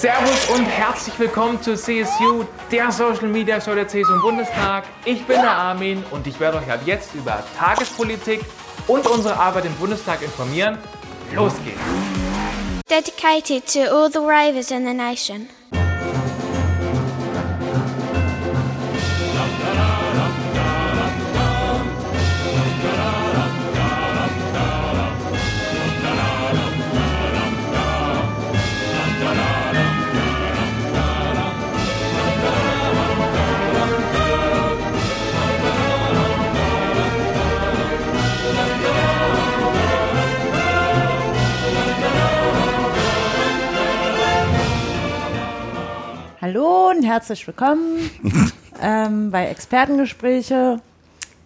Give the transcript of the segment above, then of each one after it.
Servus und herzlich willkommen zur CSU, der Social Media Show der CSU im Bundestag. Ich bin der Armin und ich werde euch ab jetzt über Tagespolitik und unsere Arbeit im Bundestag informieren. Los geht's! Dedicated to all the ravers in the nation. Hallo und herzlich willkommen ähm, bei Expertengespräche.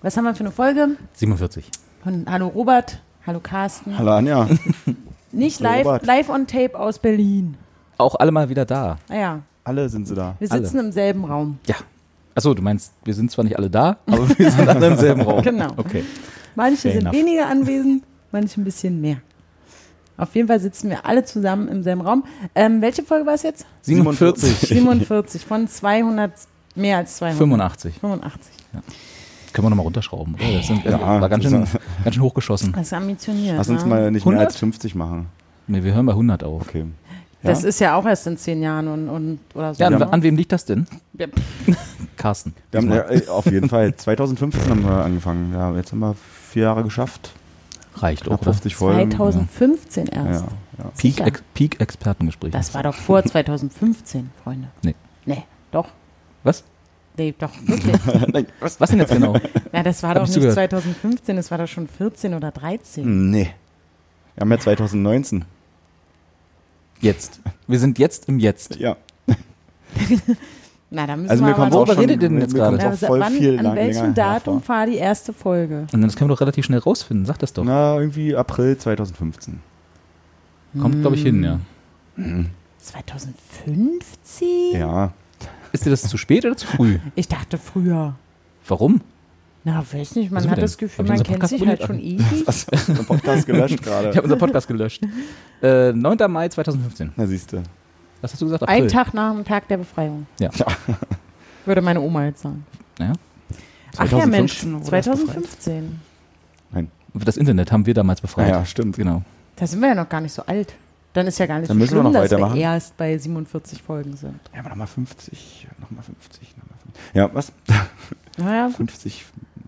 Was haben wir für eine Folge? 47. Von Hallo Robert, Hallo Carsten. Hallo Anja. Nicht Hallo live, Robert. live on tape aus Berlin. Auch alle mal wieder da. Naja, Alle sind sie da. wir Alle. sitzen im selben Raum. Ja. Achso, du meinst, wir sind zwar nicht alle da, aber wir sind alle im selben Raum. Genau. Okay. Manche Fair sind enough. weniger anwesend, manche ein bisschen mehr. Auf jeden Fall sitzen wir alle zusammen im selben Raum. Ähm, welche Folge war es jetzt? 47. 47 von 200, mehr als 200. 85. 85. Können wir nochmal runterschrauben. Oh, das sind, Ja, war ganz das schön, ist- ganz schön hochgeschossen. Das ist ambitioniert. Lass uns ne? mal nicht 100? mehr als 50 machen. Nee, wir hören bei 100 auf. Okay. Das ja. ist ja auch erst in zehn Jahren und, und oder so. Ja, an, ne? an wem liegt das denn? Ja. Carsten. Wir haben, Diesmal. ja, auf jeden Fall. 2015 haben wir angefangen. Ja, jetzt haben wir vier Jahre geschafft. Reicht auch. Knapp Oder? 50 Folgen. 2015 Ja, erst. ja, ja. Peak, Sicher. Ex Peak Expertengespräch. Das war doch vor 2015, Freunde. Nee. Nee, doch. Was? Nee, doch, wirklich. Was? Was denn jetzt genau? Na, das war Hab doch ich nicht zugehört. 2015, das war doch schon 14 oder 13. Nee. Wir haben ja 2019. Jetzt. Wir sind jetzt im Jetzt. Ja. Na, da müssen Also wir mir aber kommt noch- auch Worüber schon, redet ihr denn mir- jetzt mir gerade? kommt's Ja, auch voll Also wann, viel an lang, welchem länger Datum hervor. war die erste Folge? Und das können wir doch relativ schnell rausfinden. Sag das doch. Na, irgendwie April 2015. Kommt, glaube ich, hin, ja. 2015? Ja. Ist dir das zu spät oder zu früh? Ich dachte früher. Warum? Na, weiß nicht, man Was hat denn? das Gefühl, Hab ich man unser kennt Podcast sich halt schon abonniert? ewig. Das ist ein Podcast gelöscht Ich habe gerade. unseren Podcast gelöscht. Äh, 9. Mai 2015. Na, siehst du. Was hast du gesagt? April. Ein Tag nach dem Tag der Befreiung. Ja. Würde meine Oma jetzt sagen. Ja. Ach ja, Mensch, 2015 wurde das 2015. Das Internet haben wir damals befreit. Ja, ja, stimmt. Genau. Da sind wir ja noch gar nicht so alt. Dann ist ja gar nicht Dann so müssen wir schlimm, noch dass wir weitermachen. erst bei 47 Folgen sind. Ja, aber nochmal 50, nochmal 50, nochmal 50. Ja, was? Naja, 50,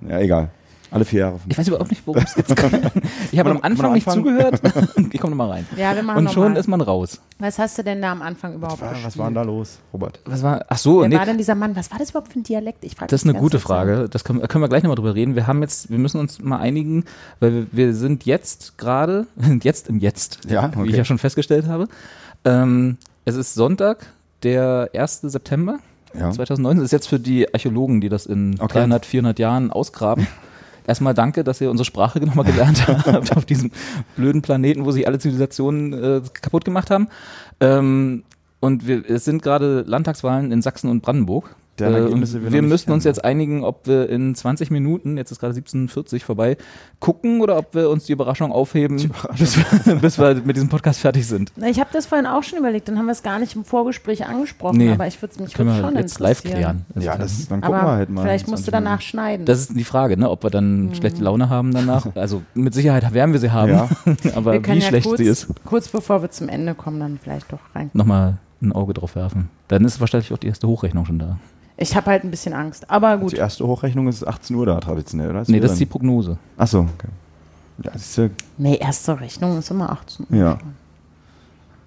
ja, egal. Alle vier Jahre. Ich weiß überhaupt nicht, worum es jetzt geht. Ich habe am Anfang nicht anfangen? zugehört. Ich komme nochmal rein. ja, wir machen Und noch schon mal. ist man raus. Was hast du denn da am Anfang überhaupt Ah, gespielt? was war denn da los, Robert? Was war? Ach so, Wer nee. war denn dieser Mann? Was war das überhaupt für ein Dialekt? Ich frage Das ist mich eine die gute ganze Zeit. Frage. Das können, können wir gleich nochmal drüber reden. Wir haben jetzt, wir müssen uns mal einigen, weil wir, wir sind jetzt gerade, wir sind jetzt im Jetzt, Ja, wie okay. ich ja schon festgestellt habe. Ähm, es ist Sonntag, der 1. September. Ja. 2019 ist jetzt für die Archäologen, die das in Okay. 300, 400 Jahren ausgraben. Erstmal danke, dass ihr unsere Sprache nochmal gelernt habt auf diesem blöden Planeten, wo sich alle Zivilisationen äh, kaputt gemacht haben. Ähm, und wir, es sind gerade Landtagswahlen in Sachsen und Brandenburg. Deren Äh, und Ergebnisse wir wir noch nicht müssten uns kennen. jetzt einigen, ob wir in 20 Minuten, jetzt ist gerade 17.40 vorbei, gucken oder ob wir uns die Überraschung aufheben, Bis, wir, bis wir mit diesem Podcast fertig sind. Na, Ich habe das vorhin auch schon überlegt, dann haben wir es gar nicht im Vorgespräch angesprochen, Nee. aber ich würde es mich Können würd's wir schon jetzt live interessieren. klären. Also Ja, das, dann gucken Aber wir halt mal. vielleicht musst du 20 danach schneiden. Das ist die Frage, ne? ob wir dann Mhm. schlechte Laune haben danach. Also mit Sicherheit werden wir sie haben, Ja. aber wie schlecht kurz, sie ist, kurz bevor wir zum Ende kommen, dann vielleicht doch rein. nochmal ein Auge drauf werfen. Dann ist wahrscheinlich auch die erste Hochrechnung schon da. Ich habe halt ein bisschen Angst, aber Die gut. erste Hochrechnung ist 18 Uhr da traditionell, oder? Nee, das ist die Prognose. Achso, okay. Ja, siehst du, Nee, erste Rechnung ist immer 18 Uhr. ja.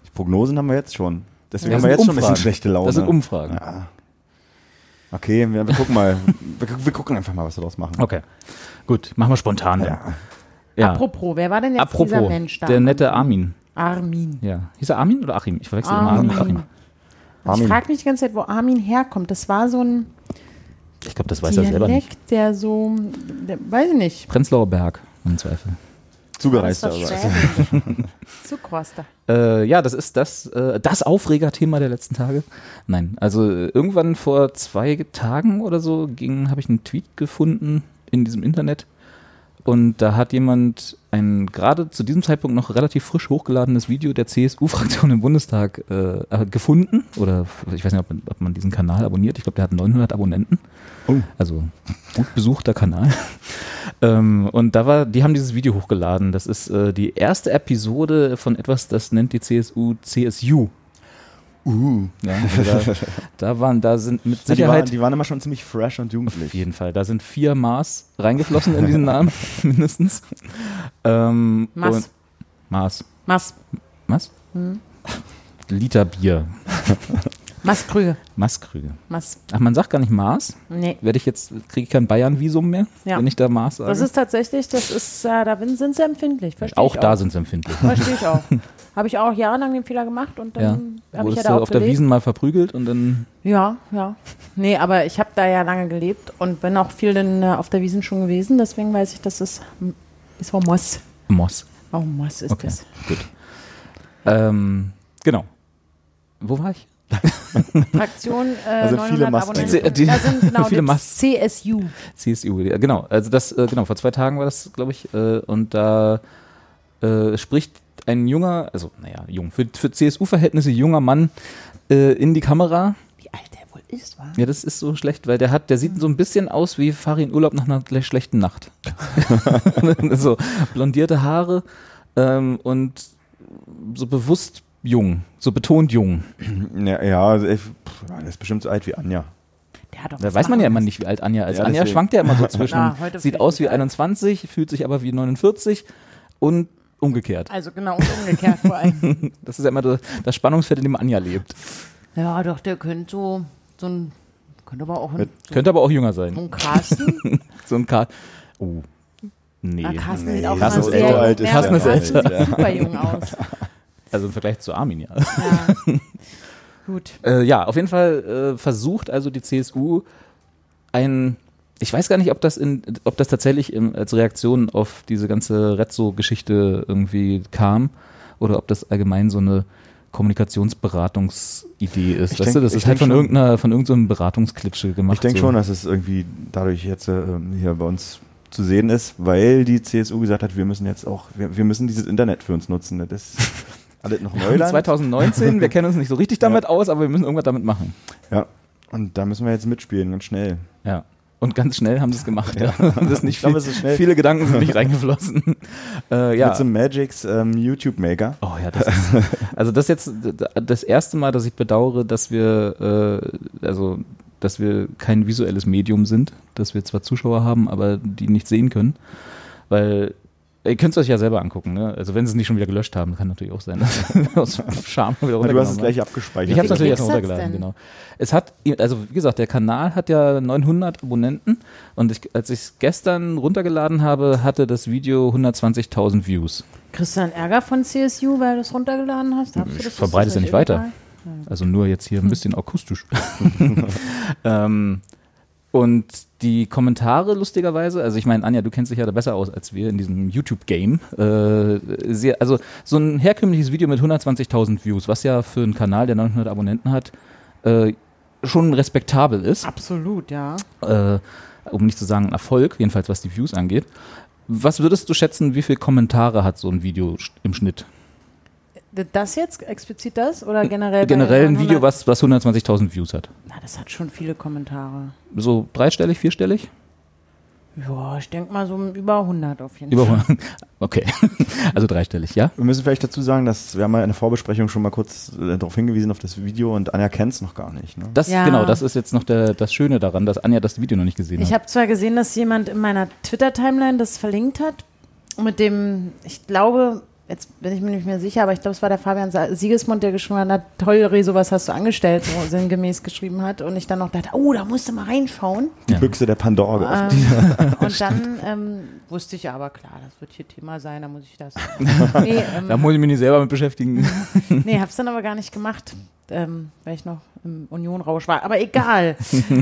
Die Prognosen haben wir jetzt schon. Deswegen Das sind haben wir jetzt schon ein Umfragen. bisschen schlechte Laune. Das sind Umfragen. Ja. Okay, wir, wir gucken mal. wir, gu- wir gucken einfach mal, was wir daraus machen. Okay. Gut, machen wir spontan. dann. Ja. Ja. Apropos, wer war denn jetzt dieser Apropos, Mensch da? der nette Armin. Armin. Ja. Hieß er Armin oder Achim? Ich verwechsel immer Armin Armin. und Achim. Ich Armin, frage mich die ganze Zeit, wo Armin herkommt. Das war so ein Ich glaube, das weiß er selber nicht. Dialekt, der so, der, weiß ich nicht. Prenzlauer Berg, im Zweifel. zugereist aber. Also, Zu Costa. Äh, ja, das ist das, äh, das Aufregerthema der letzten Tage. Nein, also äh, irgendwann vor zwei Tagen oder so ging, habe ich einen Tweet gefunden in diesem Internet, Und da hat jemand ein gerade zu diesem Zeitpunkt noch relativ frisch hochgeladenes Video der CSU-Fraktion im Bundestag äh, äh, gefunden. Oder ich weiß nicht, ob man, ob man diesen Kanal abonniert. Ich glaube, der hat 900 Abonnenten. Also gut besuchter Kanal. ähm, und da war, die haben dieses Video hochgeladen. Das ist äh, die erste Episode von etwas, das nennt die CSU CSU. Uh. halt Ja, also da, da waren, da sind mit Die, waren, Sicherheit die waren immer schon ziemlich fresh und auf jugendlich. jeden Fall. Da sind vier Maß reingeflossen in diesen Namen, mindestens. Ähm, Maß. und- Maß. Mass, Maß? Hm. Liter Bier. Mass Krüge. Maßkrüge. Mass. Ach, man sagt gar nicht Maß. Nee. Werde ich jetzt, kriege ich kein Bayern-Visum mehr, Ja. wenn ich da Maß sage. Das ist tatsächlich, das ist, äh, da bin- sind sie empfindlich. Verstehe auch ich da sind sie empfindlich. Verstehe ich auch. Habe ich auch jahrelang den Fehler gemacht und Ja. dann habe ich ja Wurdest da du auch auf der gelebt. Wiesen mal verprügelt und dann Ja, ja. Nee, aber ich habe da ja lange gelebt und bin auch viel denn, äh, auf der Wiesen schon gewesen. Deswegen weiß ich, dass es hm, ist auch Moss. Moss. Auch Moss ist Okay, das. gut. Ähm, genau. Wo war ich? Fraktion äh, Also 900 viele Masten. Die- die- Abonnenten. Da sind genau viele das Masten. CSU. CSU, ja, genau. Also das, äh, genau, vor zwei Tagen war das, glaube ich, äh, und da äh, spricht ein junger, also naja, jung, für, für CSU-Verhältnisse junger Mann äh, in die Kamera. Wie alt der wohl ist, war? Ja, das ist so schlecht, weil der hat, der sieht so ein bisschen aus wie Farin Urlaub nach einer gle- schlechten Nacht. so blondierte Haare ähm, und so bewusst jung, so betont jung. Ja, ja also ich, pff, ja, der ist bestimmt so alt wie Anja. Der hat doch Da was weiß man ja immer anderes. nicht, wie alt Anja ist. Ja, Anja deswegen. schwankt ja immer so zwischen. Na, heute sieht vielleicht aus wie nicht. 21, fühlt sich aber wie 49 und umgekehrt. Also genau, und umgekehrt vor allem. Das ist ja immer das das Spannungsfeld, in dem Anja lebt. Ja, doch, der könnte so, so ein, könnte aber auch ein, so Könnte aber auch jünger sein. ein Carsten. So ein Kar. Oh. Nee. Ah, Carsten sieht Nee, auch Carsten immer ist sehr so alt, ist Carsten nervig aus. ist älter. Sieht super jung aus. Also im Vergleich zu Armin, ja. Ja. Gut. Äh, ja, auf jeden Fall äh, versucht also die CSU ein, ich weiß gar nicht, ob das in, ob das tatsächlich im, als Reaktion auf diese ganze Rezzo-Geschichte irgendwie kam oder ob das allgemein so eine Kommunikationsberatungsidee ist. weißt Ich du, denk- das ich ist halt denk von schon. irgendeiner, von irgendeinem Beratungsklitsche gemacht. Ich denke so. Hm, schon, dass es irgendwie dadurch jetzt ähm, hier bei uns zu sehen ist, weil die CSU gesagt hat, wir müssen jetzt auch, wir, wir müssen dieses Internet für uns nutzen. Das ist alles noch Neuland. 2019, wir kennen uns nicht so richtig damit aus, aber wir müssen irgendwas damit machen. Ja. Und da müssen wir jetzt mitspielen, ganz schnell. Ja. Und ganz schnell haben sie es gemacht. Ja. Das ist nicht Ich glaub, viel, es ist schnell. Viele Gedanken sind nicht reingeflossen. Äh, ja. Mit so einem Magics ähm, YouTube Maker. Oh ja, das ist, also das ist jetzt das erste Mal, dass ich bedauere, dass wir äh, also dass wir kein visuelles Medium sind, dass wir zwar Zuschauer haben, aber die nicht sehen können, weil ihr könnt es euch ja selber angucken, ne? Also wenn sie es nicht schon wieder gelöscht haben, kann natürlich auch sein. dass wir Aus Scham wieder Na, du hast runtergenommen haben. es gleich abgespeichert. genau, ne? Ich habe es natürlich erst Klicks hat's mal runtergeladen, denn? genau. Es hat, also wie gesagt, der Kanal hat ja 900 Abonnenten und ich, als ich es gestern runtergeladen habe, hatte das Video 120.000 Views. Kriegst du dann Ärger von CSU, weil du es runtergeladen hast? Hast du Ich das? Ist verbreite es ja das nicht weiter. illegal? Also nur jetzt Hm. hier ein bisschen akustisch. ähm, und die Kommentare lustigerweise, also ich meine, Anja, du kennst dich ja da besser aus als wir in diesem YouTube-Game. Äh, sehr- also so ein herkömmliches Video mit 120.000 Views, was ja für einen Kanal, der 900 Abonnenten hat, äh, schon respektabel ist Absolut, ja. äh, um nicht zu sagen ein Erfolg, jedenfalls was die Views angeht. Was würdest du schätzen, wie viele Kommentare hat so ein Video sch- im Schnitt? Das jetzt, explizit das oder generell? bei Generell ein Video, 900? was, was 120.000 Views hat. Na, das hat schon viele Kommentare. So dreistellig, vierstellig? Ja, ich denke mal so über 100 auf jeden Über Fall. 100. Okay, also dreistellig, ja? Wir müssen vielleicht dazu sagen, dass wir haben ja in der Vorbesprechung schon mal kurz äh, darauf hingewiesen auf das Video und Anja kennt es noch gar nicht. Ne? Das, Ja. Genau, das ist jetzt noch der, das Schöne daran, dass Anja das Video noch nicht gesehen Ich hat. habe zwar gesehen, dass jemand in meiner Twitter-Timeline das verlinkt hat, mit dem, ich glaube, jetzt bin ich mir nicht mehr sicher, aber ich glaube, es war der Fabian Sa- Siegesmund, der geschrieben hat, na toll, Rezo, was hast du angestellt, so sinngemäß geschrieben hat. Und ich dann noch dachte, oh, da musst du mal reinschauen. Die Ja. Büchse der Pandora geöffnet. Und dann ähm, wusste ich aber, klar, das wird hier Thema sein, da muss ich das. nee, ähm, Da muss ich mich nicht selber mit beschäftigen. Nee, hab's dann aber gar nicht gemacht, ähm, weil ich noch im Union-Rausch war. Aber egal.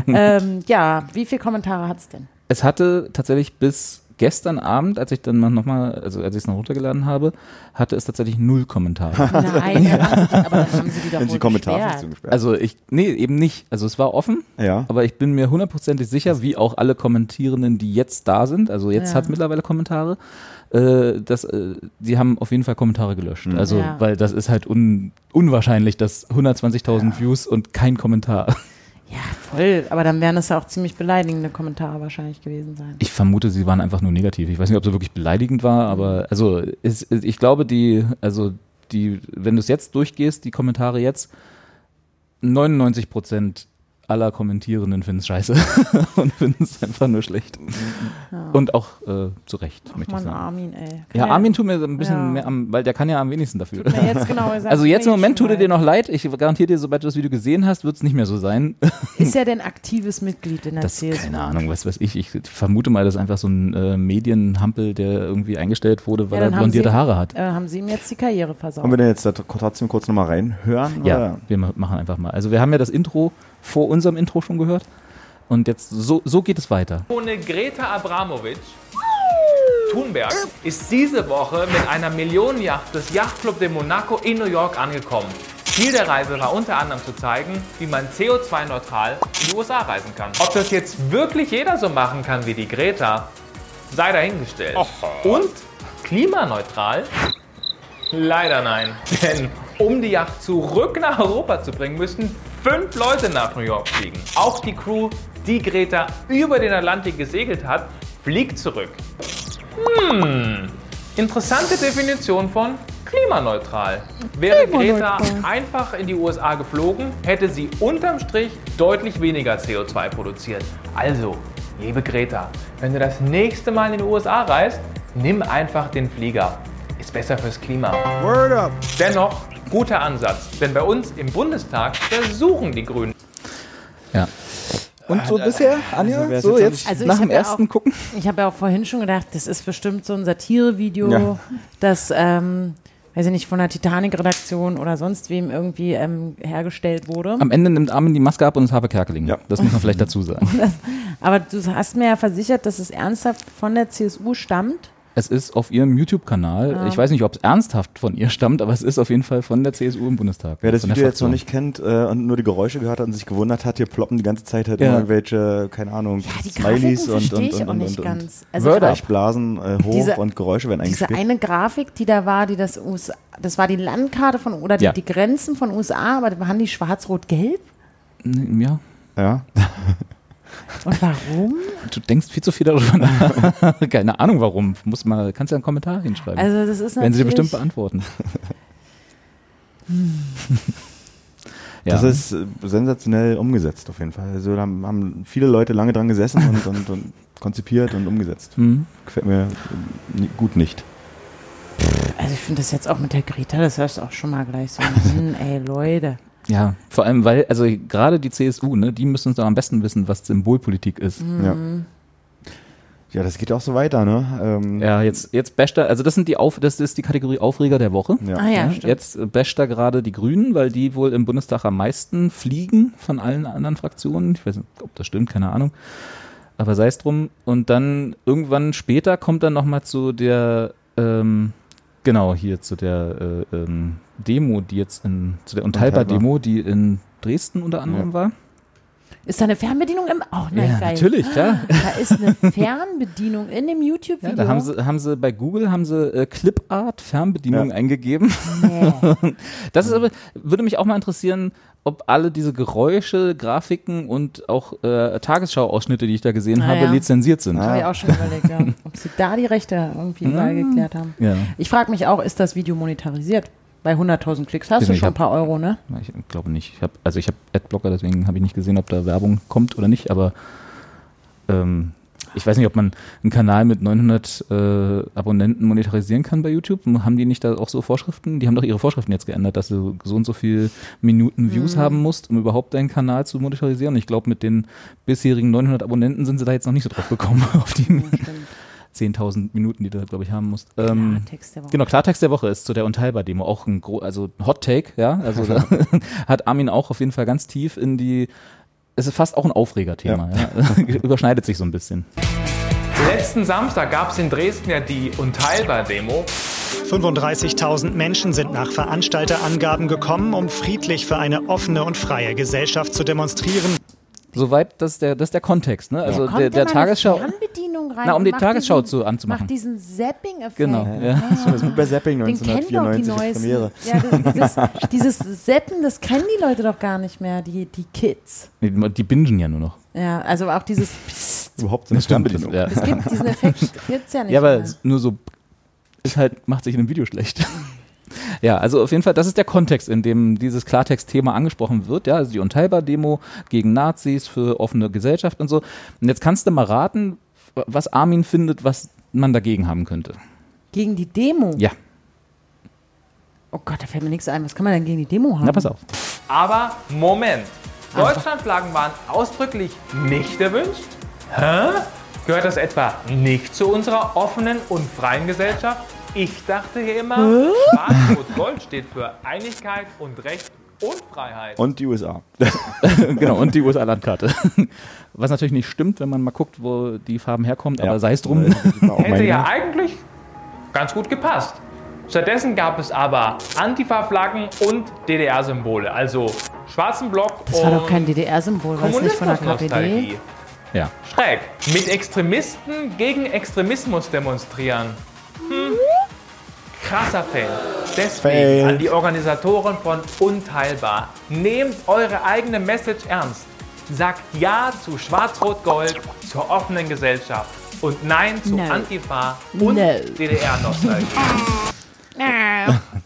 ähm, ja, wie viele Kommentare hat's denn? Es hatte tatsächlich bis gestern Abend, als ich dann mal nochmal, also als ich es noch runtergeladen habe, hatte es tatsächlich null Kommentare. Nein, aber dann haben sie die doch Also, Wenn sie wohl Kommentare gesperrt. zugesperrt. Also ich, nee, eben nicht. Also es war offen, ja. aber ich bin mir hundertprozentig sicher, wie auch alle Kommentierenden, die jetzt da sind, also jetzt Ja. hat mittlerweile Kommentare, äh, dass, äh, die haben auf jeden Fall Kommentare gelöscht. Also, Ja. weil das ist halt un, unwahrscheinlich, dass 120.000 Views und kein Kommentar. Ja, voll. Aber dann wären das ja auch ziemlich beleidigende Kommentare wahrscheinlich gewesen sein. Ich vermute, sie waren einfach nur negativ. Ich weiß nicht, ob sie wirklich beleidigend war, aber also es, es- ich glaube, die, also die, wenn du es jetzt durchgehst, die Kommentare jetzt, 99 Prozent aller Kommentierenden finden es scheiße und finden es einfach nur schlecht. Und auch äh, zu Recht, möchte ich Mann, sagen. Armin, ey. Kann Ja, Armin tut mir so ein bisschen Ja. mehr am, weil der kann ja am wenigsten dafür. tut mir jetzt genau gesagt, Also jetzt im nee, Moment schon tut er mal. dir noch leid. Ich garantiere dir, sobald du das Video gesehen hast, wird es nicht mehr so sein. Ist er denn aktives Mitglied in der Das, CSU? keine Ahnung, was weiß ich. Ich vermute mal, das ist einfach so ein äh, Medienhampel, der irgendwie eingestellt wurde, weil Ja, er dann haben blondierte sie- Haare hat. Äh, haben sie ihm jetzt die Karriere versaut? Wollen wir denn jetzt da trotzdem kurz nochmal reinhören? Ja, oder? wir ma- machen einfach mal. Also wir haben ja das Intro vor unserem Intro schon gehört. Und jetzt, so, so geht es weiter. Ohne Greta Abramovic Thunberg ist diese Woche mit einer Millionenjacht des Yachtclub de Monaco in New York angekommen. Ziel der Reise war unter anderem zu zeigen, wie man CO2-neutral in die USA reisen kann. Ob das jetzt wirklich jeder so machen kann wie die Greta, sei dahingestellt. Und klimaneutral? Leider nein. Denn um die Yacht zurück nach Europa zu bringen, müssen fünf Leute nach New York fliegen. Auch die Crew, die Greta über den Atlantik gesegelt hat, fliegt zurück. Hm. Interessante Definition von klimaneutral. Wäre Greta einfach in die USA geflogen, hätte sie unterm Strich deutlich weniger CO2 produziert. Also, liebe Greta, wenn du das nächste Mal in die USA reist, nimm einfach den Flieger. Ist besser fürs Klima. Word up. Dennoch, guter Ansatz, denn bei uns im Bundestag versuchen die Grünen Ja. Ah, Und so bisher, Anja? so jetzt? Also ich Nach dem hab ja ersten auch- gucken. Ich habe ja auch vorhin schon gedacht, das ist bestimmt so ein Satirevideo, Ja. das, ähm, weiß ich nicht, von der Titanic-Redaktion oder sonst wem irgendwie ähm, hergestellt wurde. Am Ende nimmt Armin die Maske ab und es habe Kerkeling. Ja. Das muss man vielleicht dazu sagen. Aber du hast mir ja versichert, dass es ernsthaft von der CSU stammt. Es ist auf ihrem YouTube-Kanal. Ah. Ich weiß nicht, ob es ernsthaft von ihr stammt, aber es ist auf jeden Fall von der CSU im Bundestag. Wer das Von der Video jetzt noch Fraktion. nicht kennt äh, und nur die Geräusche gehört hat und sich gewundert hat, hier ploppen die ganze Zeit halt Ja. irgendwelche, keine Ahnung, Ja, Ah, die Smileys Grafiken verstehe ich auch nicht und, ganz. Also Word up. Sprechblasen äh, hoch Diese- und Geräusche werden Diese eingespielt. eine Grafik, die da war, die das USA, das war die Landkarte von oder die, Ja. die Grenzen von USA, aber waren die schwarz-rot-gelb? Ja, ja. Und warum? du denkst viel zu viel darüber nach. Keine Ahnung warum. Muss mal, kannst ja einen Kommentar hinschreiben. Also das ist natürlich. Hm. Werden sie dir bestimmt beantworten. ja. Das ist äh, sensationell umgesetzt auf jeden Fall. Also da haben- haben viele Leute lange dran gesessen und, und, und konzipiert und umgesetzt. Hm. Gefällt mir äh, ni- gut nicht. Also ich finde das jetzt auch mit der Greta, das heißt auch schon mal gleich so, hm, ey Leute. ja, vor allem, weil, also gerade die CSU, ne, die müssen uns doch am besten wissen, was Symbolpolitik ist. Hm. Mhm. Ja. ja, das geht auch so weiter, ne? Ähm, Ja, jetzt, jetzt basht er, also das sind die Auf, das ist die Kategorie Aufreger der Woche. ja. Ah ja, Ja, stimmt. jetzt äh, basht er gerade die Grünen, weil die wohl im Bundestag am meisten fliegen von allen anderen Fraktionen. Ich weiß nicht, ob das stimmt, keine Ahnung. Aber sei es drum. Und dann irgendwann später kommt dann nochmal zu der, ähm, genau, hier zu der äh, ähm, Demo, die jetzt in, zu der Unteilbar-Demo, die in Dresden unter anderem Ja. war. Ist da eine Fernbedienung im? Oh nein, geil. natürlich, klar. Da ist eine Fernbedienung in dem YouTube-Video. Ja, da haben sie, haben sie bei Google haben sie äh, Clipart Fernbedienung Ja. eingegeben. Nee. Das ist aber, würde mich auch mal interessieren, ob alle diese Geräusche, Grafiken und auch äh, Tagesschau-Ausschnitte, die ich da gesehen Ah, habe, ja. lizenziert sind. Habe ich auch schon überlegt, ja. ob sie da die Rechte irgendwie überall geklärt haben. Hm. Ja, Ich frage mich auch, ist das Video monetarisiert? Bei 100.000 Klicks hast Ich du nicht, schon ein hab- paar Euro, ne? ich glaube nicht. Ich hab, also ich habe Adblocker, deswegen habe ich nicht gesehen, ob da Werbung kommt oder nicht, aber ähm, ich weiß nicht, ob man einen Kanal mit 900 äh, Abonnenten monetarisieren kann bei YouTube. Haben die nicht da auch so Vorschriften? Die haben doch ihre Vorschriften jetzt geändert, dass du so und so viel Minuten Views haben musst, um überhaupt deinen Kanal zu monetarisieren. Und ich glaube, mit den bisherigen 900 Abonnenten sind sie da jetzt noch nicht so drauf gekommen, auf die 10.000 Minuten, die du, glaube ich, haben musst. Ähm, Ah, Text der Woche. Genau, Klartext der Woche ist zu der Unteilbar-Demo auch ein gro also ein Hot Take, ja. Also da hat Armin auch auf jeden Fall ganz tief in die. Es ist fast auch ein Aufregerthema, ja. Überschneidet sich so ein bisschen. Letzten Samstag gab es in Dresden ja die Unteilbar-Demo. 35.000 Menschen sind nach Veranstalterangaben gekommen, um friedlich für eine offene und freie Gesellschaft zu demonstrieren. Soweit, das ist der, das ist der Kontext, ne? Also Kommt da der, der mal eine Tagesschau. Fernbedienung rein Na, um und die macht Tagesschau diesen, zu- anzumachen. Macht diesen Zapping-Effekt. Genau, ja. Das ist bei Zapping Den kennen doch die 1994 die Neuesten. Premiere. Ja, das- dieses, dieses Zappen, das kennen die Leute doch gar nicht mehr, die, die Kids. Nee, Die bingen ja nur noch. Ja, also auch dieses Psst, Überhaupt so eine Fernbedienung. ja. es gibt diesen Effekt gibt's ja nicht ja, aber mehr. nur so ist halt, macht sich in einem Video schlecht. Ja, also auf jeden Fall, das ist der Kontext, in dem dieses Klartext-Thema angesprochen wird. Ja, also die Unteilbar-Demo gegen Nazis für offene Gesellschaft und so. Und jetzt kannst du mal raten, was Armin findet, was man dagegen haben könnte. Gegen die Demo? Ja, Oh Gott, da fällt mir nichts ein. Was kann man denn gegen die Demo haben? na pass auf. Aber Moment, Deutschlandflaggen waren ausdrücklich nicht erwünscht? Hä? Gehört das etwa nicht zu unserer offenen und freien Gesellschaft? Ich dachte hier immer, Schwarz-Rot-Gold steht für Einigkeit und Recht und Freiheit. Und die USA. genau, und die USA-Landkarte. Was natürlich nicht stimmt, wenn man mal guckt, wo die Farben herkommen, aber sei es drum. Hätte ja eigentlich ganz gut gepasst. Stattdessen gab es aber Antifa-Flaggen und DDR-Symbole, also schwarzen Block Das war doch kein und DDR-Symbol, war es nicht von der KPD? Kommunismus-Nostalgie. Ja. Schräg. Mit Extremisten gegen Extremismus demonstrieren. Hm. Krasser Fail. Deswegen Fail. an die Organisatoren von Unteilbar. Nehmt eure eigene Message ernst. Sagt Ja zu Schwarz-Rot-Gold, zur offenen Gesellschaft. Und Nein zu No. Antifa und No. DDR-Nostalgie.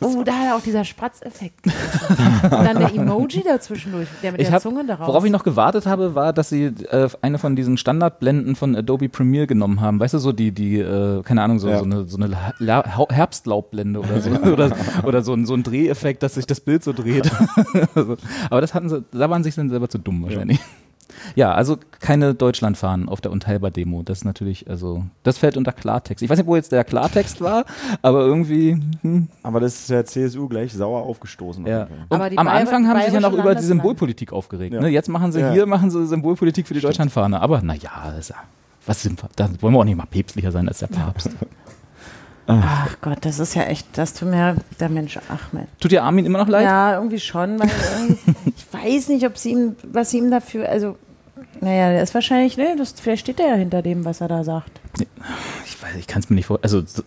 Oh, da hat auch dieser Spratzeffekt. Und dann der Emoji dazwischendurch, der mit Ich der hab, Zunge darauf. worauf ich noch gewartet habe, war, dass sie äh, eine von diesen Standardblenden von Adobe Premiere genommen haben. Weißt du, so die, die äh, keine Ahnung, so, Ja. so eine, so eine La- La- Hau- Herbstlaubblende oder so. oder oder so, ein, so ein Dreheffekt, dass sich das Bild so dreht. also, aber das hatten sie, da waren sich dann selber zu dumm wahrscheinlich. Ja, also keine Deutschlandfahnen auf der Unteilbar-Demo. Das ist natürlich, also, das fällt unter Klartext. Ich weiß nicht, wo jetzt der Klartext war, aber irgendwie, hm, Aber das ist der CSU gleich sauer aufgestoßen. auf ja. jeden Fall. Und Aber die am Bayer- Anfang haben sie sich ja noch bayerischen über die Landesland- Symbolpolitik aufgeregt. Ja. Ne? Jetzt machen sie Ja. hier machen sie Symbolpolitik für die Deutschlandfahne. Aber naja, was sind wir? Da wollen wir auch nicht mal päpstlicher sein als der Papst. Ach Gott, das ist ja echt, das tut mir der Mensch Ahmed. Tut dir Armin immer noch leid? Ja, irgendwie schon, weil irgendwie, ich weiß nicht, ob sie ihm, was sie ihm dafür, also, naja, der ist wahrscheinlich, ne, das, vielleicht steht er ja hinter dem, was er da sagt. Ich, weiß, ich kann es mir nicht vor. Also so-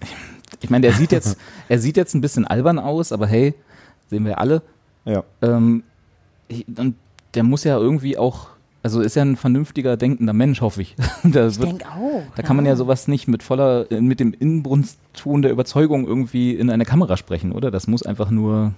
ich meine, er sieht jetzt, er sieht jetzt ein bisschen albern aus, aber hey, sehen wir alle. Ja. Ähm, ich, und der muss ja irgendwie auch, also ist ja ein vernünftiger denkender Mensch, hoffe ich. Der Ich denke auch. Da kann man ja sowas nicht mit voller, äh, mit dem Inbrunstton der Überzeugung irgendwie in eine Kamera sprechen, oder? Das muss einfach nur.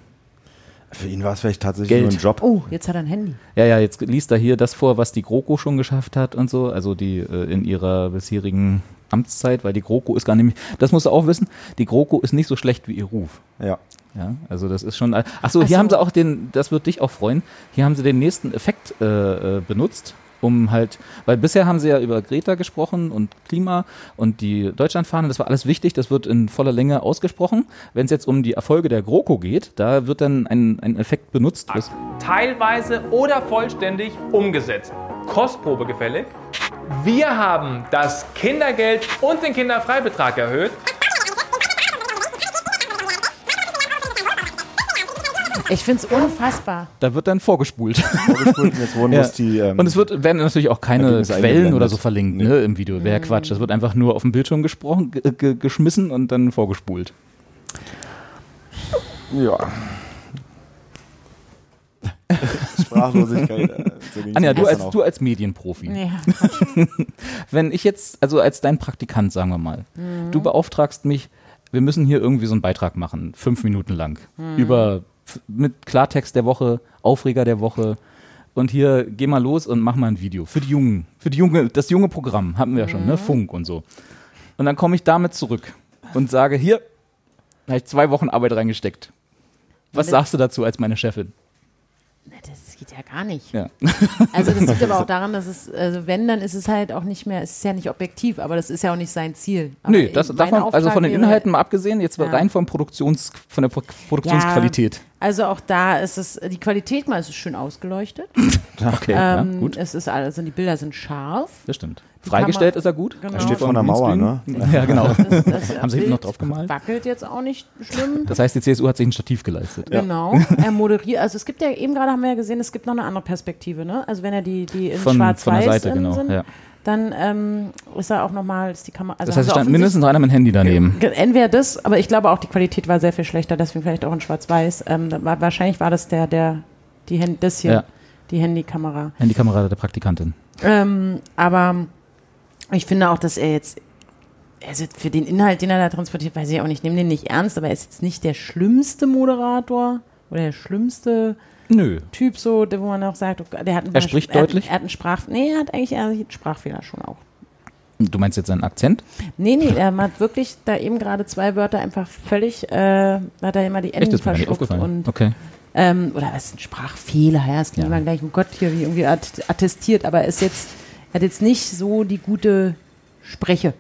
Für ihn war es vielleicht tatsächlich Geld. nur ein Job. Oh, jetzt hat er ein Handy. Ja, ja, jetzt liest er hier das vor, was die GroKo schon geschafft hat und so, also die äh, in ihrer bisherigen Amtszeit, weil die GroKo ist gar nicht, das musst du auch wissen, die GroKo ist nicht so schlecht wie ihr Ruf. Oh. Ja. Ja, also das ist schon. Ach so, hier so. haben sie auch den, das wird dich auch freuen, hier haben sie den nächsten Effekt äh, äh, benutzt, um halt, weil bisher haben sie ja über Greta gesprochen und Klima und die Deutschlandfahne, das war alles wichtig, das wird in voller Länge ausgesprochen. Wenn es jetzt um die Erfolge der GroKo geht, da wird dann ein, ein Effekt benutzt. was- teilweise oder vollständig umgesetzt. Kostprobe gefällig. Wir haben das Kindergeld und den Kinderfreibetrag erhöht. Ich finde es unfassbar. Da wird dann vorgespult. Vorgespult und jetzt wurden muss die. Ähm, Und es wird, werden natürlich auch keine Ergebnisse Quellen oder so eingeblendet. verlinkt ne, im Video. Wäre Quatsch. Das wird einfach nur auf dem Bildschirm gesprochen, ge- ge- geschmissen und dann vorgespult. ja. Sprachlosigkeit. äh, so ging's Anja, mir du gestern als, auch. du als Medienprofi. Ja. Wenn ich jetzt, also als dein Praktikant, sagen wir mal, du beauftragst mich, wir müssen hier irgendwie so einen Beitrag machen, fünf Minuten lang, über f- mit Klartext der Woche, Aufreger der Woche. Und hier, geh mal los und mach mal ein Video. Für die Jungen, für die Junge, das junge Programm hatten wir ja schon, ne? Funk und so. Und dann komme ich damit zurück und sage, hier, da habe ich zwei Wochen Arbeit reingesteckt. Was sagst du dazu als meine Chefin? Na, Das geht ja gar nicht. Ja. Also das liegt aber auch daran, dass es, also wenn, dann ist es halt auch nicht mehr, es ist ja nicht objektiv, aber das ist ja auch nicht sein Ziel. Aber Nö, das mein darf man, also Auftrag von den wäre- Inhalten mal abgesehen, jetzt Ja. rein vom Produktions, von der Pro Produktionsqualität. Also auch da ist es, die Qualität mal ist es schön ausgeleuchtet. Ah, Okay, ja, Ähm, gut. Es ist alles, also die Bilder sind scharf. Das stimmt. Freigestellt ist er gut. Genau. Er steht Von vor einer Mauer, ne? Greenscreen. Ja, genau. Das, das Haben sie Bild hinten noch drauf gemalt? Wackelt jetzt auch nicht schlimm. Das heißt, die CSU hat sich ein Stativ geleistet. Genau. Er moderiert. Also es gibt ja eben gerade haben wir ja gesehen, es gibt noch eine andere Perspektive, ne? Also wenn er die die in Von, Schwarz-Weiß von der Seite, innen genau. sind, Ja. dann ähm, ist er auch nochmal, ist die Kamera. Also Das heißt, es haben stand sie mindestens noch einer mit dem Handy daneben. offensichtlich- Entweder das, aber ich glaube auch die Qualität war sehr viel schlechter, deswegen vielleicht auch in Schwarz-Weiß. Ähm, da war, wahrscheinlich war das der der die Hand, das hier. Ja. Die Handykamera. Handykamera der Praktikantin. Ähm, aber ich finde auch, dass er jetzt, also für den Inhalt, den er da transportiert, weiß ich auch nicht, ich nehme den nicht ernst, aber er ist jetzt nicht der schlimmste Moderator oder der schlimmste Nö. Typ so, der- wo man auch sagt, okay, der hat einen Er spricht er hat, deutlich? Er hat einen Sprach, nee, er hat eigentlich er hat einen Sprachfehler schon auch. Du meinst jetzt seinen Akzent? Nee, nee, er hat wirklich da eben gerade zwei Wörter einfach völlig, äh, hat er immer die Echt, Enden das ist mir gar nicht verschluckt aufgefallen. und okay. ähm, oder was ist ein Sprachfehler, ja, es klingt Ja. immer gleich, um Gott, hier wie irgendwie att- attestiert, aber er ist jetzt, er hat jetzt nicht so die gute Spreche.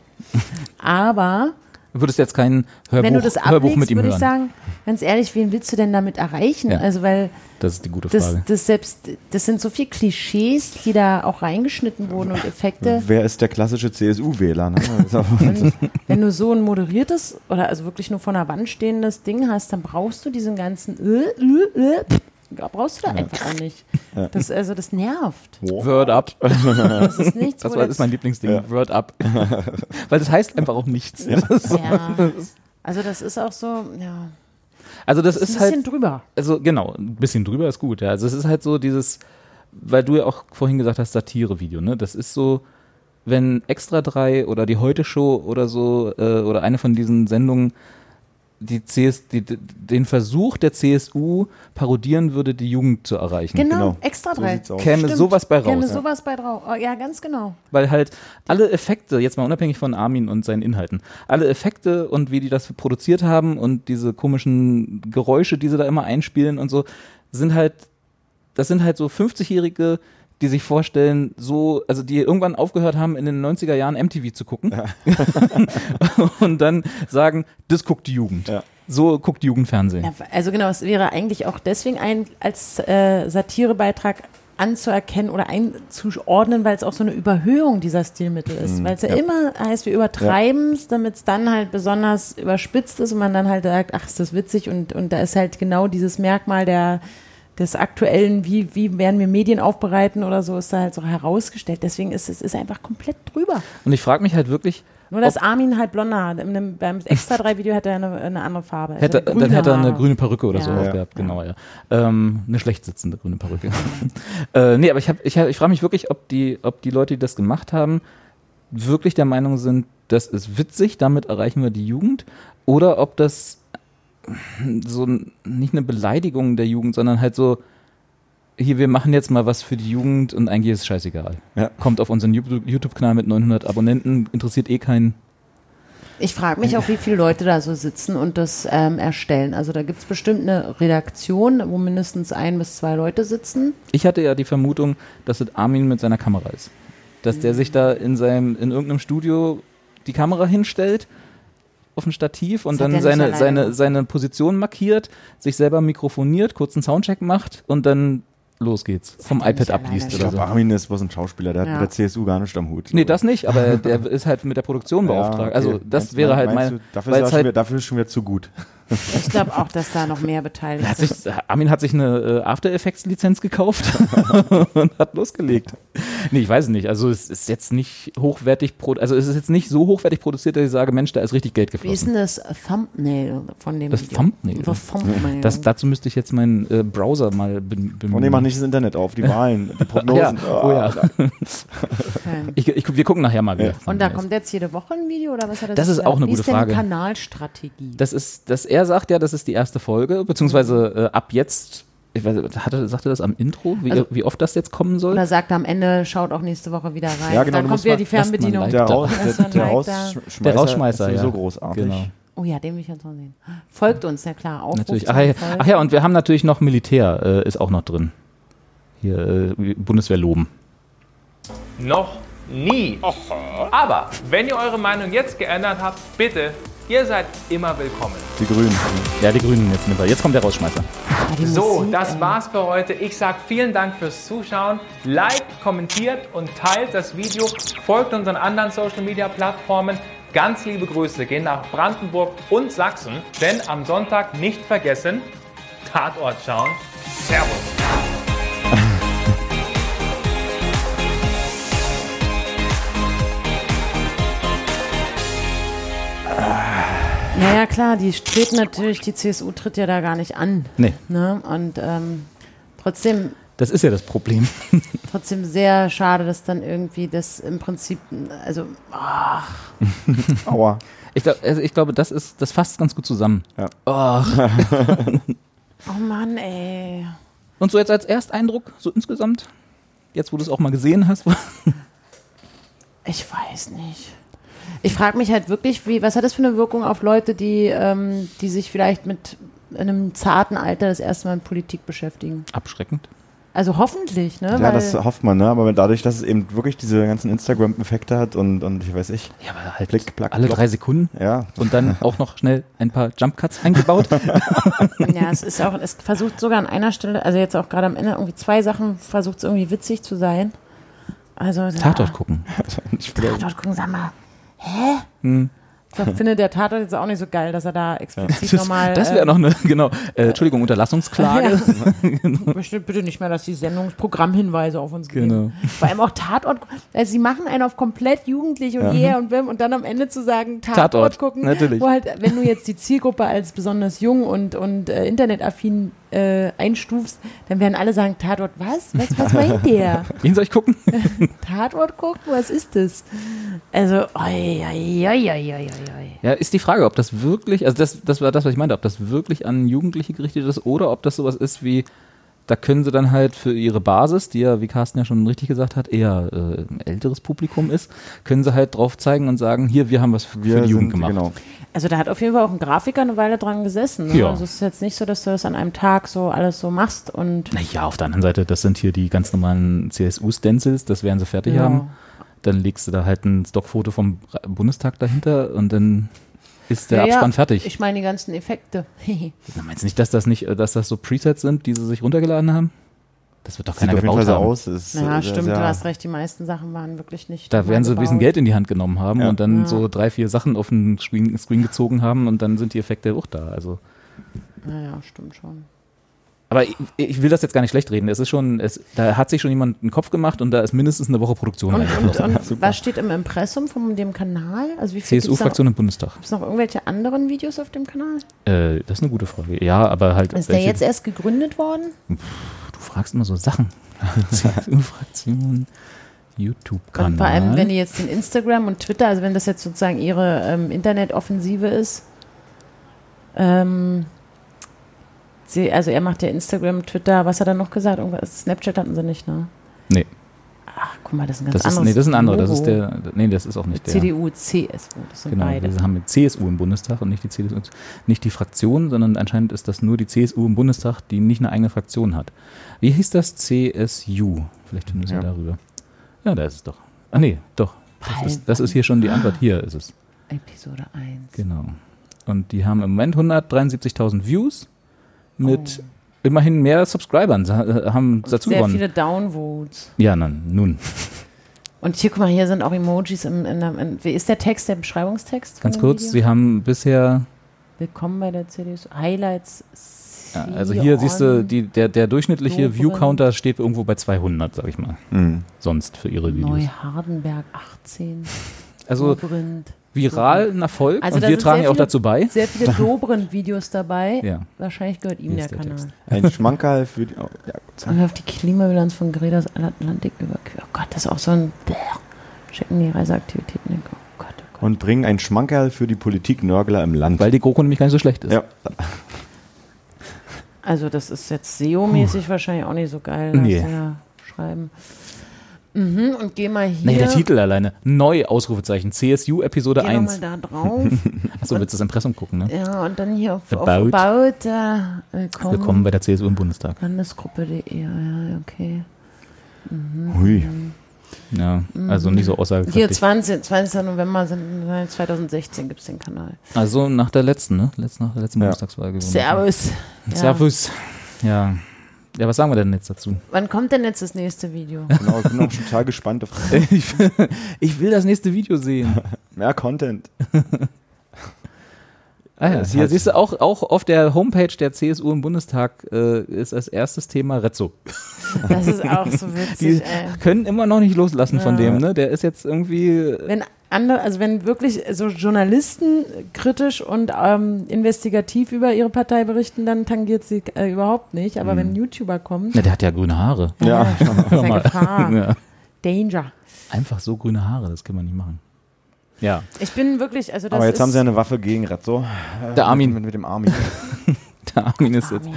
Aber Du würdest jetzt kein Hörbuch, wenn du das Hörbuch mit ablegst, ihm würde hören. ich sagen, ganz ehrlich, wen willst du denn damit erreichen? Ja. Also weil das ist die gute das, Frage. das selbst, das sind so viele Klischees, die da auch reingeschnitten wurden und Effekte. Wer ist der klassische CSU-Wähler? Ne? Das ist Genau, auch- Wenn du so ein moderiertes oder also wirklich nur vor einer Wand stehendes Ding hast, dann brauchst du diesen ganzen äh, äh, äh, pff, brauchst du da einfach auch nicht. Das, also das nervt. Word up. Das ist nichts, Das wo war, Oh, das- ist mein Lieblingsding. Word up. Weil das heißt einfach auch nichts. Ja. Also das ist auch so, ja, Also das ist, ein bisschen halt, drüber. also genau, ein bisschen drüber ist gut. Ja. Also es ist halt so dieses, weil du ja auch vorhin gesagt hast, Satire-Video. Ne? Das ist so, wenn Extra 3 oder die Heute-Show oder so äh, oder eine von diesen Sendungen die CS, die, den Versuch der CSU parodieren würde, die Jugend zu erreichen. Genau, Genau. extra So drei. sieht's aus. Käme Stimmt. sowas bei raus. Käme Ja. sowas bei drauf. Oh, ja, ganz genau. weil halt alle Effekte, jetzt mal unabhängig von Armin und seinen Inhalten, alle Effekte und wie die das produziert haben und diese komischen Geräusche, die sie da immer einspielen und so, sind halt, das sind halt so 50-Jährige, die sich vorstellen, so, also die irgendwann aufgehört haben, in den 90er Jahren MTV zu gucken und dann sagen, das guckt die Jugend. Ja. So guckt die Jugend Fernsehen. Ja, also genau, es wäre eigentlich auch deswegen ein, als äh, Satirebeitrag anzuerkennen oder einzuordnen, weil es auch so eine Überhöhung dieser Stilmittel ist. Mhm, Weil es ja, immer heißt, wir übertreiben es, damit es dann halt besonders überspitzt ist und man dann halt sagt, ach, ist das witzig und, und da ist halt genau dieses Merkmal der des aktuellen, wie, wie werden wir Medien aufbereiten oder so, ist da halt so herausgestellt. Deswegen ist es ist einfach komplett drüber. Und ich frage mich halt wirklich, Nur, dass Armin halt blonder hat. In einem, beim Extra-3-Video hat er eine, eine andere Farbe. Hätte, Also dann hätte er eine Haare. grüne Perücke oder so Ja. aufgehabt, genau, ja. Ähm, eine schlecht sitzende grüne Perücke. äh, nee, aber ich, hab, ich, hab- ich frage mich wirklich, ob die, ob die Leute, die das gemacht haben, wirklich der Meinung sind, das ist witzig, damit erreichen wir die Jugend, oder ob das so n- nicht eine Beleidigung der Jugend, sondern halt so, hier, wir machen jetzt mal was für die Jugend und eigentlich ist es scheißegal. Ja. Kommt auf unseren YouTube- YouTube-Kanal mit 900 Abonnenten, interessiert eh keinen. Ich frage mich auch, wie viele Leute da so sitzen und das ähm, erstellen. Also da gibt's bestimmt eine Redaktion, wo mindestens ein bis zwei Leute sitzen. Ich hatte ja die Vermutung, dass es Armin mit seiner Kamera ist. Dass der sich da in seinem, in irgendeinem Studio die Kamera hinstellt auf ein Stativ und Das hat dann er nicht seine, alleine seine, gemacht. seine Position markiert, sich selber mikrofoniert, kurz einen Soundcheck macht und dann los geht's. vom hat er iPad nicht abliest Ich oder glaube, so. Armin ist was ein Schauspieler, der hat Ja. mit der CSU gar nichts am Hut. Nee, das nicht, aber der ist halt mit der Produktion beauftragt. Ja, okay. Also das Meinst- wäre halt meinst mein. du, Dafür weil ist, er es schon halt- wieder, dafür ist schon wieder zu gut. Ich glaube auch, dass da noch mehr beteiligt Hat sind. sich, Armin hat sich eine äh, After Effects Lizenz gekauft und hat losgelegt. Nee, ich weiß es nicht. Also es ist jetzt nicht hochwertig pro, also es ist jetzt nicht so hochwertig produziert, dass ich sage, Mensch, da ist richtig Geld Wie ist geflossen. denn das Thumbnail von dem Das Video? Thumbnail? Das Thumbnail. Das, dazu müsste ich jetzt meinen äh, Browser mal be- bemühen. Und Oh, nee, mach nicht das Internet auf, die Wahlen, die ja. Prognosen. Ah, Oh ja. Okay. Ich, ich, wir gucken nachher mal wieder. Und da kommt jetzt jede Woche ein Video oder was hat er Das sich ist gedacht? auch eine Wie gute ist denn Frage. die Kanalstrategie? Das ist, dass er sagt ja, das ist die erste Folge, beziehungsweise äh, ab jetzt, ich weiß, nicht, hat er, sagt er das am Intro, wie, Also- wie oft das jetzt kommen soll? Oder sagt er am Ende, schaut auch nächste Woche wieder rein. Ja, genau, dann du kommt musst wieder mal- die lasst mal Fernbedienung. ein Der, Like da. Raus, Das der, war der, ein Like da. Rausschmeißer Der Rausschmeißer, ist ja. sowieso großartig. Genau. Oh ja, den will ich jetzt noch sehen. Folgt uns, na klar. Aufruf Natürlich. zum Ach, ja, Folgen. ach ja, und wir haben natürlich noch Militär, äh, ist auch noch drin. Hier, äh, Bundeswehr loben. Noch nie. Aber wenn ihr eure Meinung jetzt geändert habt, bitte Ihr seid immer willkommen. Die Grünen. Ja, die Grünen jetzt nimmer. Jetzt kommt der Rausschmeißer. So, das war's für heute. Ich sage vielen Dank fürs Zuschauen. Liked, kommentiert und teilt das Video. Folgt unseren anderen Social Media Plattformen. Ganz liebe Grüße gehen nach Brandenburg und Sachsen. Denn am Sonntag nicht vergessen, Tatort schauen. Servus. Naja, klar, die tritt natürlich, die CSU tritt ja da gar nicht an. Nee, Ne? Und ähm, trotzdem das ist ja das Problem. trotzdem sehr schade, dass dann irgendwie das im Prinzip, also Aua. Ich, glaub, also ich glaube, das ist, das fasst ganz gut zusammen. Ja. Och. oh Mann, ey. Und so jetzt als Ersteindruck, so insgesamt, jetzt wo du es auch mal gesehen hast, Ich weiß nicht. Ich frage mich halt wirklich, wie, was hat das für eine Wirkung auf Leute, die, ähm, die sich vielleicht mit einem zarten Alter das erste Mal mit Politik beschäftigen? abschreckend. Also hoffentlich, ne? Ja, Weil- das hofft man, ne? Aber dadurch, dass es eben wirklich diese ganzen Instagram-Effekte hat und, und ich weiß ich. Ja, aber halt Klick, plack, alle plopp. drei Sekunden Ja. und dann auch noch schnell ein paar Jump Cuts eingebaut. ja, es ist auch, es versucht sogar an einer Stelle, also jetzt auch gerade am Ende, irgendwie zwei Sachen versucht es irgendwie witzig zu sein. Also, Tatort gucken. Ich will- Tatort gucken, sag mal. Hä? Hm. Ich finde der Tatort jetzt auch nicht so geil, dass er da Das, explizit nochmal. das wäre noch eine, genau, äh, Entschuldigung, Unterlassungsklage. Ich möchte bitte nicht mehr, dass die Sendungsprogrammhinweise auf uns Genau. geben. Vor allem auch Tatort. Also sie machen einen auf komplett jugendlich und Ehe und Wim und dann am Ende zu sagen, Tatort, Tatort, gucken. natürlich. Wo halt, wenn du jetzt die Zielgruppe als besonders jung und, und äh, internetaffin äh, einstufst, dann werden alle sagen, Tatort, was? Was, was meint der? Wen soll ich gucken? Tatort gucken? Was ist das? Also, oi, oi, oi, oi, oi, oi. Ja, ist die Frage, ob das wirklich, also das, das war das, was ich meinte, ob das wirklich an Jugendliche gerichtet ist oder ob das sowas ist wie, da können sie dann halt für ihre Basis, die ja, wie Carsten ja schon richtig gesagt hat, eher äh, ein älteres Publikum ist, können sie halt drauf zeigen und sagen, hier, wir haben was für Wir die Jugend sind- gemacht. Genau. Also da hat auf jeden Fall auch ein Grafiker eine Weile dran gesessen. Ne? Ja. Also es ist jetzt nicht so, dass du das an einem Tag so alles so machst und Naja, auf der anderen Seite, das sind hier die ganz normalen CSU-Stencils, das werden sie fertig Ja. haben. Dann legst du da halt ein Stockfoto vom Ra- Bundestag dahinter und dann ist der Ja, ja, Abspann fertig. Ich meine die ganzen Effekte. Na, meinst du nicht, dass das nicht, äh, dass das so Presets sind, die sie sich runtergeladen haben? Das wird doch Sieht keiner auf jeden Fall gebaut so haben. aus. Ist ja, sehr- stimmt, sehr- du hast recht, die meisten Sachen waren wirklich nicht. Da werden sie ein bisschen gebaut. Geld in die Hand genommen haben Ja. und dann so drei, vier Sachen auf den Screen, Screen gezogen haben und dann sind die Effekte auch da. Also, Naja, stimmt schon. aber ich, ich will das jetzt gar nicht schlecht reden. Es ist schon, es, da hat sich schon jemand einen Kopf gemacht und da ist mindestens eine Woche Produktion Und, und, reingeflossen. und was steht im Impressum von dem Kanal? Also wie viel gibt's noch, CSU-Fraktion im Bundestag. gibt's noch irgendwelche anderen Videos auf dem Kanal? Äh, das ist eine gute Frage. Ja, aber halt. Ist der welche- jetzt erst gegründet worden? du fragst immer so Sachen. CSU-Fraktion, YouTube-Kanal. Und vor allem, wenn die jetzt den Instagram und Twitter, also wenn das jetzt sozusagen ihre ähm, Internetoffensive ist, ähm, sie, also er macht ja Instagram, Twitter, was hat er noch gesagt? Irgendwas, Snapchat hatten sie nicht, ne? Nee. Ach, guck mal, das ist ein ganz Das ist, anderes nee, das ist ein anderer. Das Logo. ist der. Nee, das ist auch nicht der. CDU, CSU, das sind Genau, beide. wir haben die CSU im Bundestag und nicht die CDU, nicht die Fraktion, sondern anscheinend ist das nur die CSU im Bundestag, die nicht eine eigene Fraktion hat. Wie hieß das? CSU. Vielleicht finden wir es ja. Ja. darüber. Ja, da ist es doch. Ah, nee, doch. Das ist, das ist hier schon die Antwort. Hier ist es. Episode 1. Genau. Und die haben im Moment 173.000 Views mit immerhin mehr Subscribern, sa- äh, haben dazu Oh. Sehr gewonnen. viele Downvotes. Ja, nun, nun, Und hier, guck mal, hier sind auch Emojis. Im, in, der- in, wie ist der Text, der Beschreibungstext? von ganz dem kurz, Video? sie haben bisher Willkommen bei der CDU. Highlights. Ja, also hier siehst du, die, der, der durchschnittliche Dobre. View-Counter steht irgendwo bei 200, sag ich mal. Mhm. Sonst für ihre Videos. Neuhardenberg 18. Also Dobrindt. viral ein Erfolg Also und da wir sind tragen sehr ja auch viele- dazu bei. Sehr viele Dobrindt-Videos dabei. Ja. Wahrscheinlich gehört Hier ihm der, ist der Kanal. Text. Ein Schmankerl für die. Oh, ja, Und zack. wir auf die Klimabilanz von Gredas Atlantik überquert. Oh Gott, das ist auch so ein. Bäh. Schicken die Reiseaktivitäten. Oh Gott, oh Gott. Und bringen ein Schmankerl für die Politik-Nörgler im Land. Weil die GroKo nämlich gar nicht so schlecht ist. ja. Also das ist jetzt SEO-mäßig wahrscheinlich auch nicht so geil, dass Nee. sie da schreiben. Mhm, und geh mal hier. Nee, der Titel alleine. Neu, Ausrufezeichen. CSU Episode Geh noch mal 1. da Ähm. drauf. Achso, willst du das Impressum gucken, ne? ja, und dann hier auf About. About, auf about äh, willkommen, Willkommen bei der CSU im Bundestag. Landesgruppe.de. Ja, ja, okay. Hui. Ja, also nicht so Mhm. Hier, aussagekräftig. 20, 20. November sind- 2016 gibt es den Kanal. Also nach der letzten, ne? Letzt, nach der letzten Ja. Bundestagswahl gewonnen. Servus. Ja. Servus. Ja. Ja, was sagen wir denn jetzt dazu? Wann kommt denn jetzt das nächste Video? Genau, ich bin auch schon total gespannt auf Ich, ich will das nächste Video sehen. mehr Content. Ah ja, Das hier heißt- siehst du auch, auch auf der Homepage der CSU im Bundestag äh, ist als erstes Thema Rezzo. Das ist auch so Die witzig, ey. können immer noch nicht loslassen von Ja. dem, ne? Der ist jetzt irgendwie. Wenn andere, also wenn wirklich so Journalisten kritisch und ähm, investigativ über ihre Partei berichten, dann tangiert sie äh, überhaupt nicht. Aber Mhm. wenn YouTuber kommen, Na, der hat ja grüne Haare. Ja, das ist ja mal. Gefahr. Ja. Danger. Einfach so grüne Haare, das kann man nicht machen. Ja. Ich bin wirklich, also das aber jetzt ist haben sie ja eine Waffe gegen Rezzo. Äh, Der Armin. Mit, mit dem Armin. Der Armin ist jetzt.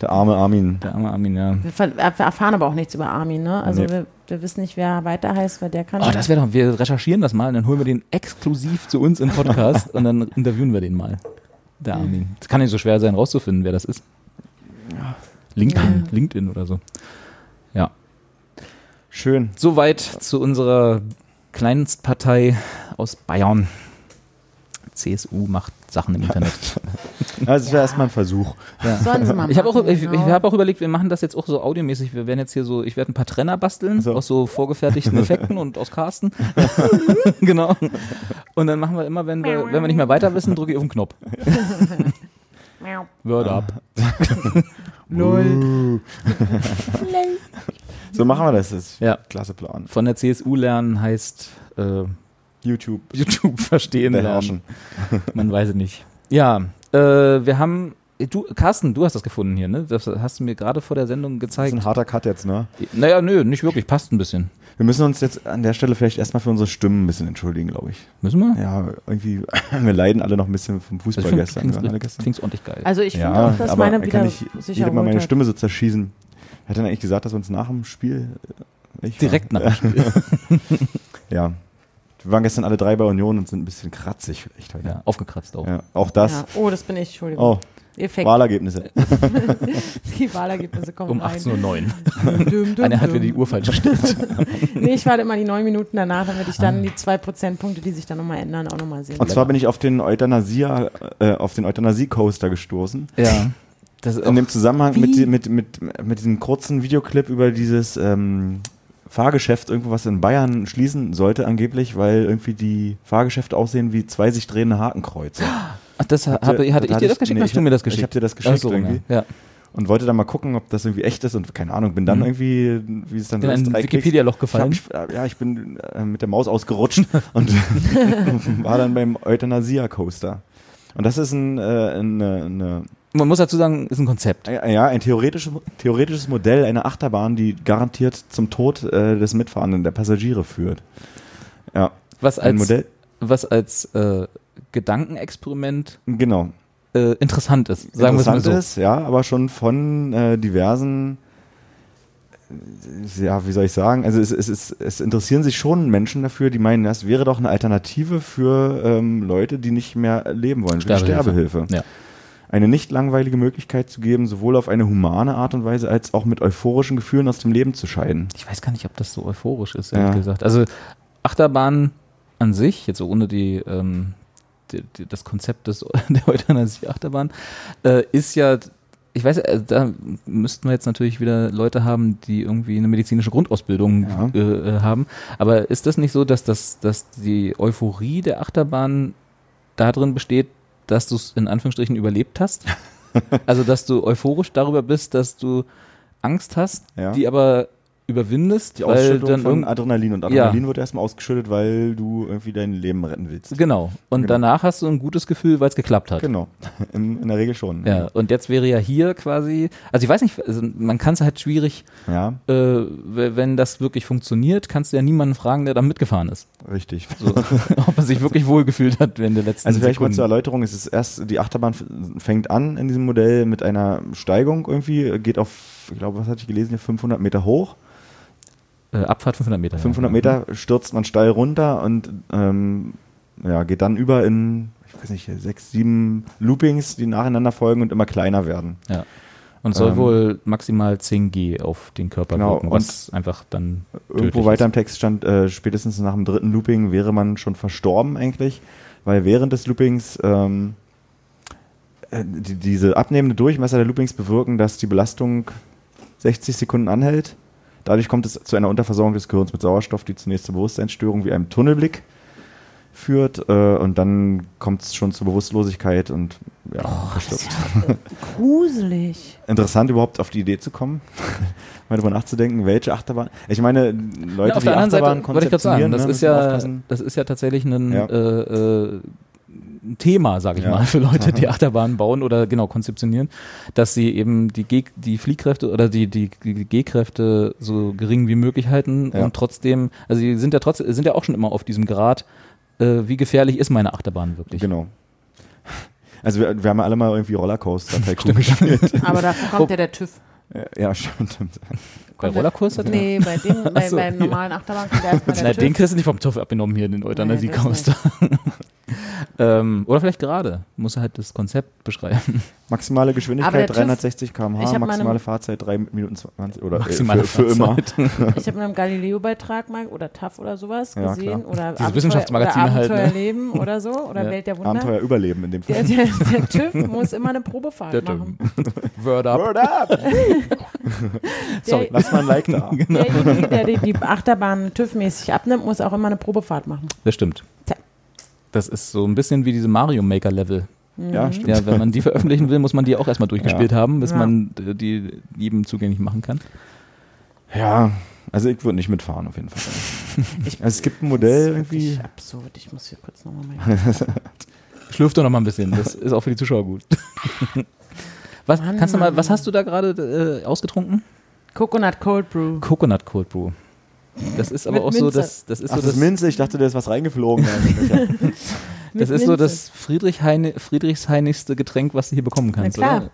Der arme Armin. Der arme Armin, ja. wir, ver- wir erfahren aber auch nichts über Armin, ne? Also Nee. Ah. wir, wir wissen nicht, wer weiter heißt, weil der kann. Oh, das wäre doch, wir recherchieren das mal und dann holen wir den exklusiv zu uns im Podcast und dann interviewen wir den mal. Der Armin. Das kann nicht so schwer sein, rauszufinden, wer das ist. LinkedIn, LinkedIn oder so. Ja. Schön. Soweit zu unserer Kleinstpartei aus Bayern. CSU macht Sachen im Internet. Also es wäre erstmal ein Versuch. sollen sie mal Ich habe auch, machen, ich, ich genau. hab auch überlegt, wir machen das jetzt auch so audiomäßig. Wir werden jetzt hier so, ich werde ein paar Trenner basteln So. aus so vorgefertigten Effekten und aus Carsten. genau. Und dann machen wir immer, wenn wir, wenn wir nicht mehr weiter wissen, drücke ich auf den Knopf. Word up. So machen wir das. das ist Ja. Klasse Plan. Von der CSU lernen heißt äh, YouTube. YouTube verstehen lernen. Beherrschen. Man weiß es nicht. Ja, äh, wir haben. Du, Carsten, du hast das gefunden hier, ne? Das hast du mir gerade vor der Sendung Das gezeigt. ist ein harter Cut jetzt, ne? Naja, nö, nicht wirklich. Passt ein bisschen. Wir müssen uns jetzt an der Stelle vielleicht erstmal für unsere Stimmen ein bisschen entschuldigen, glaube ich. Müssen wir? Ja, irgendwie, wir leiden alle noch ein bisschen vom Fußball Also ich gestern. find- ne? Alle Kling's, gestern. kling's ordentlich geil. Also ich finde ja, auch, dass aber meine dann wieder kann ich sich jedes Mal erholt meine hat. Stimme so zerschießen. Hat er eigentlich gesagt, dass wir uns nach dem Spiel äh, nicht Direkt nach dem Spiel. Ja. Wir waren gestern alle drei bei Union und sind ein bisschen kratzig vielleicht heute. Ja, aufgekratzt auch. Ja. Auch das. Ja. Oh, das bin ich, Entschuldigung. Oh, Effekt. Wahlergebnisse. Die Wahlergebnisse kommen Um rein. 18.09 Düm, düm, Uhr. düm, Einer hat mir die düm. Uhr falsch gestellt. Nee, ich warte immer die neun Minuten danach, damit ich Ah. dann die zwei Prozentpunkte, die sich dann nochmal ändern, auch nochmal sehe. Und zwar bin ich auf den Euthanasia, äh, auf den Euthanasie-Coaster gestoßen. ja. Das ist auch, In dem Zusammenhang mit, die- mit, mit, mit diesem kurzen Videoclip über dieses ähm, Fahrgeschäft, irgendwo was in Bayern schließen sollte angeblich, weil irgendwie die Fahrgeschäfte aussehen wie zwei sich drehende Hakenkreuze. ach, das ha- hab, ich- hatte ich dir das geschickt? Nee, oder hast du mir das Ich geschickt? hab dir das geschickt Ach so, irgendwie. Ja. Und wollte dann mal gucken, ob das irgendwie echt ist und keine Ahnung, bin dann irgendwie, wie es dann In so ist, ein drei Klicks- Mhm. Wikipedia-Loch gefallen. Ich hab, ja, ich bin äh, mit der Maus ausgerutscht und war dann beim Euthanasia-Coaster. Und das ist ein, äh, ein, äh, eine, Man muss dazu sagen, ist ein Konzept. äh, ja, ein theoretisches, theoretisches Modell einer Achterbahn, die garantiert zum Tod äh, des Mitfahrenden, der Passagiere führt. Ja, Was ein als, Modell, was als äh, Gedankenexperiment genau. äh, interessant ist. Sagen wir es mal so. Interessantes, ja, aber schon von äh, diversen, äh, ja, wie soll ich sagen, also es, es, es, es interessieren sich schon Menschen dafür, die meinen, das wäre doch eine Alternative für ähm, Leute, die nicht mehr leben wollen, für die Sterbehilfe. Sterbehilfe. Ja. Eine nicht langweilige Möglichkeit zu geben, sowohl auf eine humane Art und Weise als auch mit euphorischen Gefühlen aus dem Leben zu scheiden. Ich weiß gar nicht, ob das so euphorisch ist, ehrlich Ja. gesagt. Also Achterbahn an sich, jetzt so ohne die, ähm, die, die das Konzept des, der Euthanasie-Achterbahn, äh, ist ja, ich weiß, äh, da müssten wir jetzt natürlich wieder Leute haben, die irgendwie eine medizinische Grundausbildung Ja. äh, äh, haben. Aber ist das nicht so, dass, das, dass die Euphorie der Achterbahn darin besteht, dass du es in Anführungsstrichen überlebt hast? also, dass du euphorisch darüber bist, dass du Angst hast, Ja. die aber überwindest, Die weil Ausschüttung dann von irgend Adrenalin. Und Ja. Adrenalin wird erstmal ausgeschüttet, weil du irgendwie dein Leben retten willst. genau. Und Genau. danach hast du ein gutes Gefühl, weil es geklappt hat. Genau, in, in der Regel schon. Ja, und jetzt wäre ja hier quasi, also ich weiß nicht, also man kann es halt schwierig, ja äh, w- wenn das wirklich funktioniert, kannst du ja niemanden fragen, der da mitgefahren ist, richtig. ob er sich wirklich wohlgefühlt hat während der letzten Also vielleicht mal zur Sekunden. Erläuterung, es ist erst, die Achterbahn f- fängt an in diesem Modell mit einer Steigung irgendwie, geht auf, ich glaube, was hatte ich gelesen, hier 500 Meter hoch, Äh, Abfahrt 500 Meter. ja. 500 Meter stürzt man steil runter und ähm, ja, geht dann über in, ich weiß nicht, sechs, sieben Loopings, die nacheinander folgen und immer kleiner werden. Ja. Und soll Ähm. wohl maximal 10 G auf den Körper Genau, wirken, was einfach dann Irgendwo tödlich weiter ist. im Text stand, äh, spätestens nach dem dritten Looping wäre man schon verstorben eigentlich, weil während des Loopings ähm, äh, die, diese abnehmende Durchmesser der Loopings bewirken, dass die Belastung 60 Sekunden anhält. Dadurch kommt es zu einer Unterversorgung des Gehirns mit Sauerstoff, die zunächst zur Bewusstseinsstörung wie einem Tunnelblick führt äh, und dann kommt es schon zur Bewusstlosigkeit und ja, verstirbt. Gruselig. interessant überhaupt auf die Idee zu kommen, mal darüber nachzudenken, welche Achterbahn. Ich meine, Leute, Ja, auf die der anderen Achterbahn Seite, wollte ich gerade sagen, konzeptionieren, das, ne, ist müssen ja, aufpassen. das ist ja tatsächlich ein, Ja. Äh, äh, ein Thema, sage ich Ja. mal, für Leute, die Achterbahnen bauen oder genau konzeptionieren, dass sie eben die, G die Fliehkräfte oder die, die G- G-Kräfte so gering wie möglich halten Ja. und trotzdem, also sie sind ja trotzdem, sind ja auch schon immer auf diesem Grad, äh, wie gefährlich ist meine Achterbahn wirklich. Genau. Also wir, wir haben ja alle mal irgendwie Rollercoaster Tycoon gespielt. Aber dafür kommt ja der TÜV. ja, stimmt. Bei Rollercoaster? Nee, bei dem, bei, Ach so, bei hier. normalen Achterbahn kommt erstmal der Na, den TÜV. kriegst du nicht vom TÜV abgenommen hier, den Euthanasiecoaster. ähm, oder vielleicht gerade. Muss halt das Konzept Äh, beschreiben. Maximale Aber der Geschwindigkeit TÜV 360 ich km/h, hab maximale meinem- Fahrzeit 3 Minuten 20 oder äh, Maximale für, für immer. Fahrzeit. Ich habe in einem Galileo-Beitrag mal oder TAF oder sowas Ja, gesehen. klar. Oder Diese Wissenschaftsmagazine oder halt, ne? Abenteuerleben oder so. Oder Ja. Welt der Wunder. Abenteuer überleben in dem Fall. Der, der, der TÜV muss immer eine Probefahrt Der TÜV. machen. Word up. Word up! Sorry. Lass mal ein Like da. Genau. Derjenige, der die, die Achterbahn TÜV-mäßig abnimmt, muss auch immer eine Probefahrt machen. Das stimmt. Tja. Das ist so ein bisschen wie diese Mario Maker Level. Ja, stimmt. Ja, wenn man die veröffentlichen will, muss man die auch erstmal durchgespielt haben, bis Ja. man äh, die jedem zugänglich machen kann. Ja, also ich würde nicht mitfahren auf jeden Fall. also es gibt ein Modell Das irgendwie. ist absurd. Ich muss hier kurz nochmal mal. Schlürf doch noch mal ein bisschen. Das ist auch für die Zuschauer gut. Was, Mann, kannst du mal, Mann. was hast du da gerade äh, ausgetrunken? Coconut Cold Brew. Coconut Cold Brew. Das ist aber Mit auch so, Minze. das, das ist Ach, so das ist Minze, ich dachte, da ist was reingeflogen. Das Mit ist so Minze. das Friedrich Heine, friedrichsheinigste Getränk, was du hier bekommen Na kannst, klar. oder?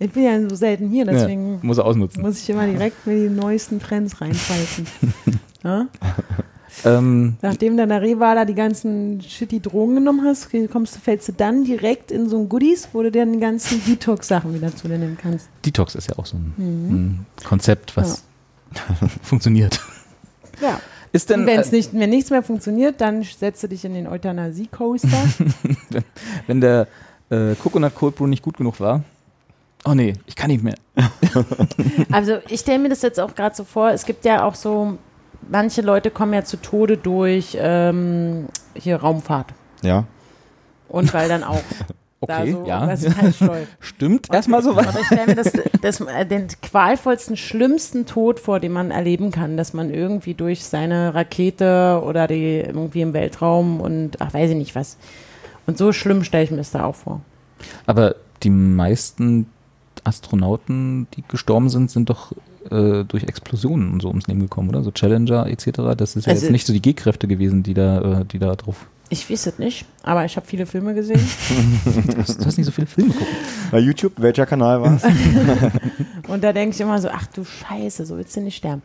Ich bin ja so selten hier, Deswegen deswegen ja, muss er ausnutzen. muss ich immer direkt mir die neuesten Trends reinpfeifen. ja? Ähm, Nachdem dann der Rewala die ganzen shitty Drogen genommen hast, kommst du, fällst du dann direkt in so ein Goodies, wo du dir die ganzen Detox-Sachen wieder zu dir nehmen kannst. Detox ist ja auch so ein, ein Konzept, was funktioniert. Ja. Ist denn, Und wenn's äh, nicht, wenn nichts mehr funktioniert, dann setzt du dich in den Euthanasie-Coaster. wenn der äh, Coconut Cold Brew nicht gut genug war? Oh nee, ich kann nicht mehr. Also ich stelle mir das jetzt auch gerade so vor, es gibt ja auch so, manche Leute kommen ja zu Tode durch ähm, hier Raumfahrt. ja. Und weil dann auch da Okay, so ja. was falsch läuft. Stimmt, erstmal so was. Aber ich stelle mir das, das, äh, den qualvollsten, schlimmsten Tod vor, den man erleben kann, dass man irgendwie durch seine Rakete oder die irgendwie im Weltraum und ach, weiß ich nicht was. Und so schlimm stelle ich mir das da auch vor. Aber die meisten Astronauten, die gestorben sind, sind doch äh, durch Explosionen und so ums Leben gekommen, oder? So Challenger etc. Das ist ja Also- jetzt nicht so die G-Kräfte gewesen, die da, äh, die da drauf. Ich weiß es nicht, aber ich habe viele Filme gesehen. Hast, du hast nicht so viele Filme geguckt. Bei YouTube, welcher Kanal war es? Und da denke ich immer so, ach du Scheiße, so willst du nicht sterben.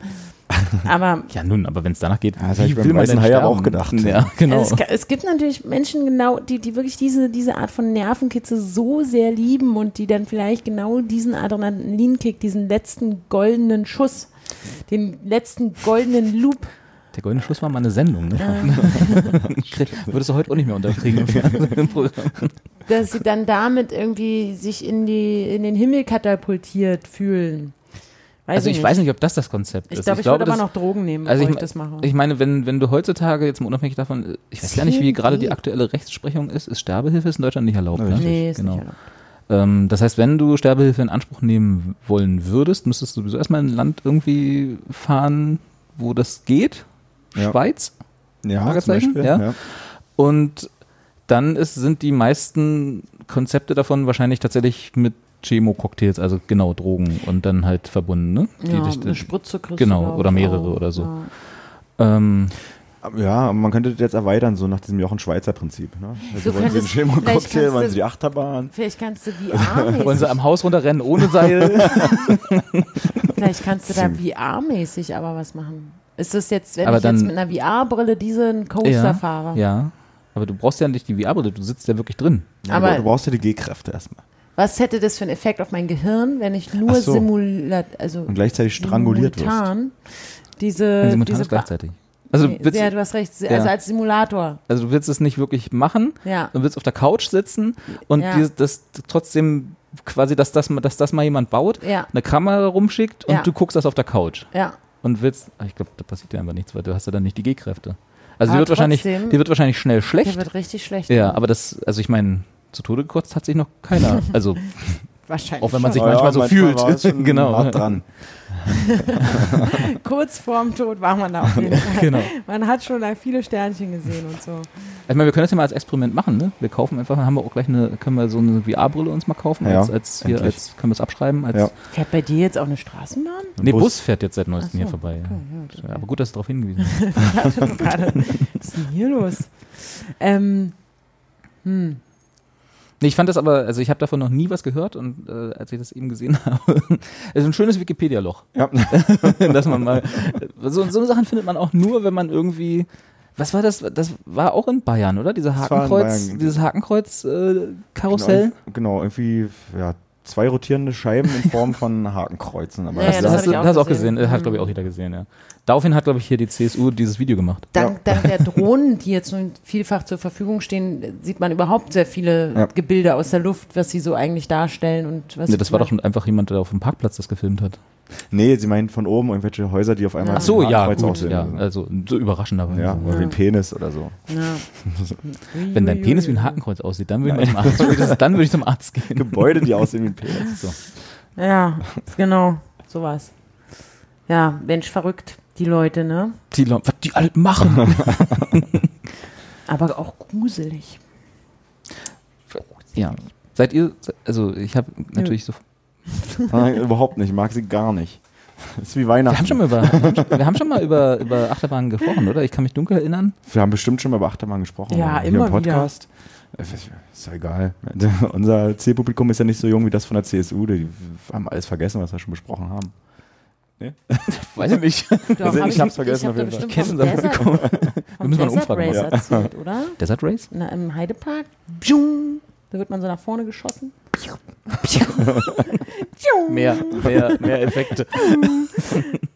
Aber Ja, nun, aber wenn es danach geht, das hab ich beim Weißen Hai aber auch gedacht. Ja, genau. also es, ga- es gibt natürlich Menschen genau, die, die wirklich diese, diese Art von Nervenkitzel so sehr lieben und die dann vielleicht genau diesen Adrenalinkick, diesen letzten goldenen Schuss, den letzten goldenen Loop. Der goldene Schuss war mal eine Sendung, ne? Krieg- Würdest du heute auch nicht mehr unterkriegen im Fernsehen- im Programm. dass sie dann damit irgendwie sich in, die, in den Himmel katapultiert fühlen. Weiß Also ich weiß nicht, ob das das Konzept Ich ist. glaube, ich, würde aber das- noch Drogen nehmen, bevor also ich, ich, me- das mache. ich meine, wenn, wenn du heutzutage jetzt mal unabhängig davon, ich weiß gar nicht, wie Zehn gerade die G. aktuelle Rechtsprechung ist, ist Sterbehilfe ist in Deutschland nicht erlaubt. Ne? nee, ist genau. nicht erlaubt. Ähm, das heißt, wenn du Sterbehilfe in Anspruch nehmen wollen würdest, müsstest du sowieso erstmal in ein Land irgendwie fahren, wo das geht. Ja. Schweiz. Ja, zum Fragezeichen? Beispiel. Ja. ja. Und dann ist, sind die meisten Konzepte davon wahrscheinlich tatsächlich mit Chemo-Cocktails, also genau Drogen und dann halt verbunden, ne? Die Ja, dich- eine Spritze kriegst du, genau, glaub oder ich, mehrere auch. oder so. Ja. ähm, Ja, man könnte das jetzt erweitern, so nach diesem Jochen Schweizer Prinzip. Ne? Also Du wollen sie den könntest- vielleicht kannst Schemo-Cocktail, du- wollen sie die Achterbahn. Vielleicht kannst du VR-mäßig wollen sie am Haus runterrennen ohne Seil? Vielleicht kannst du da VR-mäßig aber was machen. Ist das jetzt, wenn Aber ich jetzt dann- mit einer VR-Brille diesen Coaster fahre? ja. Aber du brauchst ja nicht die VR-Brille, du sitzt ja wirklich drin. Ja, Aber- du brauchst ja die G-Kräfte erstmal. was hätte das für einen Effekt auf mein Gehirn, wenn ich nur Ach so. simulat, also Und gleichzeitig stranguliert wirst. simultan diese, Simultan diese ist gleichzeitig. Also, du Nee, willst, ja, du hast recht, also Ja. als Simulator. also du willst es nicht wirklich machen, Ja. du willst auf der Couch sitzen und Ja. dieses, das trotzdem quasi, dass das, mal- dass das mal jemand baut, Ja. eine Kamera rumschickt und Ja. du guckst das auf der Couch Ja. und willst, ah, ich glaube, da passiert dir einfach nichts, weil du hast ja dann nicht die G-Kräfte. Also die Aber wird wahrscheinlich, trotzdem- die wird wahrscheinlich schnell Der schlecht. wird richtig schlecht. Ja, aber das, also ich meine, zu Tode gekotzt hat sich noch keiner. Also wahrscheinlich. auch wenn man schon. sich manchmal so fühlt. war es schon Genau. hart dran. kurz vorm Tod war man da auf jeden Fall. genau. Man hat schon da viele Sternchen gesehen und so. Ich meine, wir können das ja mal als Experiment machen, ne? Wir kaufen einfach, haben wir auch gleich eine, können wir so eine VR-Brille uns mal kaufen, Ja, als, als hier, endlich. als können wir es abschreiben, als Ja. Fährt bei dir jetzt auch eine Straßenbahn? Nee, Bus. Bus. fährt jetzt seit neuestem Ach so, hier vorbei. Ja. Aber gut, dass du darauf hingewiesen hast. Ja, schon gerade. Was ist denn hier los? Ähm, Nee, ich fand das aber, also ich habe davon noch nie was gehört und äh, als ich das eben gesehen habe, also ein schönes Wikipedia-Loch, Ja. dass man mal, so, so Sachen findet man auch nur, wenn man irgendwie, was war das, das war auch in Bayern, oder? Diese Das war in Hakenkreuz, äh, Bayern. dieses Hakenkreuz-Karussell. Genau, irgendwie ja, zwei rotierende Scheiben in Form von Hakenkreuzen. Aber Ja, das das ist- hab hast du ich auch hast du auch gesehen, gesehen. Mhm. Äh, hat glaube ich auch jeder gesehen, ja. Daraufhin hat glaube ich hier die CSU dieses Video gemacht. dank, dank der Drohnen, die jetzt nun vielfach zur Verfügung stehen, sieht man überhaupt sehr viele Ja. Gebilde aus der Luft, was sie so eigentlich darstellen und was. Nee, sie das zum war doch einfach jemand, der auf dem Parkplatz das gefilmt hat. nee, sie meinen von oben irgendwelche Häuser, die auf einmal Ach so, ein ja, Hakenkreuz gut, aussehen. ja, Also, also so überraschenderweise. ja, oder wie ein Penis oder so. Wenn dein Penis wie ein Hakenkreuz aussieht, dann würde ich, mal zum Arzt- das- dann würde ich zum Arzt gehen. Gebäude, die aussehen wie ein Penis. So. Ja, genau, sowas. Ja, Mensch, verrückt, die Leute, ne? Die Leute, was die alle machen. Aber auch gruselig. ja. Seid ihr, also ich habe natürlich so. Nein, überhaupt nicht, mag sie gar nicht. Das ist wie Wir haben Weihnachten. schon mal über, wir haben schon mal über, über Achterbahnen gesprochen, oder? Ich kann mich dunkel erinnern. Wir haben bestimmt schon mal über Achtermann gesprochen. Ja, hier immer im Podcast. Ist ja egal. Unser Zielpublikum ist ja nicht so jung wie das von der CSU. Die haben alles vergessen, was wir schon besprochen haben. Weiß ich nicht. Doch, Also hab ich hab's vergessen, hab auf da jeden Fall. bestimmt Kennst du vom das Desert- bekommen? vom müssen mal eine Desert Umfrage Race machen. erzählt, oder? Desert Race? Na, Im Heidepark. Bschung. Da wird man so nach vorne geschossen. Bschung. mehr, mehr Effekte.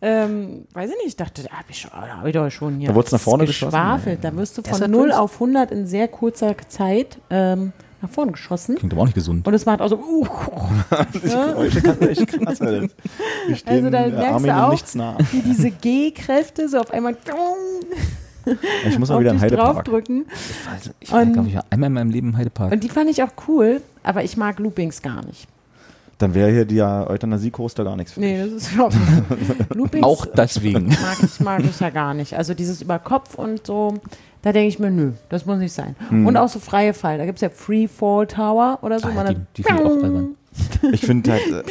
Ähm, weiß ich nicht, ich dachte, da habe ich, schon- da hab ich doch schon hier. Da wurd's nach vorne geschossen? geschwafelt. Da wirst du Desert von 0 Race? auf 100 in sehr kurzer Zeit ähm, nach vorne geschossen. Klingt aber auch nicht gesund. Und es macht auch so, uh, ne? Ich kann echt krass, Alter. Wir stehen Also da äh, merkst du Armin in auch- nichts nah. wie diese G-Kräfte so auf einmal Ich muss mal auf wieder in den dich Heidepark. draufdrücken. Ich war, Und- glaube ich, einmal in meinem Leben im Heidepark. Und die fand ich auch cool, aber ich mag Loopings gar nicht. Dann wäre hier der Euthanasie-Kurs da gar nichts für Nee, dich. das ist überhaupt nicht. Loopings Auch deswegen. mag ich, mag ich ja gar nicht. Also dieses über Kopf und so, da denke ich mir, nö, das muss nicht sein. Und auch so freie Fall, da gibt es ja Free Fall Tower oder so. Hm. Ah, man ja, hat- die die finde ich auch albern. Ich finde halt, äh,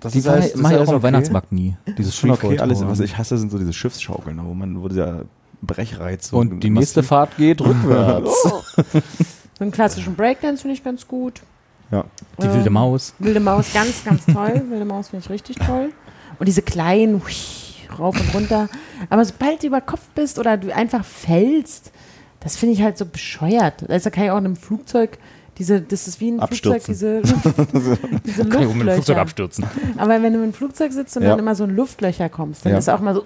das Die ist alles, mache das ich- ist mache ich auch alles am okay. Weihnachtsmarkt nie. Dieses Schon okay, Freefall alles, Tower. was ich hasse, sind so diese Schiffsschaukeln, ne, wo man, wo dieser Brechreiz so Und die massiv- nächste Fahrt geht rückwärts. Oh. So einen klassischen Breakdance finde ich ganz gut. Ja. Die wilde Maus. Wilde Maus ganz, ganz toll. Wilde Maus finde ich richtig toll. Und diese kleinen, hui, rauf und runter. Aber sobald du über Kopf bist oder du einfach fällst, das finde ich halt so bescheuert. Also kann ich auch in einem Flugzeug diese, das ist wie ein Flugzeug, diese, Abstürzen. Luft- diese Luftlöcher. abstürzen. Aber wenn du im Flugzeug sitzt und Ja. dann immer so in Luftlöcher kommst, dann Ja. ist auch mal so,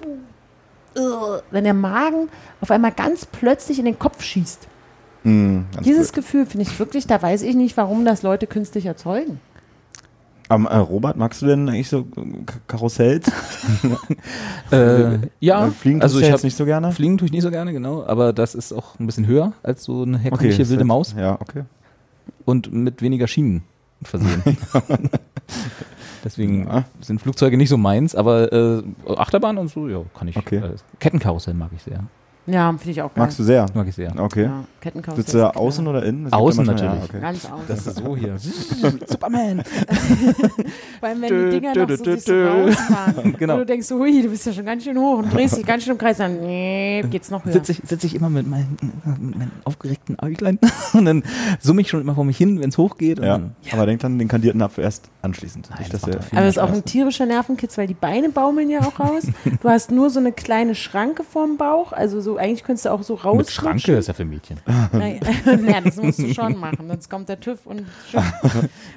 uh, wenn der Magen auf einmal ganz plötzlich in den Kopf schießt. Mm, ganz Dieses Gefühl finde ich wirklich, da weiß ich nicht, warum das Leute künstlich erzeugen. Aber, äh, Robert, magst du denn eigentlich so äh, K- Karussells? Äh, ja, Äh, Fliegen also tust du ich ja hab, jetzt nicht so gerne? Fliegen tue ich nicht so gerne, genau. Aber das ist auch ein bisschen höher als so eine herkömmliche das wilde heißt- Maus Ja, okay. und mit weniger Schienen versehen. Deswegen Ja. sind Flugzeuge nicht so meins, aber äh, Achterbahn und so, ja, kann ich. Okay. Äh, Kettenkarussell mag ich sehr. Ja, finde ich auch geil. Magst du sehr? Mag ich sehr. Okay. Ja, Kettenkarussell. Sitzt du da ist genau. klar. außen oder innen? Das Außen liegt ja natürlich. Ja, okay. Ganz außen. Das ist so hier. Superman. Vor allem, wenn Dö, die Dinger dö, noch dö, so dö, sich so dö. rausfahren. Genau. Und du denkst, ui, du bist ja schon ganz schön hoch und drehst dich ganz schön im Kreis. Dann nee, geht's noch höher. Sitze ich, sitz ich immer mit meinen, mit meinen aufgeregten Äuglein und dann summe ich schon immer vor mich hin, wenn es hochgeht. Und Ja. dann, Aber denk dann den kandierten Apfel erst anschließend. Nein, Nicht, das dass der macht Aber es ist auch ein tierischer Nervenkitz, weil die Beine baumeln ja auch raus. Du hast nur so eine kleine Schranke vorm Bauch, also so du, eigentlich könntest du auch so Mit raus. Schranke ist ja für Mädchen. Nein, ja, das musst du schon machen. Sonst kommt der TÜV und schon.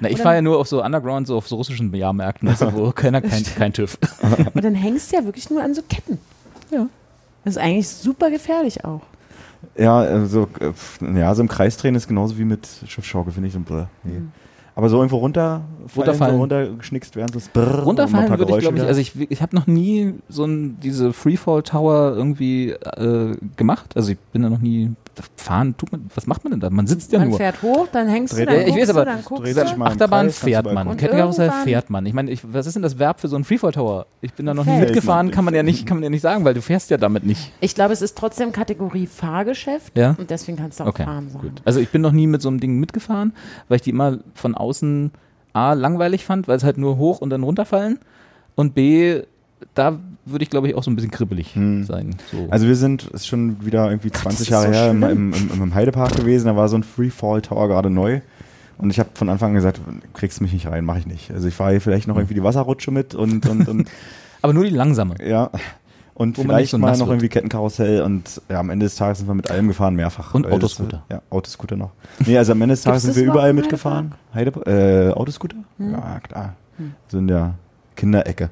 Na, ich Oder- fahre ja nur auf so Underground, so auf so russischen Jahrmärkten, also, wo keiner kein, kein TÜV. Und dann hängst du ja wirklich nur an so Ketten. Ja. Das ist eigentlich super gefährlich auch. Ja, äh, so, äh, pf, ja, so im Kreis drehen ist genauso wie mit Schiffschaukel, finde ich. So, brr, nee. Mhm. Aber so irgendwo runter, Runterfallen. so runtergeschnickst werden, so das brr, Runterfallen und noch ein würde paar ich, glaube ich, Geräusche also ich, ich habe noch nie so ein, diese Freefall Tower irgendwie äh, gemacht. Also ich bin da noch nie, fahren tut man, was macht man denn da? Man sitzt ja man nur. fährt hoch, dann hängst du, Dreht- dann Ja, ich guckst weiß du, aber, dann guckst dreht du. sich mal. im Achterbahn Kreis, kannst fährt du man. bald- Kettenkarussell irgendwann- fährt man. Ich meine, ich, was ist denn das Verb für so einen Freefall Tower? Ich bin da noch nie Fällt. mitgefahren, kann man ja nicht, kann man ja nicht sagen, weil du fährst ja damit nicht. Ich glaube, es ist trotzdem Kategorie Fahrgeschäft Ja. und deswegen kannst du auch Okay, fahren sagen. gut. Also ich bin noch nie mit so einem Ding mitgefahren, weil ich die immer von außen A langweilig fand, weil es halt nur hoch und dann runterfallen und B, da würde ich glaube ich auch so ein bisschen kribbelig sein. So. Also wir sind, ist schon wieder irgendwie 20 das ist Jahre so her im, im, im, im Heidepark gewesen, da war so ein Freefall Tower gerade neu. Und ich habe von Anfang an gesagt, kriegst mich nicht rein, mache ich nicht. Also ich fahre hier vielleicht noch Hm. irgendwie die Wasserrutsche mit und, und, und Aber nur die langsame. ja. Und Wo man nicht vielleicht so mal nass noch wird. irgendwie Kettenkarussell und ja, am Ende des Tages sind wir mit allem gefahren, mehrfach. Und Weil das- Autoscooter. Ja, Autoscooter noch. Nee, also am Ende des Tages Gibt's sind wir das überhaupt überall im mitgefahren. Heide, äh, Autoscooter? Hm. Ja, klar. So in der Kinderecke.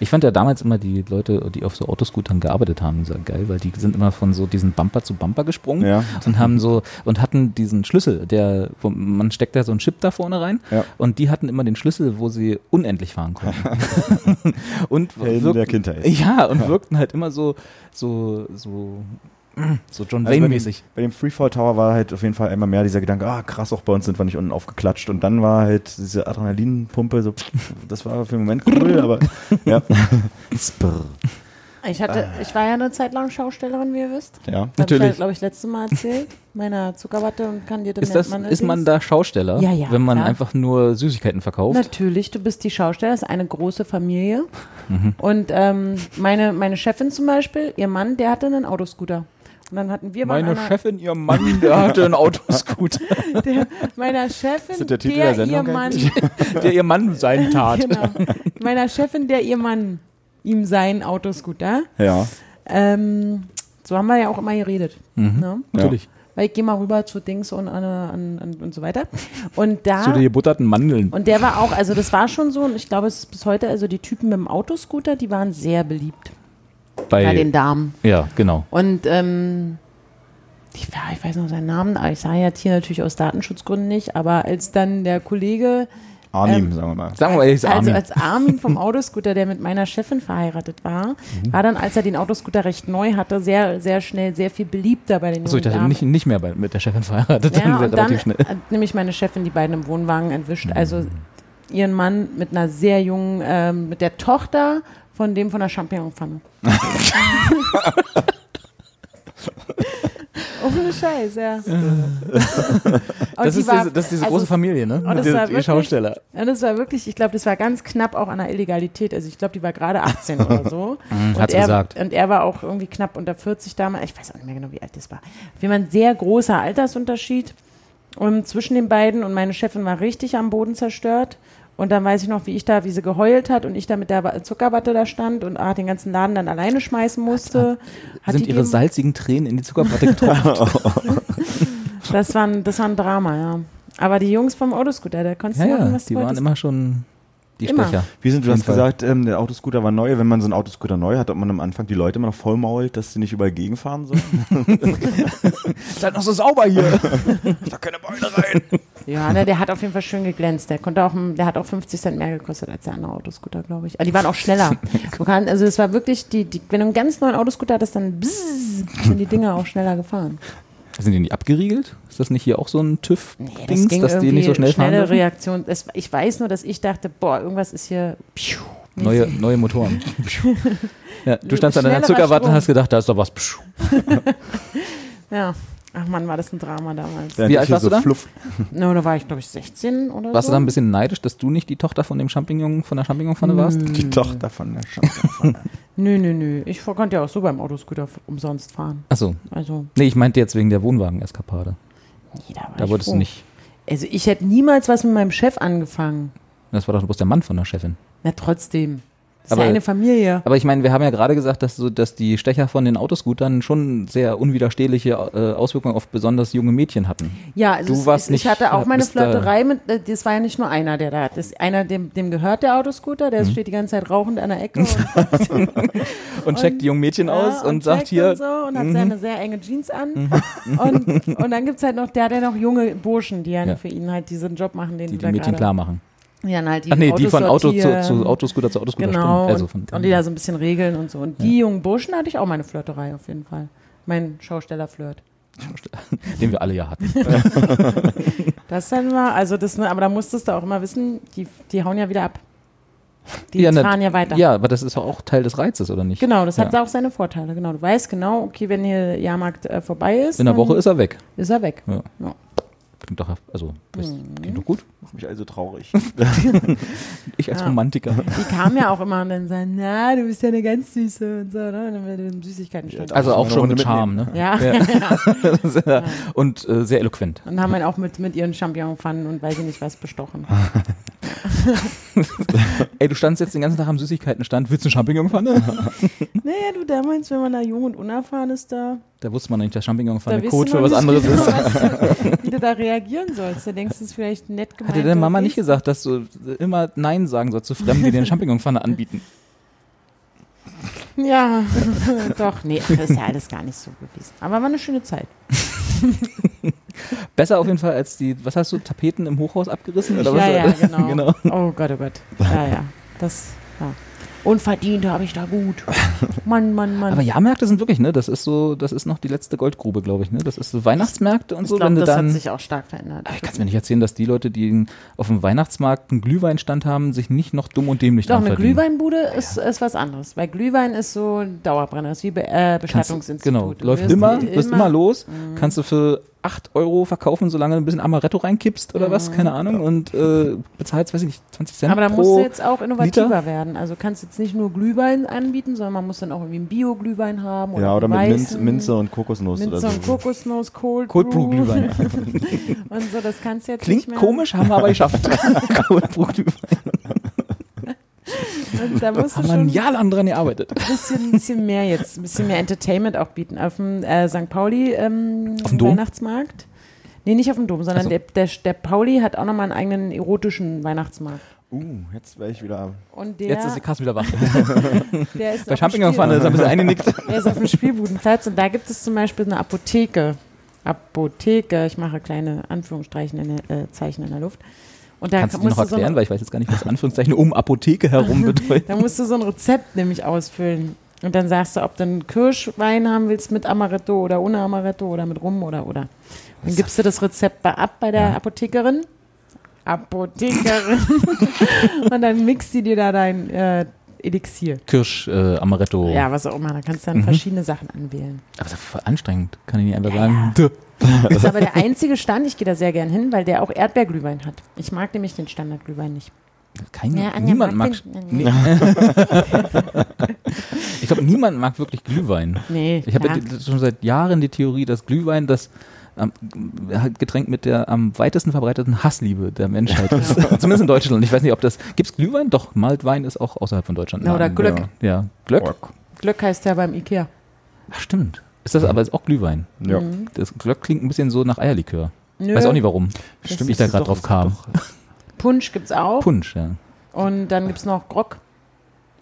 Ich fand ja damals immer die Leute, die auf so Autoscootern gearbeitet haben, sehr geil, weil die sind immer von so diesen Bumper zu Bumper gesprungen Ja. und haben so und hatten diesen Schlüssel, der wo man steckt da so einen Chip da vorne rein Ja. und die hatten immer den Schlüssel, wo sie unendlich fahren konnten. und Helden der Kindheit. Ja, und wirkten halt immer so so so so John Also bei, dem, Wayne-mäßig. bei dem Freefall Tower war halt auf jeden Fall einmal mehr dieser Gedanke, ah krass, auch bei uns sind wir nicht unten aufgeklatscht. Und dann war halt diese Adrenalinpumpe, so, das war für den Moment cool, aber ja. Sprr. Ich, hatte, ich war ja eine Zeit lang Schaustellerin, wie ihr wisst. ja. Das Hab ich, Natürlich. glaube ich, letztes Mal erzählt. Meiner Zuckerwatte und kandierte Ist, das, ist man da Schausteller, Ja, ja, wenn man klar. einfach nur Süßigkeiten verkauft? Natürlich, du bist die Schausteller, das ist eine große Familie. Mhm. Und ähm, meine, meine Chefin zum Beispiel, ihr Mann, der hatte einen Autoscooter. Und dann hatten wir bei Meine einer- Chefin, ihr Mann, der hatte einen Autoscooter, Der, meiner Chefin, das der Titel der ihr Sendung Mann, der ihr Mann sein tat. genau, meiner Chefin, der ihr Mann, ihm seinen Autoscooter. Ja. Ähm, so haben wir ja auch immer geredet. Mhm. Ne? Natürlich. Weil ich gehe mal rüber zu Dings und, an, an, an, und so weiter. Und da. Zu den gebutterten Mandeln. Ah. Und der war auch, also das war schon so, und ich glaube, es ist bis heute, also die Typen mit dem Autoscooter, die waren sehr beliebt Bei, bei den Damen. ja, genau. Und ähm, ich, ja, ich weiß noch seinen Namen, aber ich sage jetzt hier natürlich aus Datenschutzgründen nicht, aber als dann der Kollege, Arnim, Ähm, sagen wir mal. Sagen wir mal, er ist also Armin. als Armin vom Autoscooter, der mit meiner Chefin verheiratet war, Mhm. war dann, als er den Autoscooter recht neu hatte, sehr, sehr schnell sehr viel beliebter bei den so, ich jungen dachte, Damen. nicht, nicht mehr bei, mit der Chefin verheiratet, Ja, dann sehr und dann relativ schnell. Mhm. hat nämlich meine Chefin die beiden im Wohnwagen entwischt. Also ihren Mann mit einer sehr jungen, ähm, mit der Tochter von dem von der Champignonpfanne. Ohne Scheiß, ja. Und Das die ist, war- diese, das ist diese also große es- Familie, ne? das Die- war die wirklich- Schausteller. Ja, das war wirklich, ich glaube, das war ganz knapp auch an der Illegalität. Also ich glaube, die war gerade 18 oder so. Und hat's er, gesagt. Und er war auch irgendwie knapp unter 40 damals. Ich weiß auch nicht mehr genau, wie alt das war. Auf jeden Fall ein sehr großer Altersunterschied ähm, zwischen den beiden. Und meine Chefin war richtig am Boden zerstört. Und dann weiß ich noch, wie ich da, wie sie geheult hat und ich da mit der Wa- Zuckerwatte da stand und ah, den ganzen Laden dann alleine schmeißen musste. Hat Sind die ihre dem- salzigen Tränen in die Zuckerwatte getroffen. das, war ein, das war ein Drama, ja. Aber die Jungs vom Autoscooter, da konntest ja, du machen, ja, was die du waren wolltest. immer schon die Immer. Stecher. Wie sind du Auf hast jeden Fall. gesagt, ähm, der Autoscooter war neu. Wenn man so einen Autoscooter neu hat, hat man am Anfang die Leute immer noch vollmault, dass sie nicht überall gegenfahren sollen. Ist halt noch so sauber hier. Ja, ne, der hat auf jeden Fall schön geglänzt. Der konnte auch, hm, der hat auch 50 Cent mehr gekostet als der andere Autoscooter, glaube ich. Aber die waren auch schneller. Du kann, also es war wirklich, die, die, wenn du einen ganz neuen Autoscooter hattest, dann bzzz, sind die Dinger auch schneller gefahren. Sind die nicht abgeriegelt? Ist das nicht hier auch so ein TÜV-Dings, dass die irgendwie nicht so schnell fahren schnelle dürfen? Reaktion. Es, ich weiß nur, dass ich dachte, boah, irgendwas ist hier. Piu, Neue, neue Motoren. ja, du standst an deiner Schnellerer Zuckerwatte und Strom. hast gedacht, da ist doch was. ja. Ach man, war das ein Drama damals. Während Wie ich alt hier warst du da? Fluff. No, da war ich, glaube ich, 16 oder Warst du so. da ein bisschen neidisch, dass du nicht die Tochter von dem Champignon, von der Champignonpfanne warst? Hm. Die Tochter von der Schanze. nö, nö, nö. Ich konnte ja auch so beim Autoscooter f- umsonst fahren. Achso. Also, Nee, ich meinte jetzt wegen der Wohnwagen-Eskapade. nee, da war Da ich wurdest froh. du nicht. Also, ich hätte niemals was mit meinem Chef angefangen. Das war doch bloß der Mann von der Chefin. Na, trotzdem. Das ist ja eine Familie. Aber ich meine, wir haben ja gerade gesagt, dass, so, dass die Stecher von den Autoscootern schon sehr unwiderstehliche äh, Auswirkungen auf besonders junge Mädchen hatten. Ja, also Du es- warst ich, nicht- äh, ich hatte auch meine bist da- Flirterei mit, äh, das war ja nicht nur einer, der da hat. Das, einer, dem, dem gehört der Autoscooter, Mhm. der steht die ganze Zeit rauchend an der Ecke und, Und, checkt die jungen Mädchen aus ja, und, sagt checkt hier, mhm. Und, so und hat seine sehr enge Jeans an. und, und dann gibt's halt noch, der hat ja noch junge Burschen, die ja, Ja. für ihn halt diesen Job machen, den die du die da Mädchen gerade- klar machen. Ja, und halt die Ach nee, die Autos von Auto zu, sortieren. zu Autoscooter zu Autoscooter Genau, stimmt. Also von, und, und die da so ein bisschen regeln und so. Und die jungen Burschen hatte ich auch meine Flirterei auf jeden Fall. Mein Schaustellerflirt. den wir alle ja hatten. Das dann war, also das, ne, aber da musstest du auch immer wissen, die, die hauen ja wieder ab. Die na- fahren ja weiter. Ja, aber das ist doch auch Teil des Reizes, oder nicht? Genau, das hat Ja. auch seine Vorteile. Genau, du weißt genau, okay, wenn hier Jahrmarkt äh, vorbei ist, In der dann Woche ist er weg. ist er weg. Ja. Ja. Klingt doch, also, das Mhm. klingt doch gut. Macht mich also traurig. Ich als Romantiker. Die kamen ja auch immer und dann sagen, na, du bist ja eine ganz süße und so, ne? Und dann wird den Süßigkeiten stand. Also auch eine schon Runde mit Charme, ne? Ja. Und äh, sehr eloquent. Und haben ihn auch mit, mit ihren Champignon-Pfannen und weiß ich nicht was bestochen. Ah. Ey, du standst jetzt den ganzen Tag am Süßigkeitenstand. Willst du einen Champignonpfanne? naja, du damals, wenn man da jung und unerfahren ist, da, Da wusste man noch nicht, dass da Champignonpfanne wisst Code du für was noch nicht anderes genau, ist. was du- Wie du da reagieren sollst. Da denkst du, es ist vielleicht nett gemeint. Hatte deine aber Mama okay. nicht gesagt, dass du immer Nein sagen sollst zu Fremden, die dir eine Champignonpfanne anbieten? Ja, doch, nee, ach, ist ja alles gar nicht so gewesen. Aber war eine schöne Zeit. Besser auf jeden Fall als die, was hast du, Tapeten im Hochhaus abgerissen? Oder was? ja, ja, genau. genau. Oh Gott, oh Gott. Ja, ja. Das, ja. Unverdient habe ich da gut. Mann, Mann, Mann. Aber Jahrmärkte sind wirklich, ne? Das ist so, das ist noch die letzte Goldgrube, glaube ich, ne? Das ist so Weihnachtsmärkte und ich so, glaube, wenn du das dann. hat sich auch stark verändert. aber ich kann es mir nicht erzählen, dass die Leute, die auf dem Weihnachtsmarkt einen Glühweinstand haben, sich nicht noch dumm und dämlich Doch, dran eine verdienen. Glühweinbude ist, ist was anderes. Weil Glühwein ist so ein Dauerbrenner, ist wie Be äh, Kannst- Bestattungsinstitut. Genau, Du läuft wirst immer, du bist immer los, Mhm. kannst du für 8 Euro verkaufen, solange du ein bisschen Amaretto reinkippst oder was, keine Ahnung, und äh, bezahlst, weiß ich nicht, 20 Cent Mhm. Aber da musst pro. du jetzt auch innovativer Liter? werden. Also kannst jetzt nicht nur Glühwein anbieten, sondern man muss dann auch irgendwie einen Bio-Glühwein haben. Oder ja, oder einen mit Minz, weißen, Minze und Kokosnuss Minze oder so. und Kokosnuss, Cold, Cold Brew Brew Glühwein. und so, das kannst du jetzt Klingt nicht mehr. komisch, haben wir aber geschafft. Cold Brew Glühwein. Und Da musst du Haben wir ein schon Jahr lang dran gearbeitet. bisschen, bisschen mehr jetzt, ein bisschen mehr Entertainment auch bieten. Auf dem äh, St. Pauli ähm, Auf dem Dom? Weihnachtsmarkt. Nee, nicht auf dem Dom, sondern Ach so. der, der, der Pauli hat auch nochmal einen eigenen erotischen Weihnachtsmarkt. Uh, jetzt wäre ich wieder. Und der, Jetzt ist die Kasse wieder wach. der ist Bei auf dem Champignonpfanne Spiel- ist er ein bisschen eingenickt. Der ist auf dem Spielbudenplatz und da gibt es zum Beispiel eine Apotheke. Apotheke, ich mache kleine Anführungsstreichen in der, äh, Zeichen in der Luft. Und da Kannst du die musst noch du so ein- erklären, weil ich weiß jetzt gar nicht, was Anführungszeichen um Apotheke herum bedeutet. Da musst du so ein Rezept nämlich ausfüllen. Und dann sagst du, ob du einen Kirschwein haben willst mit Amaretto oder ohne Amaretto oder mit Rum oder oder. Dann gibst du das Rezept bei, ab bei der Apothekerin. Apothekerin. und dann mixt die dir da dein äh, Elixier. Kirsch, äh, Amaretto. Ja, was auch immer. Da kannst du Mhm. dann verschiedene Sachen anwählen. Aber das ist voll anstrengend, kann ich nicht einfach Ja, sagen. Das ist aber der einzige Stand, ich gehe da sehr gern hin, weil der auch Erdbeerglühwein hat. Ich mag nämlich den Standardglühwein nicht. Kein, Ja, Anja niemand mag, mag den- Nee. ich glaube, niemand mag wirklich Glühwein. Nee, Ich habe ja klar. die- schon seit Jahren die Theorie, dass Glühwein das ähm, Getränk mit der am weitesten verbreiteten Hassliebe der Menschheit ist. Zumindest in Deutschland. Ich weiß nicht, ob das. Gibt es Glühwein? Doch, Maltwein ist auch außerhalb von Deutschland. Ja, oder Glöck. Ja, ja. Glöck. Glück heißt ja beim Ikea. Ach, stimmt. Ist das aber ist auch Glühwein? Ja, Das Glöck klingt ein bisschen so nach Eierlikör. Nö, Weiß auch nicht warum. stimmt. ich da es ist gerade drauf doch- es ist kam. doch- Punsch gibt's auch. Punsch, ja. Und dann gibt es noch Grog.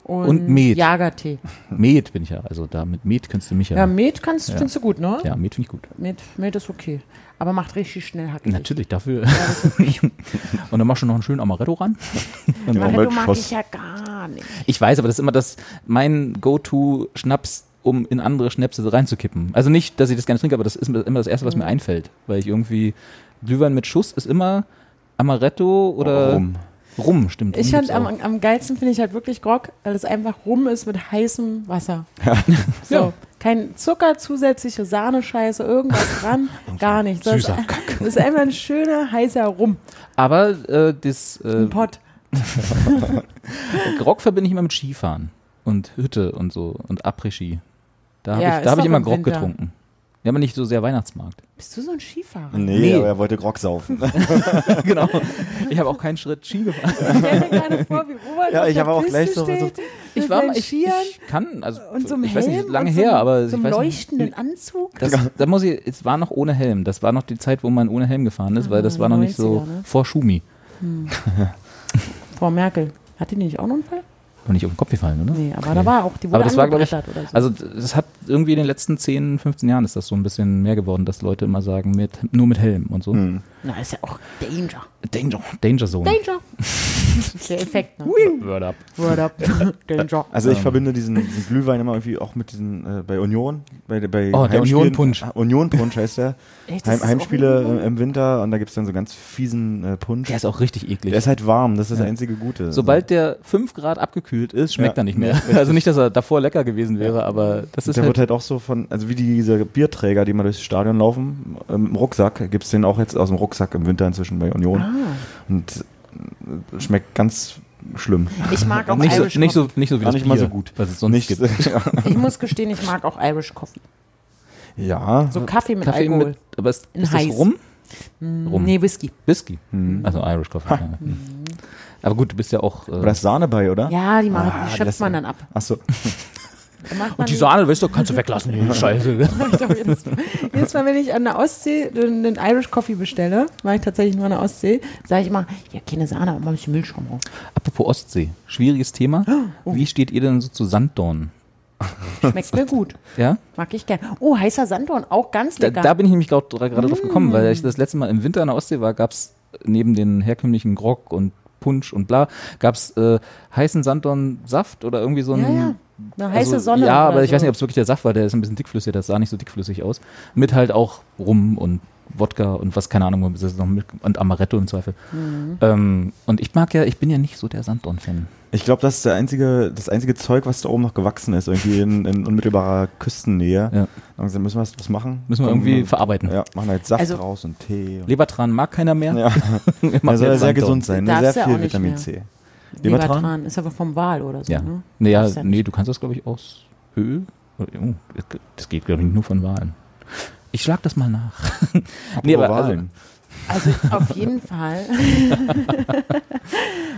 Und, Und Met. Jagertee. Met bin ich ja. Also da mit Met kennst du mich Ja, ja. Met kannst, findest du gut, ne? Ja, Met finde ich gut. Met, Met ist okay. Aber macht richtig schnell hackig. Natürlich, dafür. Und dann machst du noch einen schönen Amaretto ran. Ja, Amaretto mag Milchschoss. ich ja gar nicht. Ich weiß, aber das ist immer das mein Go-To-Schnaps, um in andere Schnäpse reinzukippen. Also nicht, dass ich das gerne trinke, aber das ist mir immer das Erste, was mir einfällt. Weil ich irgendwie, Glühwein mit Schuss ist immer Amaretto oder Rum. Rum, stimmt. Ich Rum fand gibt's am, auch. am geilsten finde ich halt wirklich Grog, weil es einfach rum ist mit heißem Wasser. So. Ja. Kein Zucker, zusätzliche Sahnescheiße, irgendwas dran, gar nichts. Das ist- Süßer Das ist einfach ein schöner, heißer Rum. aber äh, das äh, Ein Pott. Grog verbinde ich immer mit Skifahren und Hütte und so und Après-Ski. Da habe Ja, ich, ist da hab ich doch immer im Grog Winter. getrunken. Wir haben ja nicht so sehr Weihnachtsmarkt. Bist du so ein Skifahrer? Nee, Nee. aber er wollte Grog saufen. genau. Ich habe auch keinen Schritt Ski gefahren. Ich stell mir gerade vor, wie Robert Ja, auf ich der habe auch Piste gleich so steht, versucht. mit Ich war seinen mal, ich, Skiern ich kann, also und so einem ich weiß Helm nicht, lange und so her, einem- aber so ich einem weiß leuchtenden nicht, Anzug. das, da muss ich, es war noch ohne Helm. Das war noch die Zeit, wo man ohne Helm gefahren ist, weil das Ah, war noch nicht so 90er, ne? vor Schumi. Frau Merkel, hat die nicht auch einen Unfall? Noch nicht auf den Kopf gefallen, oder? Nee, aber da war auch, die wurde Aber das war, glaube ich, angebrettert oder so. also das hat irgendwie in den letzten 10, 15 Jahren ist das so ein bisschen mehr geworden, dass Leute immer sagen, mit, nur mit Helm und so. Mhm. Na, ist ja auch Danger. Danger, Danger Zone. Danger. Der Effekt, ne? Word up. Word up. Danger. Also Ähm. ich verbinde diesen, diesen Glühwein immer irgendwie auch mit diesen, äh, bei Union, bei, bei Oh, der Heimspielen- Union-Punsch. Ah, Union-Punsch heißt der. Echt, das Heim, ist auch ein Heimspiele äh, Glühwein? im Winter und da gibt's dann so ganz fiesen äh, Punsch. Der ist auch richtig eklig. der ist halt warm, das ist das einzige Gute. Sobald der 5 Grad abgekühlt ist, schmeckt Ja, er nicht mehr. Also nicht, dass er davor lecker gewesen wäre, aber das ist der halt, wird halt auch so von, also wie diese Bierträger, die mal durchs Stadion laufen, ähm, im Rucksack, gibt's den auch jetzt aus dem Rucksack im Winter inzwischen bei Union. Ah. Und äh, schmeckt ganz schlimm. Ich mag auch nicht, Irish so, nicht, so, nicht so wie Gar das nicht Bier, mal so gut. was es sonst Nicht- gibt. Coffee. Ich muss gestehen, ich mag auch Irish Coffee. ja, So Kaffee mit Kaffee Alkohol. mit, aber ist, In ist das heiß. Mm, rum? Rum. Nee, Whisky. Whisky. Also Irish Coffee. ja. Mhm. Aber gut, du bist ja auch. aber da Äh, ist Sahne bei, oder? Ja, die, mag, Ah, die das- schöpft man dann ab. Achso, Da macht man die Sahne, weißt du, kannst du weglassen, die Scheiße. Ich glaub, jedes, jedes Mal, wenn ich an der Ostsee einen Irish Coffee bestelle, mache ich tatsächlich nur an der Ostsee, sage ich immer, ja, keine Sahne, aber mal ein bisschen Milchschaum drauf. Apropos Ostsee, schwieriges Thema. Wie steht ihr denn so zu Sanddorn? Schmeckt mir gut. Ja? Mag ich gern. Oh, heißer Sanddorn, auch ganz Da, lecker. da bin ich nämlich gerade gerade drauf gekommen, weil Mm. ich das letzte Mal im Winter an der Ostsee war, gab es neben den herkömmlichen Grog und Punsch und bla, gab es äh, heißen Sanddorn-Saft oder irgendwie so ein. ja, ja. Eine heiße also, Sonne. Ja, oder aber ich so. weiß nicht, ob es wirklich der Saft war, der ist ein bisschen dickflüssig, das sah nicht so dickflüssig aus. Mit halt auch Rum und Wodka und was, keine Ahnung, was ist noch mit, und Amaretto im Zweifel. Mhm. Ähm, und ich mag ja, ich bin ja nicht so der Sanddorn-Fan. Ich glaube, das ist der einzige, das einzige Zeug, was da oben noch gewachsen ist, irgendwie in, in unmittelbarer Küstennähe. Ja. Langsam müssen wir was draus machen. Müssen wir Komm, irgendwie äh, verarbeiten. Ja, machen halt Saft Also- raus und Tee. Und Lebertran mag keiner mehr. Ja. Wir machen er soll ja jetzt sehr Sanddorn. gesund sein, ne? Darf's sehr ja auch viel nicht Vitamin mehr. C. Lebertran. Lebertran? Ist aber vom Wal oder so. Ja. Ne? Naja, Weiß ja nee, nicht. du kannst das, glaube ich, aus Höhe. Oh, das ge- das geht, glaube ich, nur von Wahlen. Ich schlag das mal nach. nee, aber also, Ovalen. Also auf jeden Fall.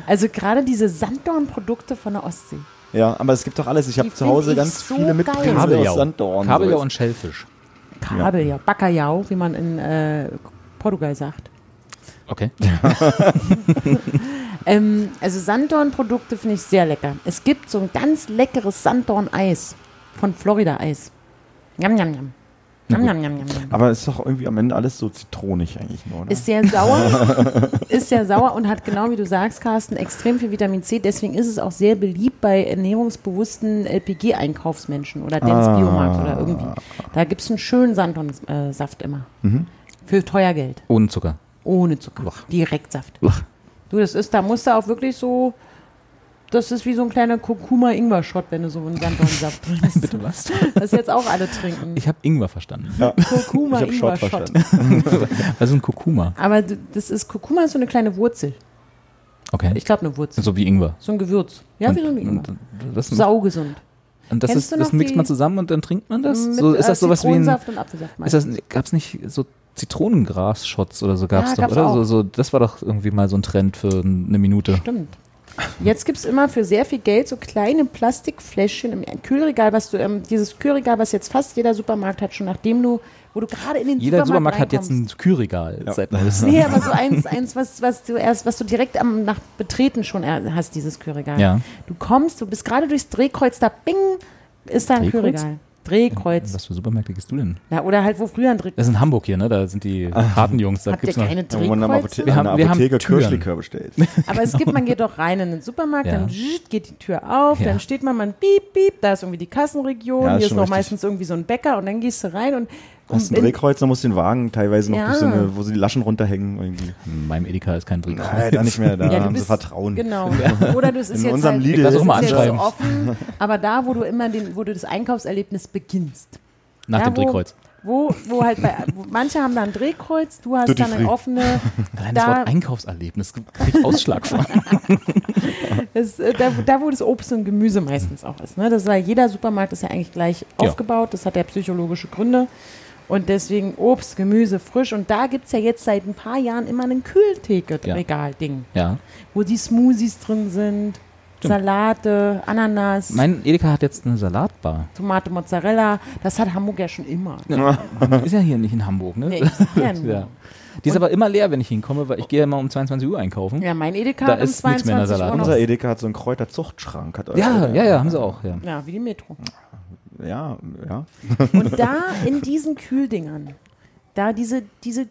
also gerade diese Sanddorn-Produkte von der Ostsee. ja, aber es gibt doch alles. Ich habe Die zu Hause find ich ganz so viele geil. Mitbringsel Kabeljau. aus Sanddorn. Kabeljau So und Schellfisch. Kabeljau, Bacalhau, wie man in äh, Portugal sagt. Okay. Ähm, also Sanddorn-Produkte finde ich sehr lecker. Es gibt so ein ganz leckeres Sanddorn-Eis von Florida Eis. Yam, yam, yam. Yam, yam, yam, yam, yam. aber es ist doch irgendwie am Ende alles so zitronig eigentlich nur, ne? oder? Ist sehr sauer, ist sehr sauer und hat genau wie du sagst, Carsten, extrem viel Vitamin C. Deswegen ist es auch sehr beliebt bei ernährungsbewussten LPG-Einkaufsmenschen oder Dance Biomarkt oder irgendwie. Da gibt es einen schönen Sanddorn-Saft immer. Für teuer Geld. Ohne Zucker. Ohne Zucker. Direkt Saft. Uah. Du, das ist, da musst du auch wirklich so. Das ist wie so ein kleiner Kurkuma-Ingwer-Shot, wenn du so einen Sanddornsaft trinkst. Bitte was? Das jetzt auch alle trinken. Ich habe Ingwer verstanden. ich habe Short Kurkuma-Ingwer-Shot. verstanden. Also ein Kurkuma. Aber d- das ist, Kurkuma ist so eine kleine Wurzel. Okay. Ich glaube, eine Wurzel. So wie Ingwer. So ein Gewürz. Ja, wie so ein Ingwer. Und, das, Saugesund. und das, Kennst ist, du das noch mixt die- man zusammen und dann trinkt man das? so, ist äh, das sowas wie ein. Zitronensaft und Apfelsaft. Ist das, gab's nicht so Zitronengras-Shots oder so gab's Ja, doch, gab's oder? auch. So, so, das war doch irgendwie mal so ein Trend für eine Minute. Stimmt. Jetzt gibt es immer für sehr viel Geld so kleine Plastikfläschchen im Kühlregal, was du, ähm, dieses Kühlregal, was jetzt fast jeder Supermarkt hat, schon nachdem du, wo du gerade in den Jeder Supermarkt hat jetzt reinkommst. ein Kühlregal seit neuestem. Nee, aber so eins, eins was, was du erst, was du direkt am nach Betreten schon er- hast, dieses Kühlregal. Ja. Du kommst, du bist gerade durchs Drehkreuz, da bing, ist da ein Drehkreuz? Kühlregal. Drehkreuz. Was für Supermärkte gehst du denn? Na, oder halt, wo früher ein Drehkreuz. Das ist in Hamburg hier, ne? Da sind die Ah. harten Jungs. Da Habt ihr gibt's noch. keine Da haben wir in der Drehkreuze? Apothe- Wir in der haben- wir haben Apotheke Türen. Kirschlikör bestellt. Aber es gibt, man geht doch rein in den Supermarkt, Ja. dann zschit, geht die Tür auf, Ja. dann steht man, man piep, piep, da ist irgendwie die Kassenregion, Ja, ist hier ist schon noch richtig. meistens irgendwie so ein Bäcker und dann gehst du rein und Hast ein und- Drehkreuz, dann musst du den Wagen teilweise noch Ja. durch so eine, wo sie die Laschen runterhängen. Irgendwie. In meinem Edeka ist kein Drehkreuz. Nein, da nicht mehr, da Ja, du haben sie bist- Vertrauen. Genau. Oder du es ist In jetzt unserem halt, Lidl- es Lass ist uns mal jetzt anschreiben. so offen, aber da, wo du immer den, wo du das Einkaufserlebnis beginnst. Nach da, dem wo, Drehkreuz. Wo, wo halt bei, wo, manche haben da ein Drehkreuz, du hast Duty dann free. eine offene, Allein das da, Wort Einkaufserlebnis kriegt Ausschlag vor. das, äh, da, da, wo das Obst und Gemüse meistens auch ist. Ne? Das war, jeder Supermarkt ist ja eigentlich gleich Ja. aufgebaut, das hat ja psychologische Gründe. Und deswegen Obst, Gemüse, frisch. Und da gibt es ja jetzt seit ein paar Jahren immer ein Ja. Kühltheke-Regal-Ding, Ja. wo die Smoothies drin sind, Salate, Ananas, Mein Edeka hat jetzt eine Salatbar. Tomate, Mozzarella. Das hat Hamburg ja schon immer. Ist ja hier nicht in Hamburg, ne? Nee, ich sag ja nur. Ja. Die ist aber immer leer, wenn ich hinkomme, weil ich gehe ja immer um 22 Uhr einkaufen. Ja, mein Edeka Da hat um ist nichts mehr in der 22 Uhr Salat. noch. Unser Edeka hat so einen Kräuterzuchtschrank. Hat Ja, ja, ja, haben sie auch. Ja. Ja, wie die Metro. Ja, ja. Und da in diesen Kühldingern, da diese, diese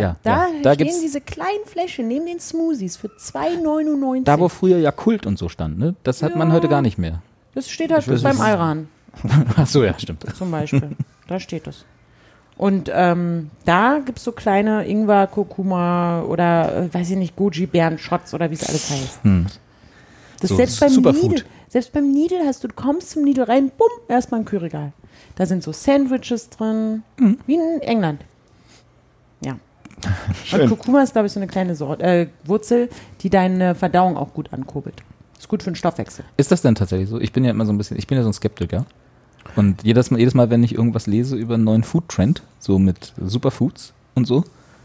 Ah ja, ja, da ja. Da stehen gibt's- diese kleinen Fläschchen neben den Smoothies für 2,99. Da, wo früher ja Kult und so stand, ne? Das hat man Ja. heute gar nicht mehr. das steht halt Das beim ist- Iran Ach so, ja, stimmt. zum Beispiel. da steht es. Und ähm, da gibt es so kleine Ingwer, Kurkuma oder äh, weiß ich nicht, Goji, Beeren, Shots oder wie es alles heißt. Das So, selbst beim Superfood. Lidl, selbst beim Lidl hast du, du kommst zum Lidl rein, bumm, erstmal ein Kühlregal. Da sind so Sandwiches drin, Mhm. wie in England. Ja. Und Kurkuma ist, glaube ich, so eine kleine Sorte, äh, Wurzel, die deine Verdauung auch gut ankurbelt. Ist gut für den Stoffwechsel. Ist das denn tatsächlich so? Ich bin ja immer so ein bisschen, ich bin ja so ein Skeptiker. Und jedes Mal, jedes mal wenn ich irgendwas lese über einen neuen Food-Trend, so mit Superfoods und so,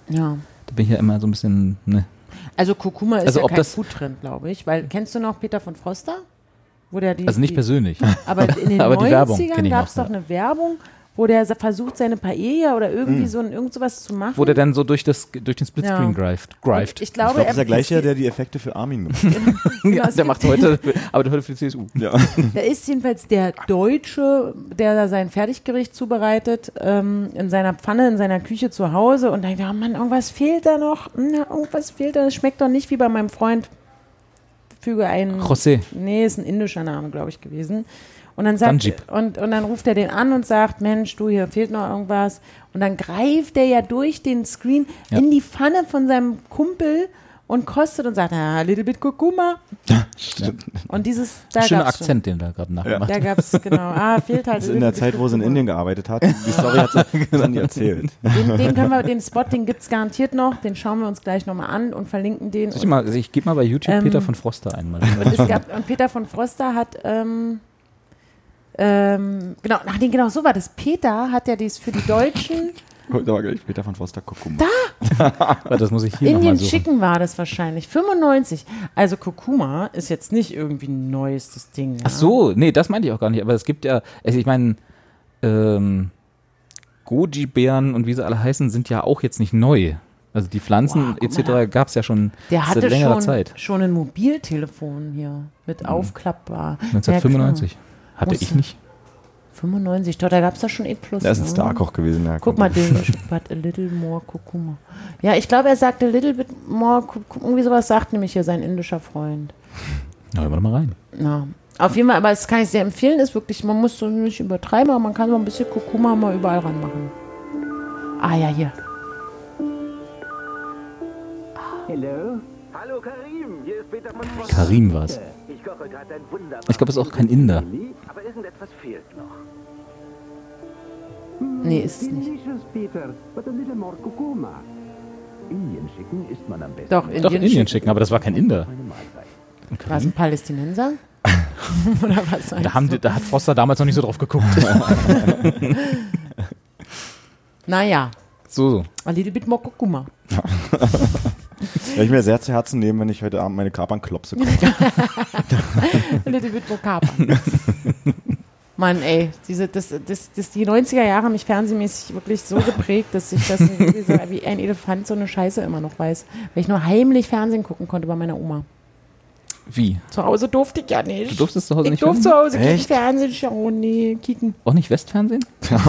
Ja. da bin ich ja immer so ein bisschen, ne. Also Kurkuma ist Also ja ob kein das- Foodtrend, glaube ich, weil kennst du noch Peter von Froster? Wo der die, Also nicht die, persönlich. aber in den aber die Werbung kenn 90ern ich gab es noch, doch eine Werbung, wo der sa- versucht, seine Paella oder irgendwie so ein, irgend sowas zu machen. Mhm. Wo der dann so durch, das, durch den Splitscreen Ja. greift. Und greift. ich glaube, Ich glaube, das ist der er, gleiche, der die Effekte für Armin gemacht hat. genau, ja, es der gibt- macht heute, arbeitet heute für die Mhm. CSU. Ja. Da ist jedenfalls der Deutsche, der da sein Fertiggericht zubereitet, ähm, in seiner Pfanne, in seiner Küche zu Hause und denkt, oh Mann, irgendwas fehlt da noch. Na, irgendwas fehlt da. Das schmeckt doch nicht wie bei meinem Freund. Füge einen. José. Nee, ist ein indischer Name, glaube ich, gewesen. Und dann, sagt, Ranjit. und, und dann ruft er den an und sagt, Mensch, du, hier fehlt noch irgendwas. Und dann greift er ja durch den Screen Ja. in die Pfanne von seinem Kumpel und kostet und sagt, ah, little bit Kurkuma. Und dieses, da Schöner gab's schon. Akzent, den er gerade nachgemacht Da gab es, genau. Ah, fehlt halt. Das ist in der Zeit, wo sie in Indien gearbeitet hat. Die Story hat sie dann nie erzählt. Den, den können wir, den Spot, den gibt es garantiert noch. Den schauen wir uns gleich nochmal an und verlinken den. Soll ich mal, also ich gebe mal bei YouTube Ähm, Peter von Froster einmal. Und, es gab, und Peter von Froster hat, ähm, ähm, genau, ach, nee, genau so war das. Peter hat ja dies für die Deutschen, Da war gleich Peter von Foster Kurkuma. Warte, das muss ich hier nochmal Indian suchen. Chicken war das wahrscheinlich, 95. Also Kurkuma ist jetzt nicht irgendwie ein neuestes Ding. Ja? Ach so, nee, das meinte ich auch gar nicht. Aber es gibt ja, also ich meine, ähm, Goji-Bären und wie sie alle heißen, sind ja auch jetzt nicht neu. Also die Pflanzen Wow, guck mal etc. gab es ja schon Der seit hatte längerer schon, Zeit. Mhm. schon ein Mobiltelefon hier mit aufklappbar. Ja, klar. 1995. Hatte ich Musste. nicht. 95, doch, da gab es da schon E+. Plus. Der ist ein Starkoch gewesen. Ja, Guck mal, den but a little more Kurkuma. Ja, ich glaube, er sagte a little bit more Kurkuma. Irgendwie sowas sagt nämlich hier sein indischer Freund. Na, hören wir doch mal rein. Ja. Auf jeden Fall, aber das kann ich sehr empfehlen, ist wirklich, man muss so nicht übertreiben, aber man kann so ein bisschen Kurkuma mal überall ranmachen. Ah ja, hier. Hallo Karim, hier ist Peter von Frost. Karim war es. Ich koche gerade ein wunderbares. Ich glaube, es ist auch kein Inder. Aber irgendetwas fehlt noch. Nee, ist es nicht. Delicious, Peter, but a little more Kurkuma. Indien schicken ist man am besten. Doch, Doch, Indien. Indian Chicken, aber das war kein Inder. War es ein Palästinenser? Oder was Da, meinst haben du? die, da hat Froster damals noch nicht so drauf geguckt. Naja, so, so. a little bit more Kurkuma. Werde ich mir sehr zu Herzen nehmen, wenn ich heute Abend meine Kapernklopse koche. A little bit more Kapern. Mann, ey, diese, das, das, das, die 90er Jahre haben mich fernsehmäßig wirklich so geprägt, dass ich das irgendwie so, wie ein Elefant so eine Scheiße immer noch weiß. Weil ich nur heimlich Fernsehen gucken konnte bei meiner Oma. Wie? Zu Hause durfte ich ja nicht. Du durftest zu Hause ich nicht durfte Fernsehen? zu Hause kein Echt? Fernsehen schauen, nee, kicken. Auch nicht Westfernsehen? Da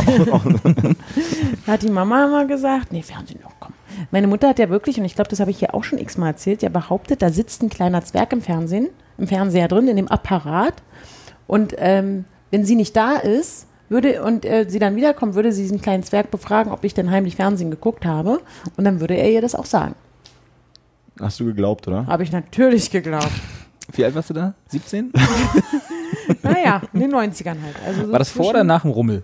hat die Mama immer gesagt, nee, Fernsehen, doch, komm. Meine Mutter hat ja wirklich, und ich glaube, das habe ich hier auch schon x-mal erzählt, ja behauptet, da sitzt ein kleiner Zwerg im Fernsehen, im Fernseher drin, in dem Apparat. Und ähm, wenn sie nicht da ist, würde und äh, sie dann wiederkommt, würde sie diesen kleinen Zwerg befragen, ob ich denn heimlich Fernsehen geguckt habe. Und dann würde er ihr das auch sagen. Hast du geglaubt, oder? Habe ich natürlich geglaubt. Wie alt warst du da? 17? Naja, in den 90ern halt. Also so War das vor zwischen- oder nach dem Rummel?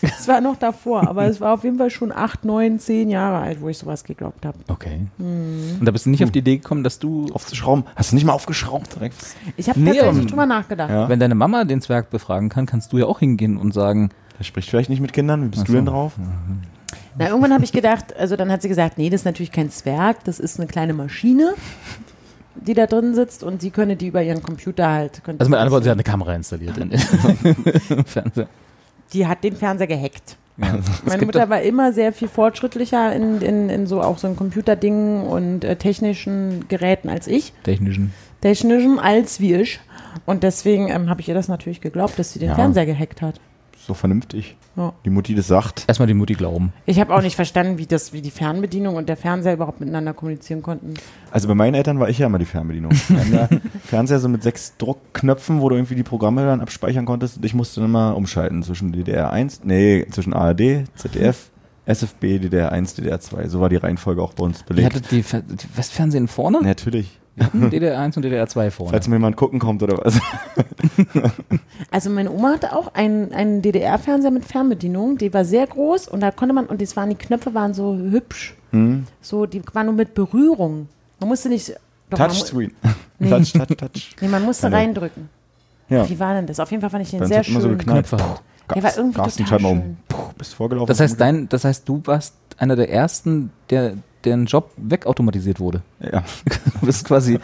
Es war noch davor, aber es war auf jeden Fall schon acht, neun, zehn Jahre alt, wo ich sowas geglaubt habe. Okay. Hm. Und da bist du nicht auf die Idee gekommen, dass du, Aufzuschrauben. Hast du nicht mal aufgeschraubt direkt? Ich habe Nee, tatsächlich ähm, drüber nachgedacht. Ja. wenn deine Mama den Zwerg befragen kann, kannst du ja auch hingehen und sagen, Der spricht vielleicht nicht mit Kindern. Wie bist du denn drauf? Na, irgendwann habe ich gedacht, also dann hat sie gesagt, nee, das ist natürlich kein Zwerg, das ist eine kleine Maschine, die da drin sitzt und sie könne die über ihren Computer halt. könnte also mit anderen Worten, das- sie hat eine Kamera installiert in, im Fernseher. Die hat den Fernseher gehackt. Ja. Meine Mutter war immer sehr viel fortschrittlicher in, in, in so auch so in Computerdingen und äh, technischen Geräten als ich, Technischen. technischen als wie ich. Und deswegen ähm, habe ich ihr das natürlich geglaubt, dass sie den Ja. Fernseher gehackt hat. So vernünftig. Ja. Die Mutti das sagt. Erstmal die Mutti glauben. Ich habe auch nicht verstanden, wie das, wie die Fernbedienung und der Fernseher überhaupt miteinander kommunizieren konnten. Also bei meinen Eltern war ich ja immer die Fernbedienung. Wir hatten ja Fernseher so mit sechs Druckknöpfen, wo du irgendwie die Programme dann abspeichern konntest. Und ich musste dann immer umschalten zwischen DDR1, nee, zwischen ARD, ZDF, SFB, DDR1, DDR2. So war die Reihenfolge auch bei uns Die belegt. hatte die, Fer- die Westfernsehen vorne? Natürlich. DDR1 und DDR2 vorne. Falls mir jemand gucken kommt oder was. Also meine Oma hatte auch einen, einen DDR-Fernseher mit Fernbedienung, die war sehr groß und da konnte man, und das waren, die Knöpfe waren so hübsch. So, die waren nur mit Berührung. Man musste nicht. Doch, man, mu- Touchscreen. Touch, touch, touch. nee, man musste Hallo. reindrücken. Ja. Wie war denn das? Auf jeden Fall fand ich den Bei uns sehr hat immer so schön. geknallt. Knöpfe halt. Der war irgendwie Carsten total Scheiben schön. um. Puh, bist vorgelaufen. Das heißt, dein, das heißt, du warst einer der ersten, der deren Job wegautomatisiert wurde. Ja. Du bist quasi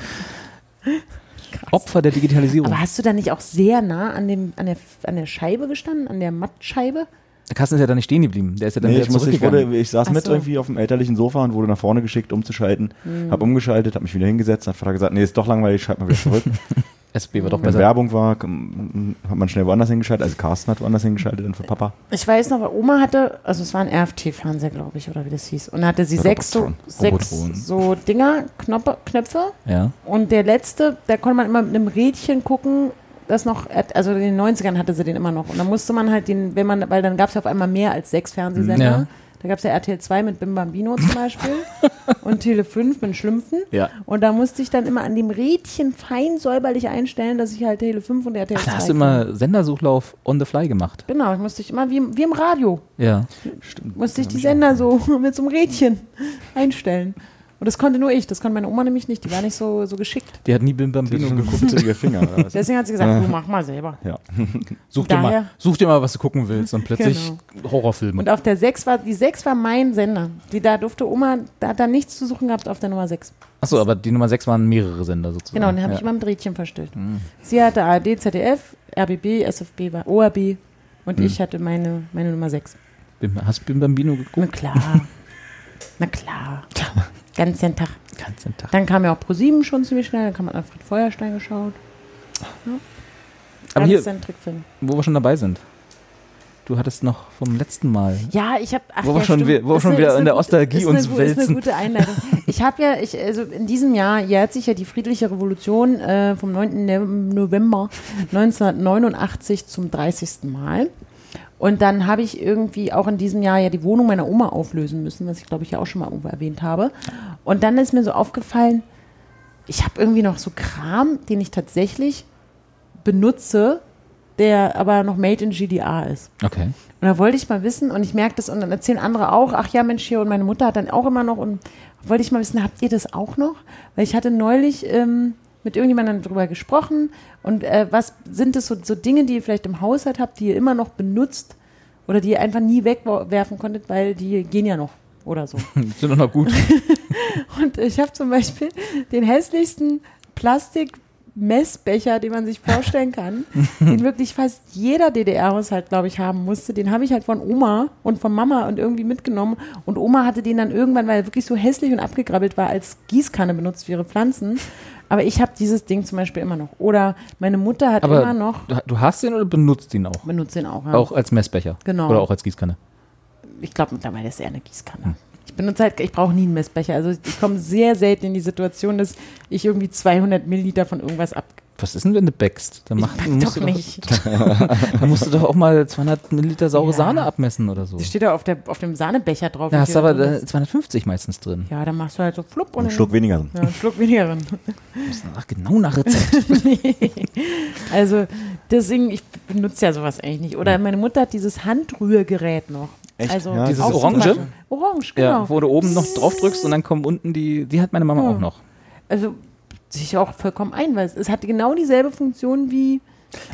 Opfer der Digitalisierung. Aber hast du da nicht auch sehr nah an, dem, an, der, an der Scheibe gestanden, an der Mattscheibe? Der Carsten ist ja da nicht stehen geblieben. Der ist ja dann Nee, wieder ich, muss, ich, zurückgegangen. wurde, ich saß Ach mit so. Hm. irgendwie auf dem elterlichen Sofa und wurde nach vorne geschickt, umzuschalten. Hab umgeschaltet, hab mich wieder hingesetzt, hat Vater gesagt, nee, ist doch langweilig, schalt mal wieder zurück. SB war doch Wenn besser. Werbung war, kam- hat man schnell woanders hingeschaltet. Also Carsten hat woanders hingeschaltet, dann für Papa. Ich weiß noch, weil Oma hatte, also es war ein RFT-Fernseher, glaube ich, oder wie das hieß. Und da hatte sie sechs, so, Robotron. sechs Robotron. so Dinger, Knoppe, Knöpfe. Ja. Und der letzte, da konnte man immer mit einem Rädchen gucken, das noch, also in den 90ern hatte sie den immer noch. Und dann musste man halt den, wenn man, weil dann gab es ja auf einmal mehr als sechs Fernsehsender. Ja. Da gab es ja RTL 2 mit Bim Bambino zum Beispiel und Tele 5 mit Schlümpfen. Ja. Und da musste ich dann immer an dem Rädchen fein säuberlich einstellen, dass ich halt Tele 5 und RTL 2 Da hast du immer Sendersuchlauf on the fly gemacht. Genau, ich musste ich immer, wie, im- wie im Radio, Ja. musste ich die Sender so mit so einem Rädchen einstellen. Und das konnte nur ich, das konnte meine Oma nämlich nicht, die war nicht so, so geschickt. Die hat nie Bim Bambino geguckt. Kuppelige Finger. oder was? Deswegen hat sie gesagt, du mach mal selber. Such dir, mal, Daher- Genau. such dir mal, was du gucken willst. Und plötzlich Horrorfilme. Und auf der 6 war, die 6 war mein Sender. Die da durfte Oma, da hat da nichts zu suchen gehabt auf der Nummer 6. Achso, aber die Nummer 6 waren mehrere Sender sozusagen. Genau, den habe ich ja. immer mit Rädchen verstellt. Mhm. Sie hatte ARD, ZDF, RBB, SFB, war ORB und ich hatte meine, meine Nummer 6. Bim- Hast du Bim Bambino Na geguckt? klar. Na klar. Ganz den Tag. Ganzen Tag. Dann kam ja auch ProSieben schon ziemlich schnell, dann kam man Alfred Feuerstein geschaut. Aber hier, Ganz ein Trickfilm. wo wir schon dabei sind. Du hattest noch vom letzten Mal Ja, ich habe. Wo wir ja, schon stimmt. wi- wo wir Ist schon eine- wieder ist in eine der gute- Ostalgie ist uns eine, gu- Ist wälzen. eine gute Einleitung. Ich habe ja, ich, also in diesem Jahr jährt sich ja die friedliche Revolution äh, vom 9. Ne- November 1989 zum 30. Mal. Und dann habe ich irgendwie auch in diesem Jahr ja die Wohnung meiner Oma auflösen müssen, was ich glaube ich ja auch schon mal irgendwo erwähnt habe. Und dann ist mir so aufgefallen, ich habe irgendwie noch so Kram, den ich tatsächlich benutze, der aber noch made in GDA ist. Okay. Und da wollte ich mal wissen, und ich merke das, und dann erzählen andere auch, ach ja, Mensch, hier, und meine Mutter hat dann auch immer noch, und wollte ich mal wissen, habt ihr das auch noch? Weil ich hatte neulich ähm, mit irgendjemandem drüber gesprochen, und äh, was sind das so, so Dinge, die ihr vielleicht im Haushalt habt, die ihr immer noch benutzt, oder die ihr einfach nie wegwerfen konntet, weil die gehen ja noch, oder so. Sind doch noch gut. Und ich habe zum Beispiel den hässlichsten Plastik-Messbecher, den man sich vorstellen kann, den wirklich fast jeder DDR-Haushalt, glaube ich, haben musste. Den habe ich halt von Oma und von Mama und irgendwie mitgenommen. Und Oma hatte den dann irgendwann, weil er wirklich so hässlich und abgegrabbelt war, als Gießkanne benutzt für ihre Pflanzen. Aber ich habe dieses Ding zum Beispiel immer noch. Oder meine Mutter hat Aber immer noch. du- du hast ihn oder benutzt ihn auch? Benutzt den auch. Ja. Auch als Messbecher. Genau. Oder auch als Gießkanne. ich glaube mittlerweile ist er eine Gießkanne. Ich benutze halt, ich brauche nie einen Messbecher. Also ich komme sehr selten in die Situation, dass ich irgendwie 200 Milliliter von irgendwas ab. Was ist denn, wenn du backst? Dann, mach, Pack musst doch du nicht. dann musst du doch auch mal 200 Milliliter saure Ja. Sahne abmessen oder so. Das steht ja auf, der, auf dem Sahnebecher drauf. Da wie hast viel du aber drin äh, ist. 250 meistens drin. ja, dann machst du halt so flupp und Ein Schluck weniger. Ja, einen Schluck weniger drin. Ach, genau nach Rezept. Also deswegen, ich benutze ja sowas eigentlich nicht. Oder meine Mutter hat dieses Handrührgerät noch. Echt? Also Ja, Dieses auch auszuwaschen. Orange? Orange, genau. Ja, wo du oben noch drauf drückst und dann kommen unten die, die hat meine Mama auch noch. also sich auch vollkommen ein, weil es, es hat genau dieselbe Funktion wie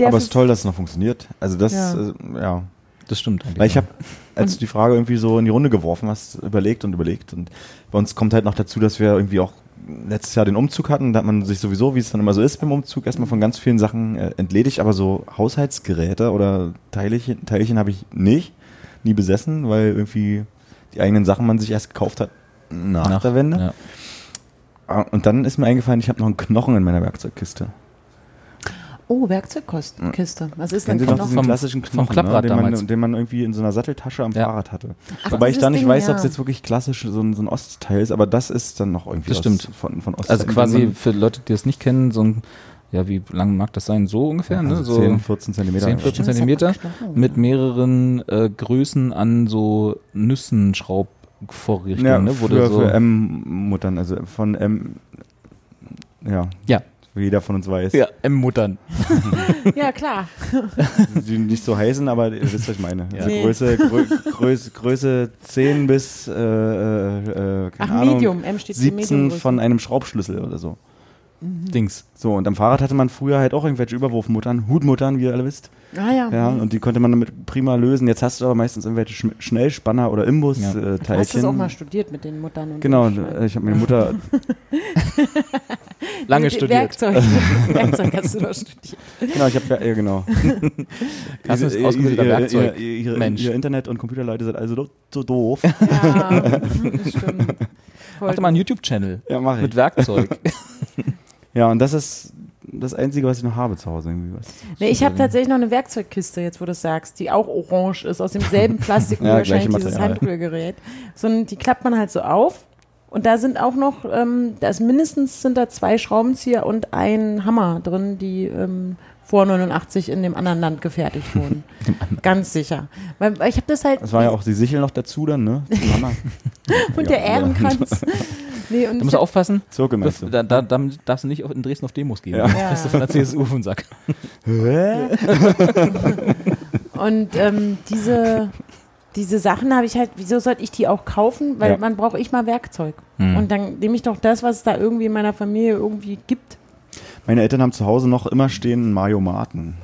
der Aber es ist toll, dass es noch funktioniert. Also das, Ja. äh, ja. Das stimmt Weil eigentlich. ich habe, als du die Frage irgendwie so in die Runde geworfen hast, überlegt und überlegt. Und bei uns kommt halt noch dazu, dass wir irgendwie auch letztes Jahr den Umzug hatten. Da hat man sich sowieso, wie es dann immer so ist beim Umzug, erstmal von ganz vielen Sachen äh, entledigt. Aber so Haushaltsgeräte oder Teilchen, Teilchen habe ich nicht, nie besessen, weil irgendwie die eigenen Sachen man sich erst gekauft hat nach, Nach- der Wende. Ja. Ah, Und dann ist mir eingefallen, ich habe noch einen Knochen in meiner Werkzeugkiste. Oh, Werkzeugkiste. Was ist denn Kennt ihr noch noch? diesen Vom- klassischen vom Knochen, ne, Klapprad den, man, damals. den man irgendwie in so einer Satteltasche am Ja. Fahrrad hatte? Ach, Wobei ich dieses da nicht Ding, weiß, ja. ob es jetzt wirklich klassisch so ein, so ein Ostteil ist, aber das ist dann noch irgendwie Das stimmt. Aus, von, von Ost. Also quasi für Leute, die das nicht kennen, so ein, ja, wie lang mag das sein? So ungefähr, ne? also So 10, 14 Zentimeter. 10, 14 Stimmt, das hat Zentimeter man geschlagen, mit mehreren äh, Größen an so Nüssen Schraubvorrichtungen, ja, ne? Wo für, du so, für M-Muttern, also von M. Ja, ja, wie jeder von uns weiß. ja, M-Muttern. Ja, klar. Die nicht so heißen, aber ihr wisst, was ich meine. Also Nee. Größe, Grö Größe, Größe 10 bis, äh, äh, äh, keine Ach, Ahnung, Medium. M steht für 17 Medium. von einem Schraubschlüssel oder so. Dings. So, und am Fahrrad hatte man früher halt auch irgendwelche Überwurfmuttern, Hutmuttern, wie ihr alle wisst. Ah ja. Ja, und die konnte man damit prima lösen. Jetzt hast du aber meistens irgendwelche Sch Schnellspanner oder Ja. Imbus-Teilchen. Du hast das auch mal studiert mit den Muttern und Genau, so. äh, ich habe meine Mutter, Lange Mit den studiert. Werkzeug. Werkzeug hast du doch studiert. genau, ich habe, ja genau. Carsten ist Ihre- ausgebildeter ihre- Werkzeug- ihre- ihre- Mensch. Ihr Internet- und Computerleute sind also do- so doof. Ja, das stimmt. Mach doch mal einen YouTube-Channel ja, mach mit Werkzeug. Ja, und das ist das Einzige, was ich noch habe zu Hause. Irgendwie. Was. Nee, ich habe tatsächlich noch eine Werkzeugkiste, jetzt wo du es sagst, die auch orange ist, aus demselben Plastik wie Ja, wahrscheinlich gleiche dieses Material. Handrührgerät. Sondern die klappt man halt so auf. Und da sind auch noch, ähm, da ist mindestens sind da zwei Schraubenzieher und ein Hammer drin, die ähm, vor 89 in dem anderen Land gefertigt wurden. Ganz sicher. Weil, weil ich habe das halt. Das war ja auch die Sichel noch dazu dann, ne? Die Mama. Und der Erm- Ehrenkranz. Nee, und Du ich musst hab- aufpassen, Zirkel meinst du? da, da, damit darfst du nicht auf- in Dresden auf Demos gehen. Ja. Dann kriegst du von der CSU auf den Sack. Hä? Und ähm, diese, diese Sachen habe ich halt, wieso sollte ich die auch kaufen? Weil Ja. man braucht ich mal Werkzeug. Hm. Und dann nehme ich doch das, was es da irgendwie in meiner Familie irgendwie gibt. Meine Eltern haben zu Hause noch immer stehen einen Mario Marten.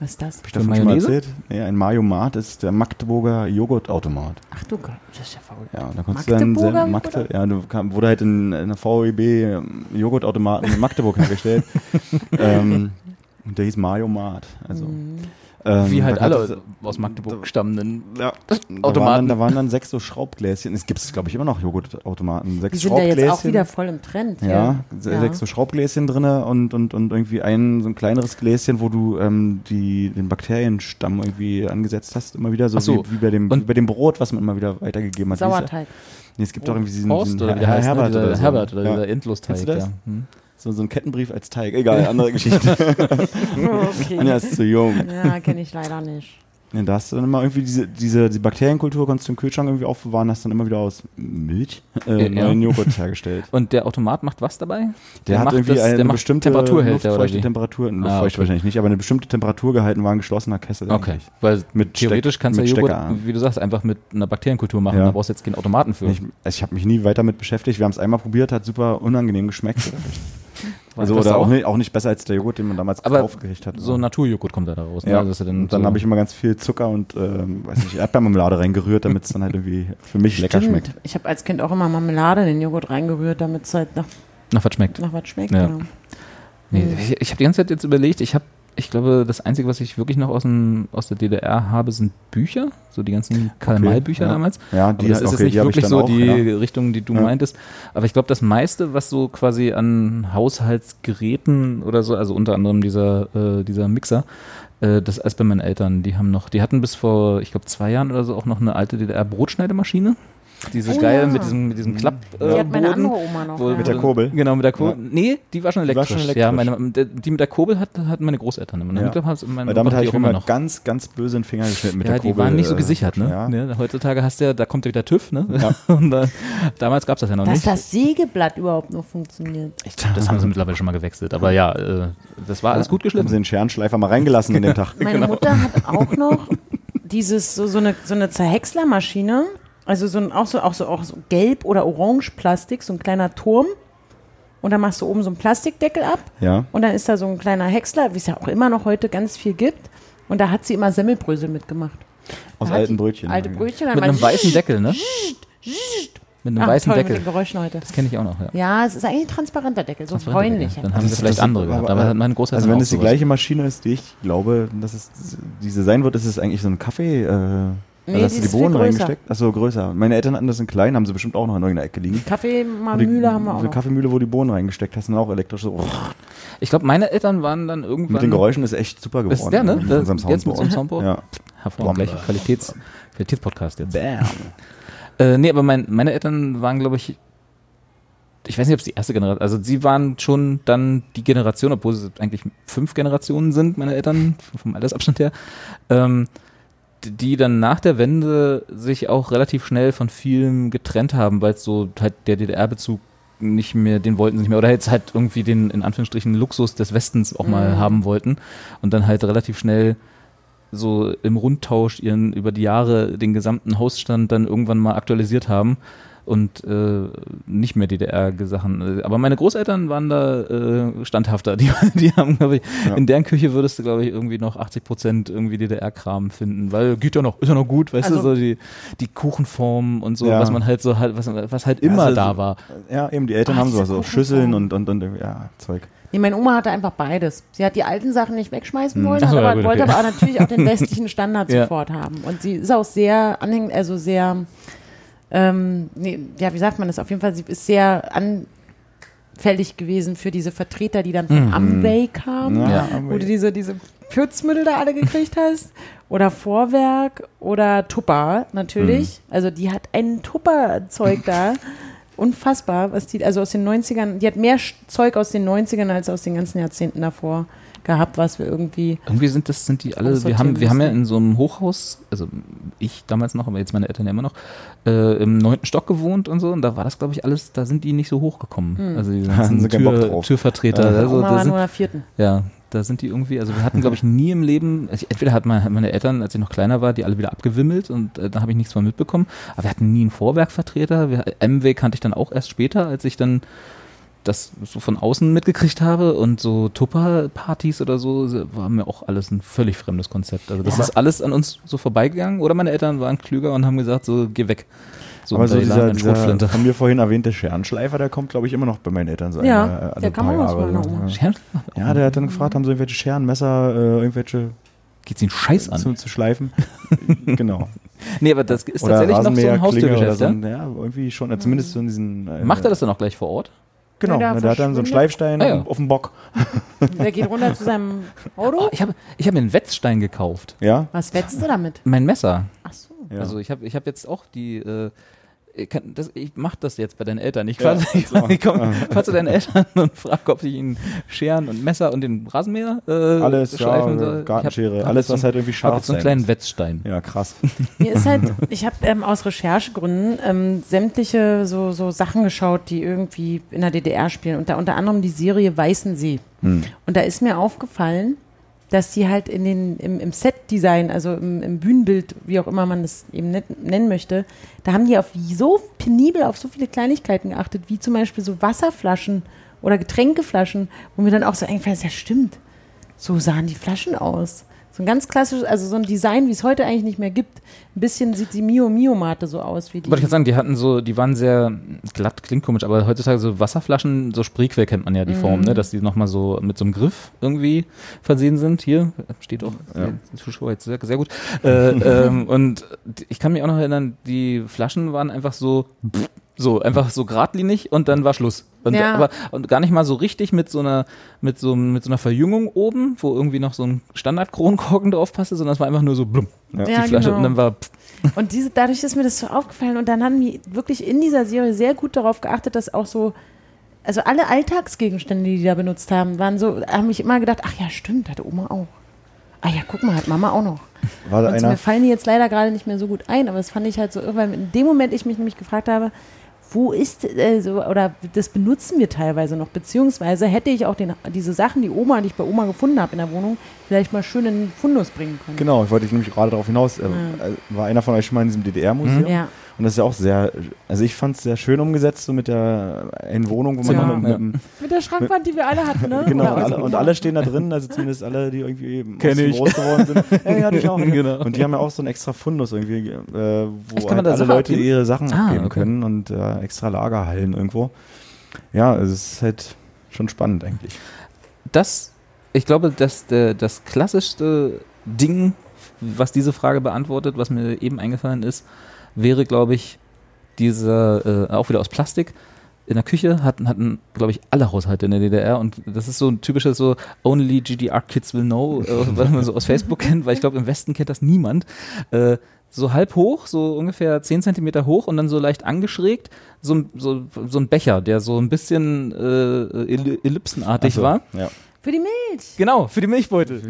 Was ist das? Hab ich davon Mayonnaise? schon mal erzählt? Nee, ein Mario Mart ist der Magdeburger Joghurtautomat. Ach du Gott, das ist ja verrückt. Ja, und da konntest du dann Magdeburger selber- Magde, ja, du kam, wurde halt in, in einer VEB ähm, Joghurtautomaten in Magdeburg hergestellt. ähm, und der hieß Mario Mart. Also, Mhm. ähm, Wie halt da konntest alle du- aus Magdeburg stammenden. Ja, da waren, Automaten. dann, da waren dann sechs so Schraubgläschen. Es gibt, glaube ich, immer noch Joghurtautomaten. Die Sechs sind ja Schraubgläschen. jetzt auch wieder voll im Trend. Ja, se- Ja. sechs so Schraubgläschen drinne und, und, und irgendwie ein so ein kleineres Gläschen, wo du ähm, die, den Bakterienstamm irgendwie angesetzt hast, immer wieder so, Ach so. Wie, wie, bei dem, Und- wie bei dem Brot, was man immer wieder weitergegeben hat. Wie ist er? Sauerteig. Nee, es gibt doch irgendwie diesen, Horst diesen oder wie der Her- heißt, ne? Herbert dieser, oder so. Herbert oder ja. dieser Endlosteig. Kennst du das? Ja. Hm. so, so ein Kettenbrief als Teig. Egal, andere Geschichte. Anja Okay. ist zu jung. Ja, kenne ich leider nicht. Ja, da hast du dann immer irgendwie diese, diese die Bakterienkultur, konntest du im Kühlschrank irgendwie aufbewahren, hast dann immer wieder aus Milch äh, Ja. neuen Joghurt hergestellt. Und der Automat macht was dabei? Der, hat macht irgendwie das- eine der macht bestimmte Temperatur hält der oder luftfeuchte wie? Temperatur, luftfeucht Ah, okay. wahrscheinlich nicht, aber eine bestimmte Temperatur gehalten war ein geschlossener Kessel. Okay, eigentlich. weil Mit theoretisch Steck- kannst du mit ja Joghurt, Steckerarm. wie du sagst, einfach mit einer Bakterienkultur machen. Ja. Da brauchst du jetzt keinen Automaten für. Ich, also ich habe mich nie weiter mit beschäftigt. Wir haben es einmal probiert, hat super unangenehm geschmeckt. also etwas oder auch sauer? nicht, auch nicht besser als der Joghurt, den man damals Aber aufgerichtet hat. so Naturjoghurt kommt da raus. Ja, Ne? Dass du dann und dann so habe ich immer ganz viel Zucker und ähm, weiß nicht, Erdbeermarmelade reingerührt, damit es dann halt irgendwie für mich lecker Stimmt. schmeckt. Ich habe als Kind auch immer Marmelade in den Joghurt reingerührt, damit es halt nach, nach was schmeckt. nach was schmeckt. Ja. Genau. Nee, Hm. ich ich habe die ganze Zeit jetzt überlegt, ich habe, ich glaube, das Einzige, was ich wirklich noch aus, dem, aus der DDR habe, sind Bücher. So die ganzen Karl-May-Bücher ja. damals. Ja, Aber die, das ist okay, jetzt die nicht habe ich wirklich dann so auch, die ja. Richtung, die du Ja. meintest. Aber ich glaube, das meiste, was so quasi an Haushaltsgeräten oder so, also unter anderem dieser, äh, dieser Mixer, äh, das ist bei meinen Eltern. Die haben noch, die hatten bis vor, ich glaube, zwei Jahren oder so auch noch eine alte DDR-Brotschneidemaschine. Diese geile mit diesem, mit diesem Klapp. Äh, Die hat meine Boden, andere Oma noch. wo- ja. Oh Mhm. Mit der Kurbel. Genau, mit der Kurbel. Ja. Nee, die war schon war elektrisch. schon Ja, elektrisch. meine, der- die mit der Kurbel hat, hatten meine Großeltern immer. Ne? Ja. Ich glaub, hab's- meine Weil damit macht habe die ich auch mir immer mal ganz, ganz böse den Finger geschnitten mit ja, der Kurbel. die waren nicht so äh, gesichert, ne? Ja. Ne, Heutzutage hast du ja, da kommt ja wieder TÜV, ne? Und da, damals gab es das ja noch Dass nicht. das Sägeblatt überhaupt noch funktioniert. Ich glaub, das haben sie mittlerweile schon mal gewechselt. Aber ja, äh, das war alles gut Haben sie geschliffen. den Scherenschleifer mal reingelassen in den Tag. Meine Mutter hat auch noch dieses so, so eine so eine Zerhäckslermaschine, also so ein, auch so auch so auch so gelb oder orange Plastik, so ein kleiner Turm. Und dann machst du oben so einen Plastikdeckel ab Ja. und dann ist da so ein kleiner Häcksler, wie es ja auch immer noch heute ganz viel gibt. Und da hat sie immer Semmelbrösel mitgemacht. Aus Da hat alten die Brötchen. Alte Brötchen. dann Mit mal einem weißen Deckel, ne? Mit einem Ach, weißen toll, Mit Deckel. den Geräuschen heute. Das kenne ich auch noch, ja. Ja, es ist eigentlich ein transparenter Deckel, so bräunlich. Dann haben sie Das- Also vielleicht das- andere gehabt. Aber mein Großeltern Also wenn auch es die sowas. gleiche Maschine ist, die ich glaube, dass es diese sein wird, ist es eigentlich so ein Kaffee. Äh, also Nee, hast die du die ist viel Bohnen größer. reingesteckt? Achso, größer. Meine Eltern hatten das in klein, haben sie bestimmt auch noch in irgendeiner Ecke liegen. Kaffee, Und die- Mühle haben wir auch Diese noch. Kaffeemühle, wo die Bohnen reingesteckt hast, und auch elektrisch so. Ich glaube, meine Eltern waren dann irgendwann. Mit den Geräuschen ist echt super geworden. Das- ja, ne? Mit Das- unserem jetzt mit Soundboard. unserem Soundboard. Ja. Hervorragend, gleich Qualitäts, Qualitätspodcast jetzt. Bam. Äh, nee, aber mein, meine Eltern waren, glaube ich, ich weiß nicht, ob es die erste Generation, also sie waren schon dann die Generation, obwohl es eigentlich fünf Generationen sind, meine Eltern, vom Altersabstand her, ähm, die- die dann nach der Wende sich auch relativ schnell von vielem getrennt haben, weil es so halt der DDR-Bezug nicht mehr, den wollten sie nicht mehr, oder jetzt halt irgendwie den, in Anführungsstrichen, Luxus des Westens auch mal haben wollten und dann halt relativ schnell so im Rundtausch ihren über die Jahre den gesamten Hausstand dann irgendwann mal aktualisiert haben und äh, nicht mehr DDR-Sachen. Aber meine Großeltern waren da äh, standhafter. Die, die haben, glaube ich, in deren Küche würdest du, glaube ich, irgendwie noch 80 Prozent irgendwie DDR-Kram finden, weil geht ja noch, ist ja noch gut, weißt du, so Also- die, die Kuchenformen und so, Ja. was man halt so halt, was, was halt immer also- da war. Ja, eben, die Eltern haben diese sowas, so Kuchen- Schüsseln und, und, und, ja, Zeug. Nee, meine Oma hatte einfach beides. Sie hat die alten Sachen nicht wegschmeißen wollen, Hm. Ach so, hat ja, aber, gut, wollte okay. aber auch natürlich auch den westlichen Standard Ja. sofort haben. Und sie ist auch sehr anhängend, also sehr, ähm, nee, ja, wie sagt man das? Auf jeden Fall, sie ist sehr anfällig gewesen für diese Vertreter, die dann von Mhm. Amway kamen, Ja, wo Amway. du diese, diese Putzmittel da alle gekriegt hast. Oder Vorwerk oder Tupper natürlich. Mhm. Also die hat ein Tupper-Zeug da. unfassbar, was die, also aus den 90ern, die hat mehr Sch- Zeug aus den 90ern als aus den ganzen Jahrzehnten davor gehabt, was wir irgendwie. Irgendwie sind das, sind die alle, wir Aussortieren haben, wir müssen. haben ja in so einem Hochhaus, also ich damals noch, aber jetzt meine Eltern ja immer noch, äh, im neunten Stock gewohnt und so, und da war das, glaube ich, alles, da sind die nicht so hochgekommen. Also die haben ganzen sie keinen Bock Tür, drauf. Türvertreter, also Hm. Oma da war sind, nur der vierten. ja, da sind die irgendwie, also wir hatten, glaube ich, nie im Leben, also ich, entweder hat mein, meine Eltern, als ich noch kleiner war, die alle wieder abgewimmelt und äh, da habe ich nichts von mitbekommen, aber wir hatten nie einen Vorwerkvertreter, wir, MW kannte ich dann auch erst später, als ich dann das so von außen mitgekriegt habe und so Tupper-Partys oder so, so, war mir auch alles ein völlig fremdes Konzept. Also das ist alles an uns so vorbeigegangen oder meine Eltern waren klüger und haben gesagt, so geh weg. So Aber mit so der dieser, Elan- dieser Schrotflinte. von mir vorhin erwähnte Scherenschleifer, der kommt, glaube ich, immer noch bei meinen Eltern so Ja, einmal, äh, alle der kam paar auch aus Jahre meiner so. Oma. Scheren- Ja. ja, der hat dann gefragt, haben sie irgendwelche Scheren, Messer, äh, irgendwelche Geht's den Scheiß an? zu, zu schleifen. genau. Nee, aber das ist Oder tatsächlich noch so Rasenmäher, ein Klinge oder Haustürgeschäft, so. ja? ein- Ja, irgendwie schon, äh, zumindest so in diesen. Äh, Macht er das dann auch gleich vor Ort? Genau, Ja, ne, der hat dann so einen verschwindet. Schleifstein Ah, ja. auf- auf dem Bock. Der geht runter zu seinem Oh, Auto. ich habe ich hab mir einen Wetzstein gekauft. Ja, Was wetzt du damit? Mein Messer. Ach so. Ja. Also ich habe ich hab jetzt auch die. Äh, ich kann, das, ich mach das jetzt bei deinen Eltern. Ich Ja, fahre ich, so. ich komm, fahr zu deinen Eltern und frage, ob ich ihnen Scheren und Messer und den Rasenmäher äh, alles, schleifen soll. ja, Ich Gartenschere, hab- hab alles, so was halt irgendwie Ich habe scharf jetzt so einen sein kleinen muss. Wetzstein. Ja, krass. Mir ist halt, ich habe ähm, aus Recherchegründen ähm, sämtliche so, so Sachen geschaut, die irgendwie in der DDR spielen. Und da unter anderem die Serie Weißensee. Und da ist mir aufgefallen, dass die halt in den, im, im Set-Design, also im, im Bühnenbild, wie auch immer man das eben net, nennen möchte, da haben die auf so penibel auf so viele Kleinigkeiten geachtet, wie zum Beispiel so Wasserflaschen oder Getränkeflaschen, wo mir dann auch so eingefallen ist, ja stimmt, so sahen die Flaschen aus. So ein ganz klassisches, also so ein Design, wie es heute eigentlich nicht mehr gibt. Ein bisschen sieht die Mio Mio Mate so aus wie die. Wollte ich gerade sagen, die hatten so, die waren sehr glatt, klingt komisch, aber heutzutage so Wasserflaschen, so Spreequell kennt man ja Mhm. die Form, ne? dass die nochmal so mit so einem Griff irgendwie versehen sind. Hier steht auch, ja. Zuschauer jetzt sehr, sehr gut. Äh, ähm, und ich kann mich auch noch erinnern, die Flaschen waren einfach so, so einfach so geradlinig und dann war Schluss. Und, Ja. aber, und gar nicht mal so richtig mit so einer, mit so, einem- mit so einer Verjüngung oben, wo irgendwie noch so ein Standard-Kronkorken drauf passte, sondern es war einfach nur so blum, die Ja, Flasche. genau. Und dann war pff, Und diese, dadurch ist mir das so aufgefallen. Und dann haben die wirklich in dieser Serie sehr gut darauf geachtet, dass auch so, also alle Alltagsgegenstände, die die da benutzt haben, waren so, haben mich immer gedacht, ach ja, stimmt, hat Oma auch. Ah ja, guck mal, hat Mama auch noch. War da Und mir einer? fallen die jetzt leider gerade nicht mehr so gut ein, aber das fand ich halt so irre, weil in dem Moment ich mich nämlich gefragt habe, wo ist, äh, so, oder das benutzen wir teilweise noch, beziehungsweise hätte ich auch den, diese Sachen, die Oma, die ich bei Oma gefunden habe in der Wohnung, vielleicht mal schön in den Fundus bringen können. Genau, ich wollte ich nämlich gerade darauf hinaus. Äh, äh, War einer von euch schon mal in diesem DDR-Museum? Mhm. Ja. Und das ist ja auch sehr, also ich fand es sehr schön umgesetzt, so mit der einen Wohnung, wo man Ja. immer mit, Ja. mit, Mit der Schrankwand, die wir alle hatten, ne? Genau, Oder und aus- alle, und alle stehen da drin, also zumindest alle, die irgendwie eben Kenn aus dem ich. groß geworden sind. Ey, hatte ich auch. ne? Genau. Und die haben ja auch so einen extra Fundus irgendwie, äh, Echt, wo kann man halt da alle Sachen Leute abgeben? ihre Sachen Ah, abgeben okay. können und äh, extra Lagerhallen irgendwo. Ja, also es ist halt schon spannend eigentlich. das, ich glaube, das, der, das klassischste Ding, was diese Frage beantwortet, was mir eben eingefallen ist, wäre, glaube ich, dieser, äh, auch wieder aus Plastik, in der Küche hatten, hatten glaube ich, alle Haushalte in der DDR und das ist so ein typisches so Only GDR Kids Will Know, äh, was man so aus Facebook kennt, weil ich glaube, im Westen kennt das niemand. Äh, so halb hoch, so ungefähr 10 Zentimeter hoch und dann so leicht angeschrägt, so, ein- so, so ein Becher, der so ein bisschen äh, elli- ellipsenartig Ach so, war. Ja. Für die Milch. Genau, für die Milchbeutel.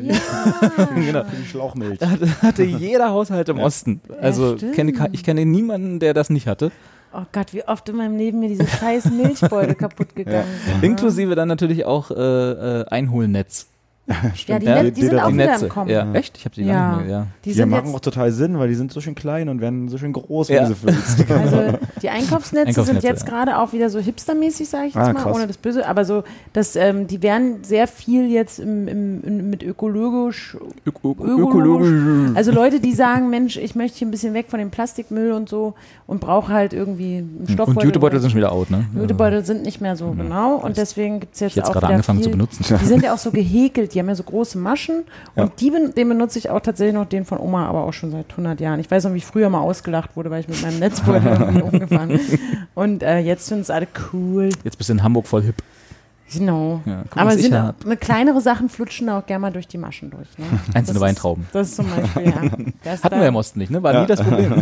Genau. Für die Schlauchmilch. Hatte, hatte jeder Haushalt im Osten. Also stimmt. kenne, ka- ich kenne niemanden, der das nicht hatte. Oh Gott, wie oft in meinem Leben mir diese scheiß Milchbeutel kaputt gegangen sind. Inklusive dann natürlich auch äh, äh, Einholnetz. Ja, die, Ja, Net- die die- sind die auch wieder Netze. im Kommen. Mhm. Ja. Echt? Ich habe die gar Ja. nicht mehr. Die Die sind machen auch jetzt, total Sinn, weil die sind so schön klein und werden so schön groß, Ja. wenn du sie füllst. also die Einkaufsnetze, sind Einkaufsnetze, jetzt ja. gerade auch wieder so hipstermäßig, sage ich jetzt Ah, mal, krass. ohne das Böse. Aber so, dass ähm, die werden sehr viel jetzt im, im, im, mit ökologisch Ja. Ök- ök- Ökologisch. Also Leute, die sagen, Mensch, ich möchte hier ein bisschen weg von dem Plastikmüll und so und brauche halt irgendwie einen Stoffbeutel. Hm. Und Jutebeutel sind schon wieder out, ne? Jutebeutel sind nicht mehr so genau und deswegen gibt es jetzt, Mhm. Ich jetzt auch gerade wieder angefangen viel, zu benutzen. Die sind ja auch so gehäkelt, die haben ja so große Maschen Ja. und die, ben- den benutze ich auch tatsächlich noch, den von Oma, aber auch schon seit 100 Jahren. Ich weiß noch, wie ich früher mal ausgelacht wurde, weil ich mit meinem Netzbeutel irgendwie umgefahren bin. Und äh, jetzt sind es alle cool. Jetzt bist du in Hamburg voll hip. Genau. Ja, guck, aber was ich sind auch, hab. ne, kleinere Sachen flutschen da auch gerne mal durch die Maschen durch. Ne? Das Einzelne ist- Weintrauben. Das zum Beispiel, ja. Das Hatten da- wir im Osten nicht, ne? War nie das Problem.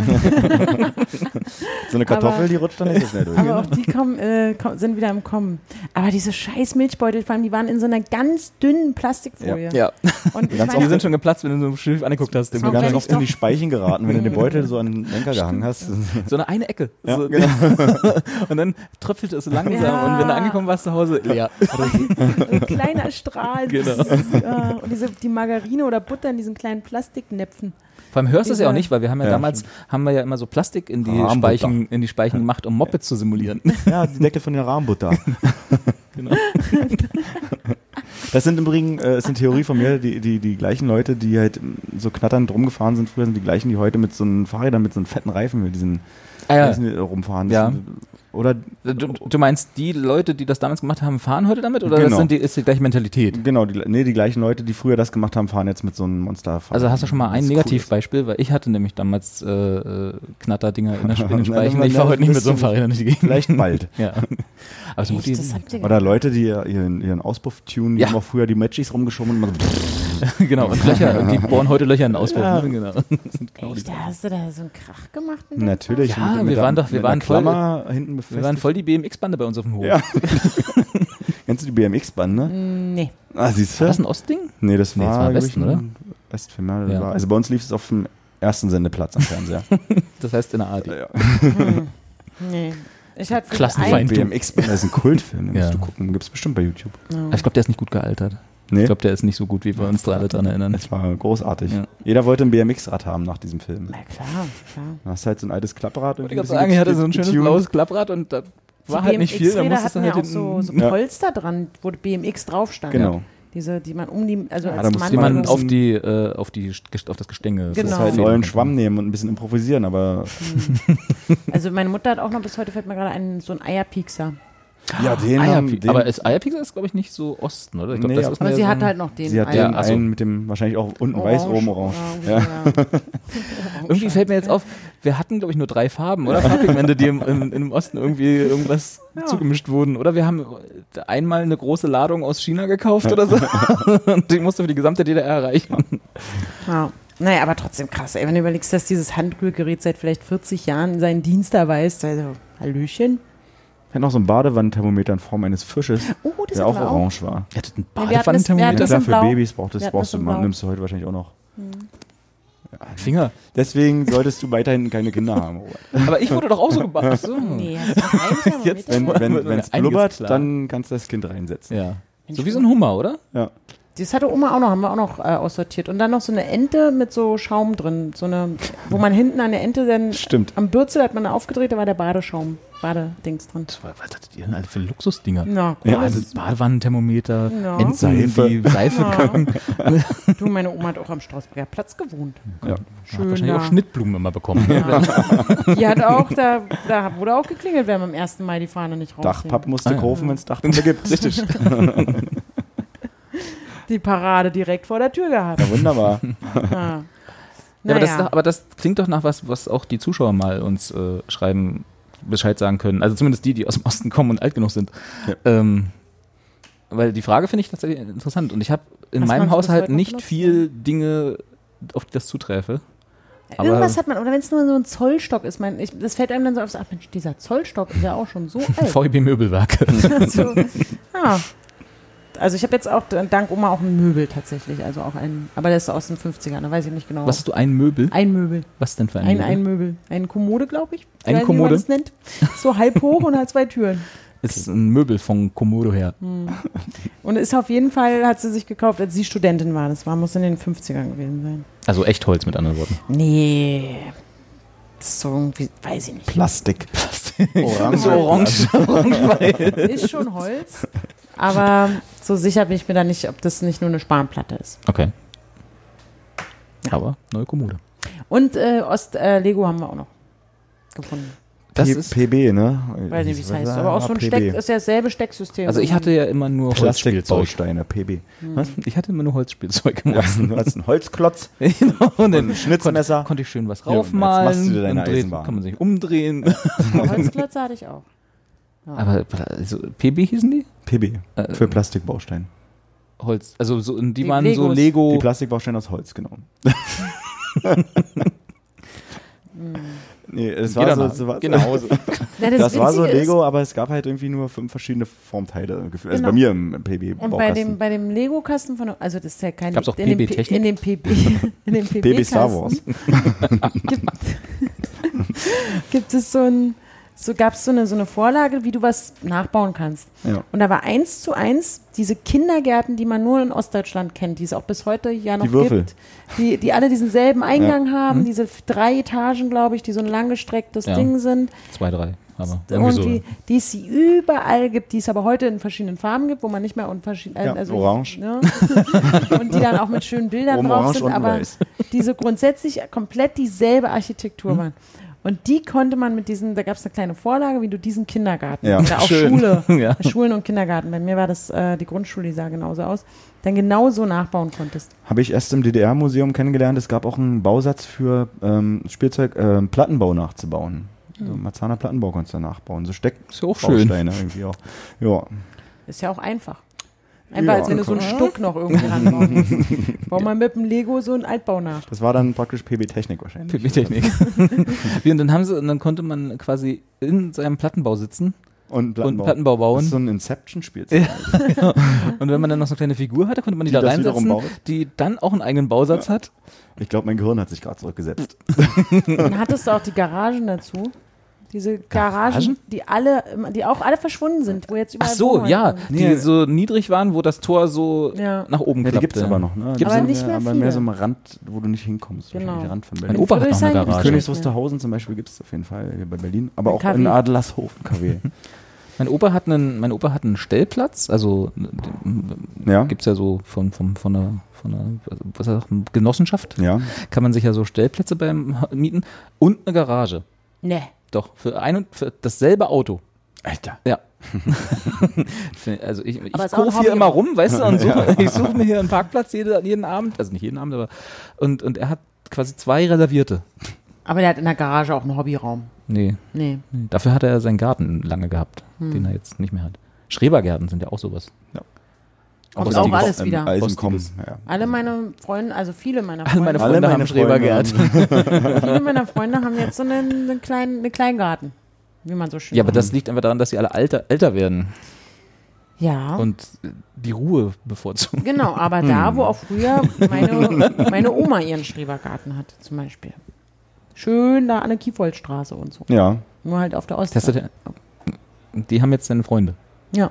So eine Kartoffel, Aber- die rutscht dann nicht so schnell durch. Aber auch die kommen, äh, ko- sind wieder im Kommen. Aber diese scheiß Milchbeutel, vor allem, die waren in so einer ganz dünnen Plastikfolie. Ja. Und ich Ganz Die meine, sind schon geplatzt, wenn du so ein Schiff angeguckt hast. Sind mir wenn ganz ich oft in noch- die Speichen geraten, wenn du den Beutel so an den Lenker gehangen hast. So eine eine Ecke. so, und dann tröpfelte es langsam. Ja. Und wenn du angekommen warst zu Hause, leer. ein kleiner Strahl. Genau. Ja, Und diese, die Margarine oder Butter in diesen kleinen Plastiknäpfen. Vor allem hörst du es ja Diese- auch nicht, weil wir haben ja, Ja, damals, haben wir ja immer so Plastik in die, Ah, Armbutter. Speichen, in die Speichen gemacht, um Mopeds zu simulieren. Ja, die Deckel von der Rahmenbutter. Genau. Das sind im Übrigen, äh, ist eine Theorie von mir, die, die, die gleichen Leute, die halt mm, so knatternd rumgefahren sind früher, sind die gleichen, die heute mit so einem Fahrrädern, mit so einem fetten Reifen, mit diesen Ah, wissen die, äh, rumfahren. Das Ja. Äh, sind- Oder Du, du meinst, die Leute, die das damals gemacht haben, fahren heute damit? Oder das Genau. sind die, ist die gleiche Mentalität? genau, die, nee, die gleichen Leute, die früher das gemacht haben, fahren jetzt mit so einem Monsterfahrrad. Also hast du schon mal Das ein ist cool. Negativbeispiel, weil ich hatte nämlich damals äh, äh, Knatterdinger in, der, Sp- in den Nein, Speichen. nein, Ich fahre nein, heute nicht mit so einem bist Fahrrad durch die Gegend. Vielleicht bald. Ja. Aber so die, Das habt ihr Oder Leute, die ihren, ihren Auspuff tunen, die Ja. haben auch früher die Matchies rumgeschoben und immer so genau, und Löcher, die bohren heute Löcher in den Auspuff. Ja. ne? Genau. Echt, da hast du da so einen Krach gemacht? mit dem Natürlich. Ja, wir der- waren doch- wir mit waren einer Klammer hinten Wir waren befestigt. voll die BMX-Bande bei uns auf dem Hof. Ja. Oh. Kennst du die BmX-Bande? Fahrrad? Nee. ne? Ah, siehst du? Mm, War das ein Ostding? nee, das Nee, war, das war glaub ich, Westen, ein oder? Westfilm, ja, das Ja. war, also bei uns lief es auf dem ersten Sendeplatz am Fernseher. Das heißt in der ARD. Nee. Ich hatte Klassenfeind. Ein Dumm. BMX-Bande ist ein Kultfilm, den Ja. musst du gucken. Gibt's bestimmt bei YouTube. Aber Ich glaube, der ist nicht gut gealtert. Nee, Ich glaube, der ist nicht so gut, wie wir uns da alle dran erinnern. das war großartig. Ja. Jeder wollte ein BMX-Rad haben nach diesem Film. Na klar, klar. Du hast halt so ein altes Klapprad. Ich würde sagen, er hatte so ein schönes blaues Klapprad und da war halt nicht viel. Da BMX-Räder musstest du hatten halt ja auch den- so, so Ja. Polster dran, wo BMX drauf stand. Genau. Diese, die man um die, also da als musste Mann die man benutzt. auf die, äh, auf die auf das Gestänge Genau. Halt einen fädeln ollen kann. Schwamm nehmen und ein bisschen improvisieren, aber Also meine Mutter hat auch noch bis heute fällt mir gerade ein so ein Eierpiekser. Ja, den haben, Eierpizza. den, Ah, Aber ist Eierpizza ist, glaube ich, nicht so Osten, oder? Ich glaube, Nee, das aber- ist Aber mehr sie so hat ein- halt noch den sie hat einen. den Ja, also- einen mit dem wahrscheinlich auch unten weiß, oben orange. Ja, irgendwie Irgendwie fällt mir ne? jetzt auf, wir hatten, glaube ich, nur drei Farben, oder? Farbpigmente, die im, im, im Osten irgendwie irgendwas zugemischt wurden. Oder wir haben einmal eine große Ladung aus China gekauft oder so. Und die musste für die gesamte DDR reichen. so. ja. Naja, aber trotzdem krass, ey, wenn du überlegst, dass dieses Handrührgerät seit vielleicht 40 Jahren seinen Dienst erweist, also Hallöchen. Wir hatten auch so ein Badewannenthermometer in Form eines Fisches, Oh, das der hatten auch wir auch. orange war. Ihr hattet einen Nee, wir hatten das- wir hatten Ja, Badewanne-Thermometer. das- klar, in für Blau. Babys braucht Wir das, hatten brauchst das du, in mal, Blau. nimmst du heute wahrscheinlich auch noch. Finger. Deswegen solltest du weiterhin keine Kinder haben, Robert. Aber ich wurde doch auch so gebacken. So. Nee, hast du noch einen Thermometer? Jetzt, Wenn es Einiges blubbert, klar. dann kannst du das Kind reinsetzen. Ja. So wie so ein Hummer, oder? Ja. Das hatte Oma auch noch, haben wir auch noch äh, aussortiert. Und dann noch so eine Ente mit so Schaum drin. So eine, wo man hinten an der Ente dann Stimmt. am Bürzel hat man aufgedreht, da war der Badeschaum, Badedings drin. Was hattet ihr denn alle für Luxusdinger? Na, gut. Ja, also Badewannenthermometer, Ja. Endseife, Seifeköpfen. Du, meine Oma hat auch am Straßburger Platz gewohnt. Hat wahrscheinlich da. auch Schnittblumen immer bekommen. ne? Die hat auch, da, da wurde auch geklingelt, wenn am 1. Mai die Fahne nicht raus. Dachpapp musst du Ah, ja. kaufen, wenn es Dachpappe gibt. Richtig. Die Parade direkt vor der Tür gehabt. Ah. Wunderbar. Ja. Ja, aber, das, ist Naja. doch- aber das klingt doch nach was, was auch die Zuschauer mal uns äh, schreiben, Bescheid sagen können. Also zumindest die, die aus dem Osten kommen und alt genug sind. Ähm, weil die Frage finde ich tatsächlich interessant. Und ich habe in meinem Was meinst du, was Haushalt heute noch nicht benutzt viel Dinge, auf die das zuträfe. aber- Irgendwas hat man, oder wenn es nur so ein Zollstock ist, mein, ich, das fällt einem dann so auf, ach Mensch, dieser Zollstock ist ja auch schon so alt. VEB Möbelwerke. Also, ja. also ich habe jetzt auch äh, dank Oma auch ein Möbel tatsächlich, also auch ein, aber das ist aus den 50ern, da weiß ich nicht genau. Was hast du? Ein Möbel? Ein Möbel, Was denn für ein, ein, Möbel? ein Möbel, eine Kommode, glaube ich. Ich Eine weiß nicht, wie man Kommode? das nennt. So halb hoch und hat zwei Türen. Es ist ein Möbel von Komodo her. Und ist auf jeden Fall, hat sie sich gekauft, als sie Studentin war. Das war, muss in den 50ern gewesen sein. Also Echtholz mit anderen Worten. Nee. Das ist so irgendwie, weiß ich nicht. Plastik. Plastik. Oh, Orange. So orange. Ist schon Holz. Aber so sicher bin ich mir da nicht, ob das nicht nur eine Spanplatte ist. Okay. Aber neue Kommode. Und äh, Ost-Lego äh, Lego haben wir auch noch gefunden. Das P- ist, PB, ne? Weiß nicht, wie es Was heißt. war- Aber auch so ein PB. Steck, ist ja dasselbe Stecksystem. also ich hatte ja immer nur Holzspielzeug. Plastikbausteine, PB. Hm. Was? Ich hatte immer nur Holzspielzeug im Ja, Osten. du hast einen Holzklotz, Genau, und ein dann Schnitzmesser. konnte ich schön was Ja, und jetzt raufmalen. machst du dir deine und dreht, Eisenbahn. kann man sich umdrehen. Holzklötze hatte ich auch. Aber also, PB hießen die? PB. Äh, Für Plastikbausteine. Holz. Also so, und die, Die waren so Legos. Die Lego. Plastikbausteine aus Holz, genau. nee, es war so, danach. so was. Genau so. Ja, Das, war so Witzige Lego, aber es gab halt irgendwie nur fünf verschiedene Formteile. gefühlt. Also Genau. bei mir im PB. Ist, und bei dem, bei dem Lego-Kasten von, also das ist ja kein... Gab's auch in dem PB Technik? In dem PB, in dem PB, PB Star Wars. gibt, gibt es so ein, so gab es so eine, so eine Vorlage, wie du was nachbauen kannst. Ja. Und da war eins zu eins diese Kindergärten, die man nur in Ostdeutschland kennt, die es auch bis heute ja noch Die Würfel. gibt. Die, die alle diesen selben Eingang haben, diese f- drei Etagen, glaube ich, die so ein langgestrecktes Mhm. Ja. Ding sind. Zwei, drei. Aber irgendwie Irgendwie, so. die, die es sie überall gibt, die es aber heute in verschiedenen Farben gibt, wo man nicht mehr und verschiedene. Ja, orange. Ne? Und die dann auch mit schönen Bildern Oben drauf orange, sind, unten aber weiß. die so grundsätzlich komplett dieselbe Architektur Hm. waren. Und die konnte man mit diesen, da gab es eine kleine Vorlage, wie du diesen Kindergarten, Ja, oder auch schön. Schule, Ja. Schulen und Kindergarten, bei mir war das äh, die Grundschule, die sah genauso aus, dann genauso nachbauen konntest. Habe ich erst im DDR-Museum kennengelernt. Es gab auch einen Bausatz für ähm, Spielzeug, ähm, Plattenbau nachzubauen. So Hm. Marzahner Plattenbau konntest du nachbauen. So Steck Ist ja auch schön. Bausteine irgendwie auch. Ja. Ist ja auch einfach. Einfach Ja, als wenn du so einen komm. Stuck noch irgendwo ranbauen musst. Bau mal mit dem Lego so einen Altbau nach. Das war dann praktisch PB-Technik wahrscheinlich. PB-Technik. Wie, und dann haben sie, und dann konnte man quasi in seinem Plattenbau sitzen Und Plattenbau. und Plattenbau Das ist so bauen. ein Inception-Spielzeug. Und wenn man dann noch so eine kleine Figur hatte, konnte man die, Die da das wiederum reinsetzen, baut. die dann auch einen eigenen Bausatz hat. Ich glaube, mein Gehirn hat sich gerade zurückgesetzt. Und hattest du auch die Garagen dazu? Diese Garagen, Garagen? die alle, immer- die auch alle verschwunden sind, wo jetzt Ach überall so, Wohnungen ja, sind. die Nee. so niedrig waren, wo das Tor so Ja. nach oben Ja, klappte. die gibt es aber noch. Ne? Gibt's Die Aber sind nicht mehr aber viele. mehr so am Rand, wo du nicht hinkommst. Genau. wahrscheinlich, Rand von Mein Berlin. Opa Opa hat würde noch ich eine sagen, Garage. Königs Wusterhausen zum Beispiel gibt es auf jeden Fall hier bei Berlin, aber Bei auch KW. in Adlershof, in KW. Mein Opa hat einen, mein Opa hat einen Stellplatz, also Ja. gibt es ja so von, von, von einer, von einer was sagt, man, Genossenschaft, Ja. kann man sich ja so Stellplätze beim Ha- mieten und eine Garage. Nee. Doch, für ein und für dasselbe Auto. Alter. Ja. Find- also ich, ich Aber ist auch ein kurve hier Hobby. immer rum, weißt du, und suche, ich suche mir hier einen Parkplatz jede, jeden Abend, also nicht jeden Abend, aber und, und er hat quasi zwei reservierte. Aber der hat in der Garage auch einen Hobbyraum. Nee, Nee. nee. dafür hat er seinen Garten lange gehabt, Hm. den er jetzt nicht mehr hat. Schrebergärten sind ja auch sowas. Kommt Rostiges. auch alles wieder. Eisen Rostiges. kommen, ja. Alle meine Freunde, also viele meiner Alle Freunde, meine Alle Freunde meine haben Freunde Schrebergärten. viele meiner Freunde haben jetzt so einen, einen kleinen einen Kleingarten. Wie man so schön Ja, aber sagt. Hm. das liegt einfach daran, dass sie alle alter, älter werden Ja, und die Ruhe bevorzugen. genau. Aber da, wo auch früher meine, meine Oma ihren Schrebergarten hatte, zum Beispiel. Schön da an der Kiefoldstraße und so. Ja. Nur halt auf der Das hat Ostseite. er, die haben jetzt deine Freunde. Ja,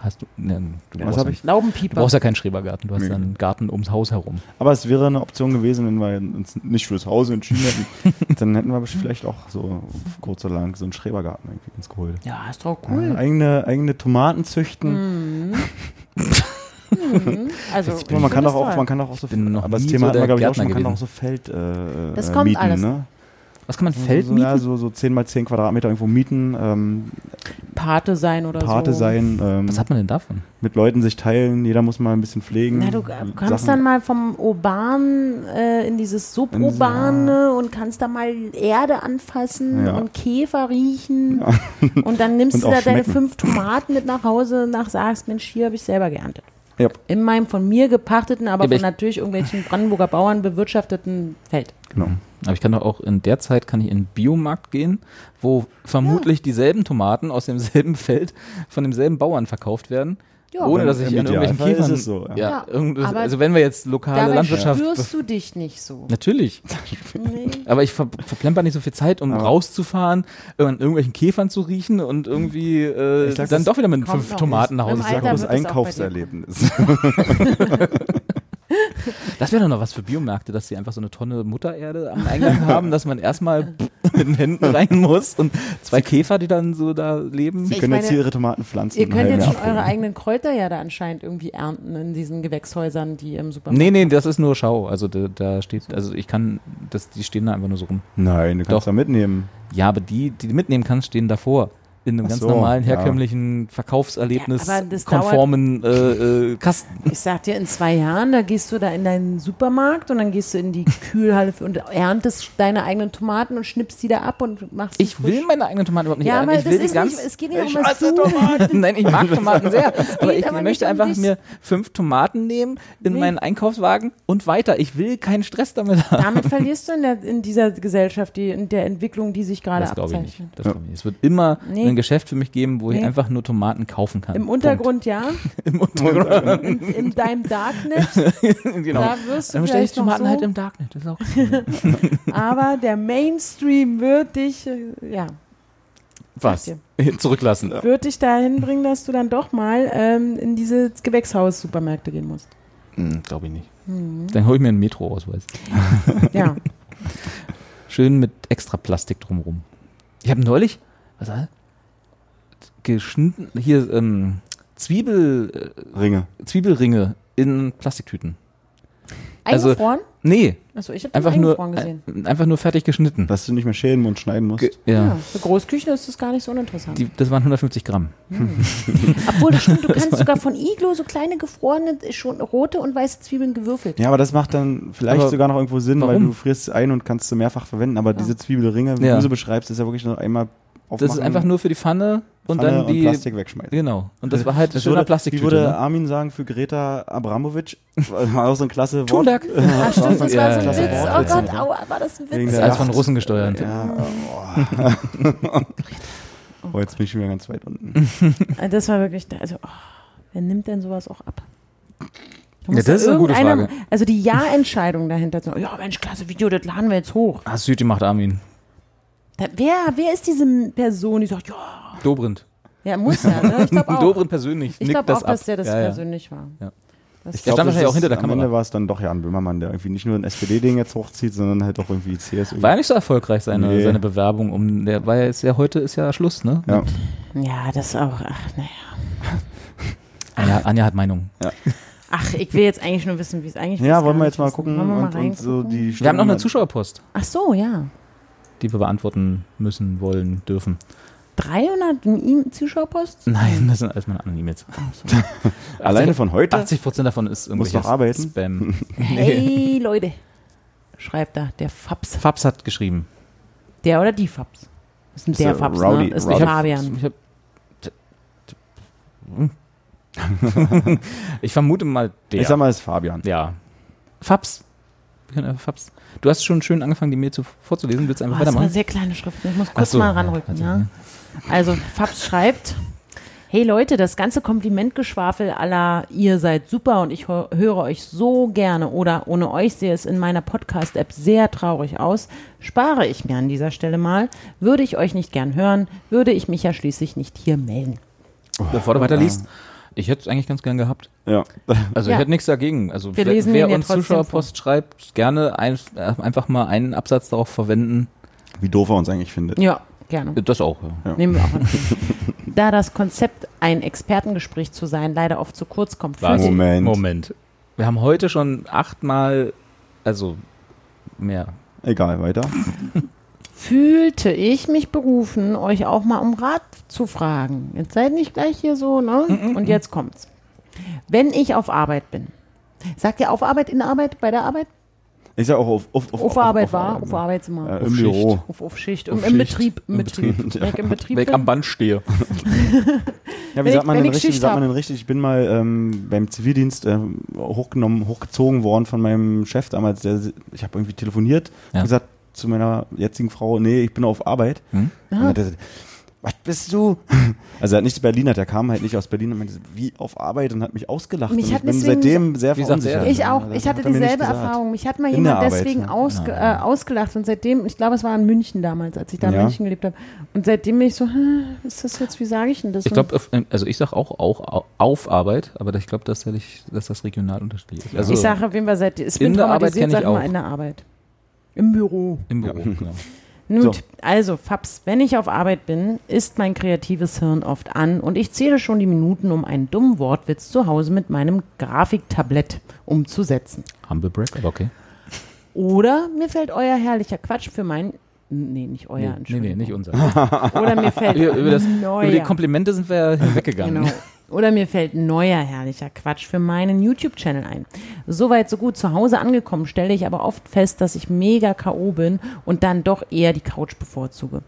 Hast du, ne, du, Was brauchst, habe ich? du Laubenpieper. brauchst ja keinen Schrebergarten, du hast einen Garten ums Haus herum. Aber es wäre eine Option gewesen, wenn wir uns nicht fürs Haus entschieden hätten. dann hätten wir vielleicht auch so kurz oder lang so einen Schrebergarten irgendwie ins Geholt. Ja, ist doch cool. Mhm. Ja, eigene, eigene Tomaten züchten. Also, Aber ich man, find kann das doch auch, toll. man kann doch auch so bin noch aber das nie so Thema hatten wir, der glaube ich, auch Gärtner schon. Man kann gewesen. auch so Feld äh, Das äh, kommt mieten, alles. ne? Was kann man, So- Feld so, mieten? Ja, so, so 10 mal 10 Quadratmeter irgendwo mieten, ähm, Pate sein oder Pate so. sein, ähm, Was hat man denn davon? mit Leuten sich teilen, jeder muss mal ein bisschen pflegen. Na, du g- kommst Sachen- dann mal vom Urban äh, in dieses Suburbane und kannst da mal Erde anfassen Ja. und Käfer riechen. Und dann nimmst Und du da auch deine schmecken. fünf Tomaten mit nach Hause und nach sagst, Mensch, hier habe ich selber geerntet. Ja. In meinem von mir gepachteten, aber Ja, aber von ich- natürlich irgendwelchen Brandenburger Bauern bewirtschafteten Feld. Aber ich kann doch auch in der Zeit kann ich in den Biomarkt gehen, wo vermutlich dieselben Tomaten aus demselben Feld von demselben Bauern verkauft werden. Ja. ohne Im- dass ich im an irgendwelchen Idealfall Käfern. ist es so, ja. ja, Ja, irgendwas- aber also wenn wir jetzt lokale Dabei Landwirtschaft. spürst du dich nicht so. Natürlich. Aber ich ver verplemper nicht so viel Zeit, um rauszufahren, äh, an irgendwelchen Käfern zu riechen und irgendwie äh, Ich sag, dann das doch wieder mit kommt fünf noch. Tomaten nach Hause Im zu Alter sagen. großes wird es auch bei dir Einkaufserlebnis. Das wäre doch noch was für Biomärkte, dass sie einfach so eine Tonne Muttererde am Eingang haben, dass man erstmal mit den Händen rein muss und zwei Käfer, die dann so da leben. Sie können jetzt meine, hier ihre Tomaten pflanzen. Ihr und könnt halten jetzt schon abholen. eure eigenen Kräuter ja da anscheinend irgendwie ernten in diesen Gewächshäusern, die im Supermarkt. Nee, nee, das ist nur Schau. Also da, da steht, also ich kann, das, die stehen da einfach nur so rum. Nein, du kannst Doch. da mitnehmen. Ja, aber die, die du mitnehmen kannst, stehen davor. In einem Ach ganz so, normalen, ja. herkömmlichen Verkaufserlebnis, Ja, aber das konformen äh, äh, Kasten. Ich sag dir, in zwei Jahren, da gehst du da in deinen Supermarkt und dann gehst du in die Kühlhalle und erntest deine eigenen Tomaten und schnippst die da ab und machst sie Ich will meine eigenen Tomaten überhaupt nicht Ja, ernten. aber ich das will die ist ganz nicht, es geht nicht um was du. Nein, ich mag Tomaten sehr. Aber ich aber nicht möchte um einfach dich. mir fünf Tomaten nehmen in Nee. meinen Einkaufswagen und weiter. Ich will keinen Stress damit haben. Damit verlierst du in, der, in dieser Gesellschaft, die, in der Entwicklung, die sich gerade Das glaube ich nicht. abzeichnet. Das glaub ich nicht. Es wird immer Nee. ein Geschäft für mich geben, wo ich Nee. einfach nur Tomaten kaufen kann. Im Untergrund ja, Im Untergrund. in, in deinem Darknet, genau. da wirst du Dann bestelle ich vielleicht noch Tomaten so, halt im Darknet. Das ist auch aber der Mainstream wird dich, äh, ja, was. Zurücklassen. wird dich dahin bringen, dass du dann doch mal ähm, in diese Gewächshaus-Supermärkte gehen musst. Glaube Hm, ich nicht. Dann hole ich mir einen Metro-Ausweis. Ja. Schön mit extra Plastik drumrum. Ich habe neulich, was war das? geschnitten, hier ähm, Zwiebel, Ringe. äh, Zwiebelringe in Plastiktüten. Also- Eingefroren? Nee, Achso, ich habe einfach nur, äh, eingefroren gesehen. Ah. ein- einfach nur fertig geschnitten. Dass du nicht mehr schälen und schneiden musst. Ge- Ja, ja. für Großküchen ist das gar nicht so uninteressant. Die, das waren 150 Gramm. Obwohl, das stimmt, du kannst sogar von Iglo so kleine gefrorene, äh, schon rote und weiße Zwiebeln gewürfelt. ja, aber das macht dann vielleicht Aber sogar noch irgendwo Sinn, weil warum? du frierst sie ein und kannst sie mehrfach verwenden. Aber diese Zwiebelringe, wie Ja. du sie beschreibst, ist ja wirklich nur einmal aufmachen. Das ist einfach nur für die Pfanne und Pfanne dann die. und Plastik wegschmeißen. Genau. Und das war halt ein schöner Wie Plastiktüte. würde Ne? Armin sagen für Greta Abramovic? War auch so ein klasse Wort. Tundak. Ach, Ah, stimmt, das war so ein Ja, Witz. ja, ja. oh Gott, aua, war das Das Wegen ein der ist Witz? alles von Yacht. Russen gesteuert. Ja, oh. oh, jetzt bin ich schon wieder ganz weit Mhm. unten. Das war wirklich, also, oh, wer nimmt denn sowas auch ab? Da Ja, muss das ist eine gute irgendeiner- Frage. Also die Ja-Entscheidung dahinter zu ja Mensch, klasse Video, das laden wir jetzt hoch. Ah, Süd, die macht Armin. Da, wer, wer ist diese Person, die sagt, ja, Dobrindt. ja, muss ja, ne? ich glaube auch. Dobrindt persönlich. Ich nickt glaube auch, das ab. dass der das ja, ja. persönlich war. Ja. Das glaub, stand das wahrscheinlich auch ist- hinter der am Kamera. Ende war es dann doch Jan Böhmermann, der irgendwie nicht nur ein SPD-Ding jetzt hochzieht, sondern halt auch irgendwie CSU. War ja nicht so erfolgreich seine, Nee. seine Bewerbung um der war ja jetzt ja heute ist ja Schluss, ne? Ja. ja, das auch, ach, naja. Anja, Anja hat Meinung. Ach, ich will jetzt eigentlich nur wissen, wie es eigentlich ja, will's wollen gar wir nicht jetzt mal wissen. gucken Wollen wir mal und, und so reingucken? die Wir haben noch eine Stimmen- Zuschauerpost, Ach so, ja. die wir beantworten müssen, wollen, dürfen. 300 E- Zuschauerposts? Nein, das sind alles meine anderen E-Mails. Also Alleine von heute? 80 Prozent davon ist irgendwie noch arbeiten? Spam. Hey, Leute. Schreibt da, der Fabs. Fabs hat geschrieben. Der oder die Fabs? Das ist ein der der Fabs, äh, Rowdy- ne? Ist Rowdy- nicht Fabian. Ich, hab, t- t- hm. ich vermute mal der. Ich sag mal, es ist Fabian. ja. Fabs. Wir können einfach Fabs. Du hast schon schön angefangen, die Mail zu, vorzulesen. Willst du Oh, einfach das ist eine weitermachen? sehr kleine Schrift. Ich muss kurz so, mal ja, ranrücken. also, Ja. Also, Fabs schreibt. Hey Leute, das ganze Komplimentgeschwafel aller, ihr seid super und ich hö- höre euch so gerne oder ohne euch sehe es in meiner Podcast-App sehr traurig aus, spare ich mir an dieser Stelle mal. Würde ich euch nicht gern hören, würde ich mich ja schließlich nicht hier melden. Bevor du weiterliest. Ich hätte es eigentlich ganz gern gehabt. Ja. Also Ja. ich hätte nichts dagegen. Also Wir wer, lesen wer ihn ja uns trotzdem Zuschauerpost schreibt, gerne ein, äh, einfach mal einen Absatz darauf verwenden. Wie doof er uns eigentlich findet. Ja, gerne. Das auch. Ja. Nehmen wir auch an. da das Konzept, ein Expertengespräch zu sein, leider oft zu kurz kommt, fühlt Was? sich- Moment. Moment. Wir haben heute schon achtmal, also mehr. Egal, weiter. fühlte ich mich berufen, euch auch mal um Rat zu fragen. Jetzt seid nicht gleich hier so, ne? Und jetzt kommt's. Wenn ich auf Arbeit bin, sagt ihr auf Arbeit, in Arbeit, bei der Arbeit? Ich sag auch auf, auf, auf, Auf Arbeit war, auf Arbeit sind wir. Äh, Im Büro. Auf, auf Schicht, im, im Betrieb, im Betrieb. Wenn ich im Betrieb Weg bin, am Band stehe. Ja, Wenn wie ich- sagt man wenn denn richtig? ich Wie Schicht sagt man hab. denn richtig? Ich bin mal ähm, beim Zivildienst ähm, hochgenommen, hochgezogen worden von meinem Chef damals. Der, ich habe irgendwie telefoniert, Ja. gesagt zu meiner jetzigen Frau, nee, ich bin auf Arbeit. Hm? Und hat er gesagt, was bist du? Also er hat nicht Berliner, der kam halt nicht aus Berlin und meinte, wie auf Arbeit und hat mich ausgelacht. Mich und hat ich bin deswegen- seitdem sehr Wie sagt verunsichert. er? Ich auch. Ja, das Ich hatte hat er mir dieselbe nicht gesagt. Erfahrung. Mich hat mal In jemand der Arbeit, deswegen ne? ausge äh, ausgelacht. Und seitdem, ich glaube, es war in München damals, als ich da in Ja. München gelebt habe. Und seitdem bin ich so, "Hä, ist das jetzt, wie sage ich denn das? Ich glaube, also ich sage auch, auch auf Arbeit, aber ich glaube tatsächlich, dass das regional unterschiedlich ist. Also ich sage auf jeden Fall, seit, ich bin In der Arbeit traumatisiert, kenn ich sag mal, auch. in der Arbeit. Im Büro. im Büro. Genau. Nun, So. also, Fabs, wenn ich auf Arbeit bin, ist mein kreatives Hirn oft an und ich zähle schon die Minuten, um einen dummen Wortwitz zu Hause mit meinem Grafiktablett umzusetzen. Humble Break, aber okay. Oder mir fällt euer herrlicher Quatsch für meinen. Nee, nicht euer, nee, nee, Entschuldigung. nicht unser. Oder mir fällt Über, über, das, über die neuer. Komplimente sind wir ja hinweggegangen. Genau. Oder mir fällt neuer herrlicher Quatsch für meinen YouTube-Channel ein. Soweit, so gut. Zu Hause angekommen stelle ich aber oft fest, dass ich mega K.O. bin und dann doch eher die Couch bevorzuge.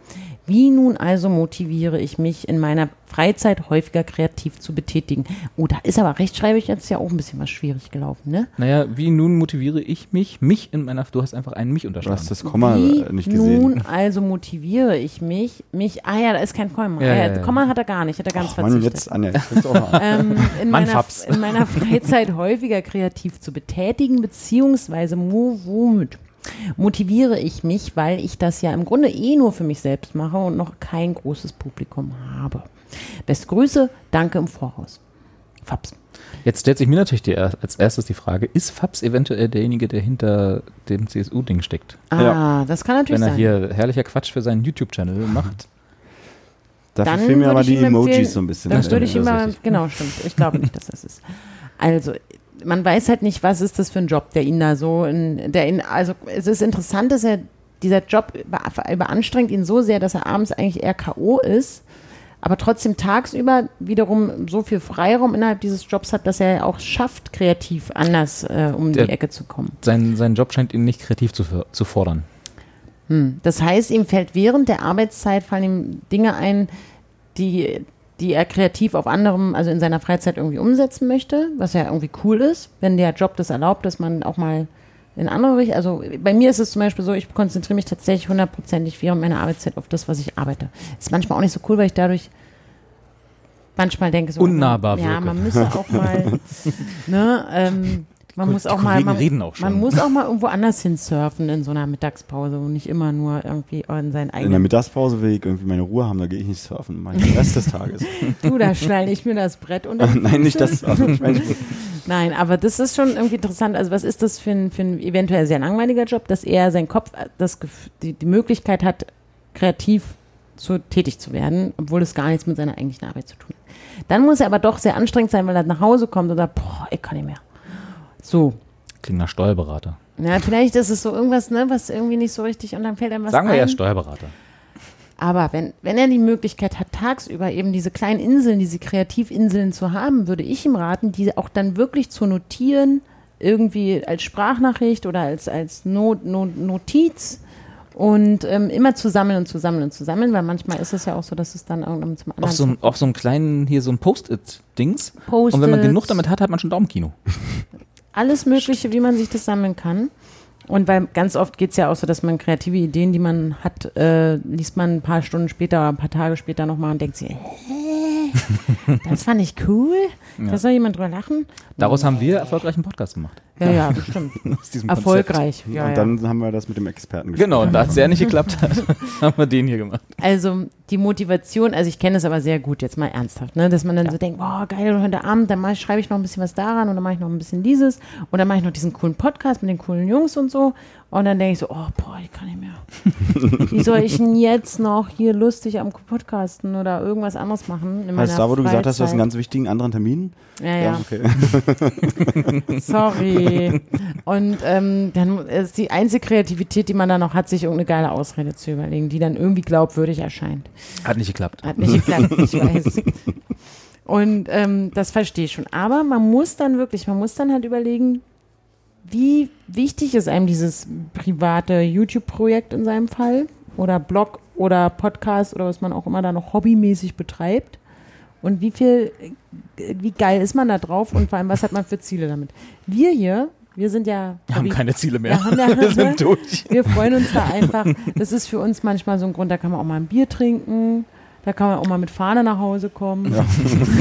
Wie nun also motiviere ich mich, in meiner Freizeit häufiger kreativ zu betätigen? Oh, da ist aber rechtschreibig jetzt ja auch ein bisschen was schwierig gelaufen, ne? Naja, wie nun motiviere ich mich? Mich in meiner, du hast einfach einen mich Du hast unterschlagen. das Komma Wie äh, nicht gesehen. nun also motiviere ich mich, mich, ah ja, da ist kein Komma. Ja, Ah ja, ja, ja. Komma hat er gar nicht, hat er ganz Ach, Mann, verzichtet. jetzt, Anja, jetzt fängt's auch noch an. ähm, in, Mann, meiner, Fabs. in meiner Freizeit häufiger kreativ zu betätigen, beziehungsweise mo- womit motiviere ich mich, weil ich das ja im Grunde eh nur für mich selbst mache und noch kein großes Publikum habe. Beste Grüße, danke im Voraus. Fabs. Jetzt stellt sich mir natürlich die, er- als erstes die Frage, ist Fabs eventuell derjenige, der hinter dem CSU-Ding steckt? Ah, Ja. das kann natürlich Wenn er sein. hier herrlicher Quatsch für seinen YouTube-Channel macht. Dafür Dann fehlen mir würde aber ich die ihm empfehlen- Emojis so ein bisschen. Dann würde ich das ist immer, richtig. genau, stimmt. Ich glaube nicht, dass das ist. Also, man weiß halt nicht, was ist das für ein Job, der ihn da so, in, der ihn, also es ist interessant, dass er, dieser Job über- überanstrengt ihn so sehr, dass er abends eigentlich eher K.O. ist, aber trotzdem tagsüber wiederum so viel Freiraum innerhalb dieses Jobs hat, dass er auch schafft, kreativ anders äh, um Der- die Ecke zu kommen. Sein, sein Job scheint ihn nicht kreativ zu, für- zu fordern. Das heißt, ihm fällt während der Arbeitszeit fallen ihm Dinge ein, die, die er kreativ auf anderem, also in seiner Freizeit irgendwie umsetzen möchte, was ja irgendwie cool ist, wenn der Job das erlaubt, dass man auch mal in andere Richtungen, also bei mir ist es zum Beispiel so, ich konzentriere mich tatsächlich hundertprozentig während meiner Arbeitszeit auf das, was ich arbeite. Ist manchmal auch nicht so cool, weil ich dadurch manchmal denke, so, Unnahbar Ja, wirke. man müsse auch mal, ne, ähm, man Gut, muss die auch mal, Kollegen man, reden auch schon. man muss auch mal irgendwo anders hin surfen in so einer Mittagspause und nicht immer nur irgendwie in seinen In der eigenen. Mittagspause will ich irgendwie meine Ruhe haben, da gehe ich nicht surfen. Mein Rest des Tages. Du, da schneide ich mir das Brett und Nein, nicht das. Also ich meine, Nein, aber das ist schon irgendwie interessant. Also was ist das für ein, für ein eventuell sehr langweiliger Job, dass er sein Kopf äh, das, Gef- die, die Möglichkeit hat, kreativ zu, tätig zu werden, obwohl es gar nichts mit seiner eigentlichen Arbeit zu tun hat. Dann muss er aber doch sehr anstrengend sein, weil er nach Hause kommt und sagt, boah, ich kann nicht mehr. So. Klingt nach Steuerberater. Na, vielleicht ist es so irgendwas, ne, was irgendwie nicht so richtig und dann fällt einem was Sagen ein. wir ja Steuerberater. Aber wenn, wenn er die Möglichkeit hat, tagsüber eben diese kleinen Inseln, diese Kreativinseln zu haben, würde ich ihm raten, diese auch dann wirklich zu notieren, irgendwie als Sprachnachricht oder als, als Not, Not, Notiz und ähm, immer zu sammeln und zu sammeln und zu sammeln, weil manchmal ist es ja auch so, dass es dann irgendwann zum anderen Auf so, einem- auf so einem kleinen, hier so ein Post-it-Dings. Post-its. Und wenn man genug damit hat, hat man schon Daumenkino. alles Mögliche, wie man sich das sammeln kann. Und weil ganz oft geht's ja auch so, dass man kreative Ideen, die man hat, äh, liest man ein paar Stunden später oder ein paar Tage später nochmal und denkt sich, äh, das fand ich cool. Da soll jemand drüber lachen. Daraus haben wir erfolgreich einen Podcast gemacht. Ja, ja, bestimmt. Aus diesem Erfolgreich. Ja, und ja. dann haben wir das mit dem Experten Konzept. Genau, und da es ja nicht geklappt hat, haben wir den hier gemacht. Also die Motivation, also ich kenne es aber sehr gut, jetzt mal ernsthaft, ne? dass man dann so denkt, boah, geil, und heute Abend, dann mach, schreibe ich noch ein bisschen was daran und dann mache ich noch ein bisschen dieses und dann mache ich noch diesen coolen Podcast mit den coolen Jungs und so und dann denke ich so, oh, boah, ich kann nicht mehr. Wie soll ich denn jetzt noch hier lustig am Podcasten oder irgendwas anderes machen? In Heißt meiner da, wo du gesagt hast, du hast einen Freizeit? ganz wichtigen anderen Termin? Ja, ja. okay. Sorry. Und ähm, dann ist die einzige Kreativität, die man da noch hat, sich irgendeine geile Ausrede zu überlegen, die dann irgendwie glaubwürdig erscheint. Hat nicht geklappt. Hat nicht geklappt, ich weiß. Und ähm, das verstehe ich schon. Aber man muss dann wirklich, man muss dann halt überlegen, wie wichtig ist einem dieses private YouTube-Projekt in seinem Fall oder Blog oder Podcast oder was man auch immer da noch hobbymäßig betreibt. Und wie viel, äh, wie geil ist man da drauf und vor allem, was hat man für Ziele damit? Wir hier, wir sind ja. Wir haben Hobby- keine Ziele mehr. Wir haben ja- wir sind durch. wir freuen uns da einfach. Das ist für uns manchmal so ein Grund, da kann man auch mal ein Bier trinken. Da kann man auch mal mit Fahne nach Hause kommen.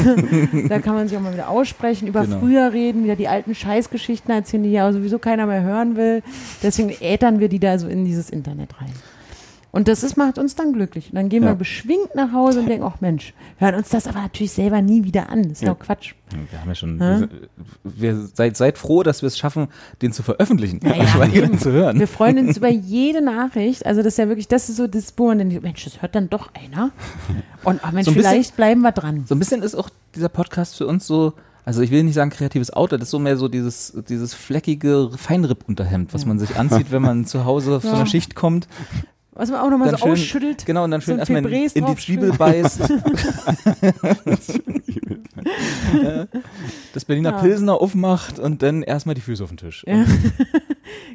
da kann man sich auch mal wieder aussprechen, über Genau. früher reden, wieder die alten Scheißgeschichten erzählen, die ja sowieso keiner mehr hören will. Deswegen ätern wir die da so in dieses Internet rein. Und das ist, macht uns dann glücklich. Und dann gehen wir beschwingt nach Hause und denken, ach Mensch, hören uns das aber natürlich selber nie wieder an. Ist doch Quatsch. Wir haben ja schon. Wir, sind- wir seid, seid froh, dass wir es schaffen, den zu veröffentlichen. Schweige denn zu hören. Wir freuen uns über jede Nachricht. Also das ist ja wirklich, das ist so das, wo man dann denkt, Mensch, das hört dann doch einer. Und ach Mensch, So ein bisschen- vielleicht bleiben wir dran. So ein bisschen ist auch dieser Podcast für uns so, also ich will nicht sagen kreatives Outlet, das ist so mehr so dieses, dieses fleckige Feinripp-Unterhemd, was man sich anzieht, wenn man zu Hause von der Schicht kommt. Was man auch nochmal so schön, ausschüttelt. Genau, und dann schön so ein erstmal in, Febreze in die draufschüttet. Zwiebel beißt. das Berliner Ja. Pilsener aufmacht und dann erstmal die Füße auf den Tisch.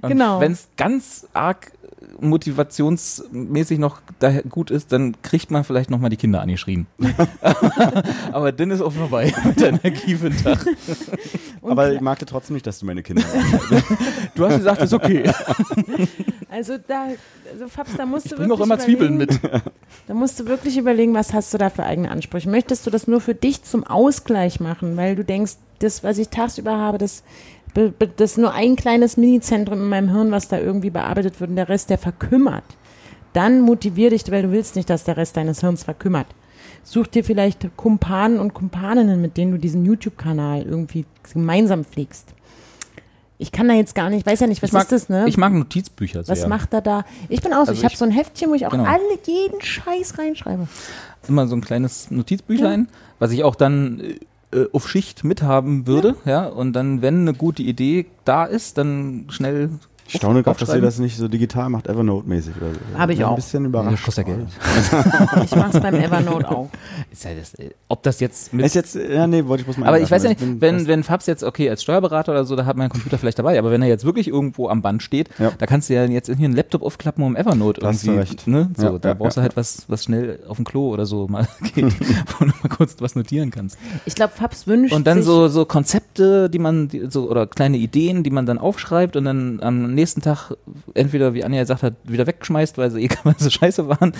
Ja. Und Genau. Wenn es ganz arg motivationsmäßig noch daher gut ist, dann kriegt man vielleicht nochmal die Kinder angeschrien. Aber dann ist auch vorbei mit deiner Energie für den Tag. Und Aber klar- ich mag dir trotzdem nicht, dass du meine Kinder hast. Du hast gesagt, ist okay. Also da, also Fabs, da musst du Bring wirklich auch immer Zwiebeln überlegen- mit. Da musst du wirklich überlegen, was hast du da für eigene Ansprüche. Möchtest du das nur für dich zum Ausgleich machen, weil du denkst, das, was ich tagsüber habe, das, be- be- das ist nur ein kleines Minizentrum in meinem Hirn, was da irgendwie bearbeitet wird und der Rest, der verkümmert. Dann motivier dich, weil du willst nicht, dass der Rest deines Hirns verkümmert. Such dir vielleicht Kumpanen und Kumpaninnen, mit denen du diesen YouTube-Kanal irgendwie gemeinsam pflegst. Ich kann da jetzt gar nicht, weiß ja nicht, was ist das, ne? ich mag Notizbücher sehr. was macht er da? Ich bin auch so, Also ich habe ich- so ein Heftchen, wo ich auch genau. alle jeden Scheiß reinschreibe. immer so ein kleines Notizbüchlein, was ich auch dann äh, auf Schicht mithaben würde, ja. Und dann, wenn eine gute Idee da ist, dann schnell. Ich staune gerade, dass ihr aufschreiben. das nicht so digital macht, Evernote-mäßig. oder so. Hab ich Bin auch. Ein bisschen Ja, das überrascht. kostet ja Geld. Ich mach's beim Evernote auch. Ist ja das, äh, ob das jetzt mit. Ist jetzt, ja, nee, wollte ich bloß mal aber ich weiß ja einwerfen. nicht, bin- wenn, wenn Fabs jetzt, okay, als Steuerberater oder so, da hat mein Computer vielleicht dabei, aber wenn er jetzt wirklich irgendwo am Band steht, Ja. da kannst du ja jetzt hier einen Laptop aufklappen, um Evernote Da hast irgendwie. du recht. Ne? So, Ja, da ja, brauchst ja, du halt was, was schnell auf dem Klo oder so mal geht, wo du mal kurz was notieren kannst. Ich glaube, Fabs wünscht Und dann sich, so, so Konzepte, die man, die, so, oder kleine Ideen, die man dann aufschreibt und dann am nächsten Tag entweder, wie Anja gesagt hat, wieder wegschmeißt, weil sie eh mal so scheiße waren,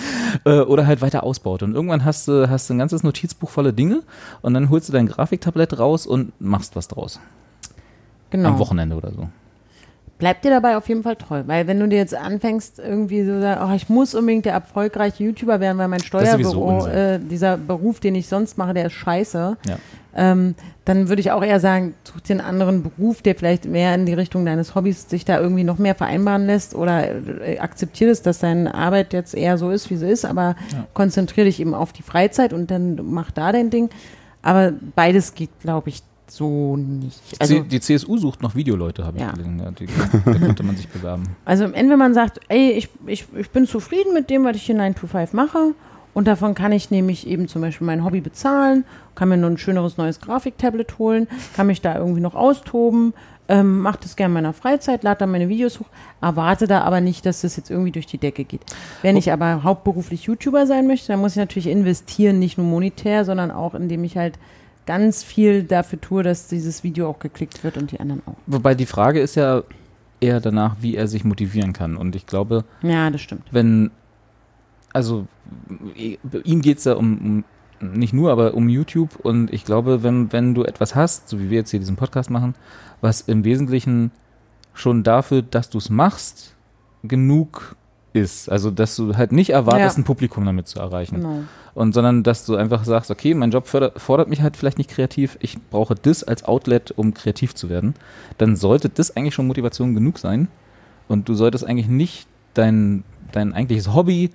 äh, oder halt weiter ausbaut. Und irgendwann hast du, hast du ein ganzes Notizbuch voller Dinge und dann holst du dein Grafiktablett raus und machst was draus. genau. Am Wochenende oder so. Bleib dir dabei auf jeden Fall treu, weil wenn du dir jetzt anfängst, irgendwie so, sagen, oh, ich muss unbedingt der erfolgreiche YouTuber werden, weil mein ist sowieso Steuerbüro, Unsinn. äh, dieser Beruf, den ich sonst mache, der ist scheiße, Ja. ähm, dann würde ich auch eher sagen, such dir einen anderen Beruf, der vielleicht mehr in die Richtung deines Hobbys sich da irgendwie noch mehr vereinbaren lässt oder äh, akzeptier es, dass deine Arbeit jetzt eher so ist, wie sie ist, aber konzentriere dich eben auf die Freizeit und dann mach da dein Ding. Aber beides geht, glaube ich, so nicht. Also, Also, die CSU sucht noch Videoleute, habe ich Ja. gelesen. Ja, die, da könnte man sich bewerben. also am Ende, wenn man sagt, ey, ich, ich, ich bin zufrieden mit dem, was ich hier 9 to 5 mache und davon kann ich nämlich eben zum Beispiel mein Hobby bezahlen, kann mir noch ein schöneres neues Grafiktablet holen, kann mich da irgendwie noch austoben, ähm, mache das gerne in meiner Freizeit, lade da meine Videos hoch, erwarte da aber nicht, dass das jetzt irgendwie durch die Decke geht. Wenn ich aber hauptberuflich YouTuber sein möchte, dann muss ich natürlich investieren, nicht nur monetär, sondern auch, indem ich halt ganz viel dafür tue, dass dieses Video auch geklickt wird und die anderen auch. Wobei die Frage ist ja eher danach, wie er sich motivieren kann. Und ich glaube, Ja, das stimmt. wenn, also eh, ihm geht's ja um, um, nicht nur, aber um YouTube und ich glaube, wenn, wenn du etwas hast, so wie wir jetzt hier diesen Podcast machen, was im Wesentlichen schon dafür, dass du es machst, genug ist. Also, dass du halt nicht erwartest, Ja. ein Publikum damit zu erreichen. Genau. Und sondern, dass du einfach sagst, okay, mein Job förder, fordert mich halt vielleicht nicht kreativ, ich brauche das als Outlet, um kreativ zu werden, dann sollte das eigentlich schon Motivation genug sein. Und du solltest eigentlich nicht dein, dein eigentliches Hobby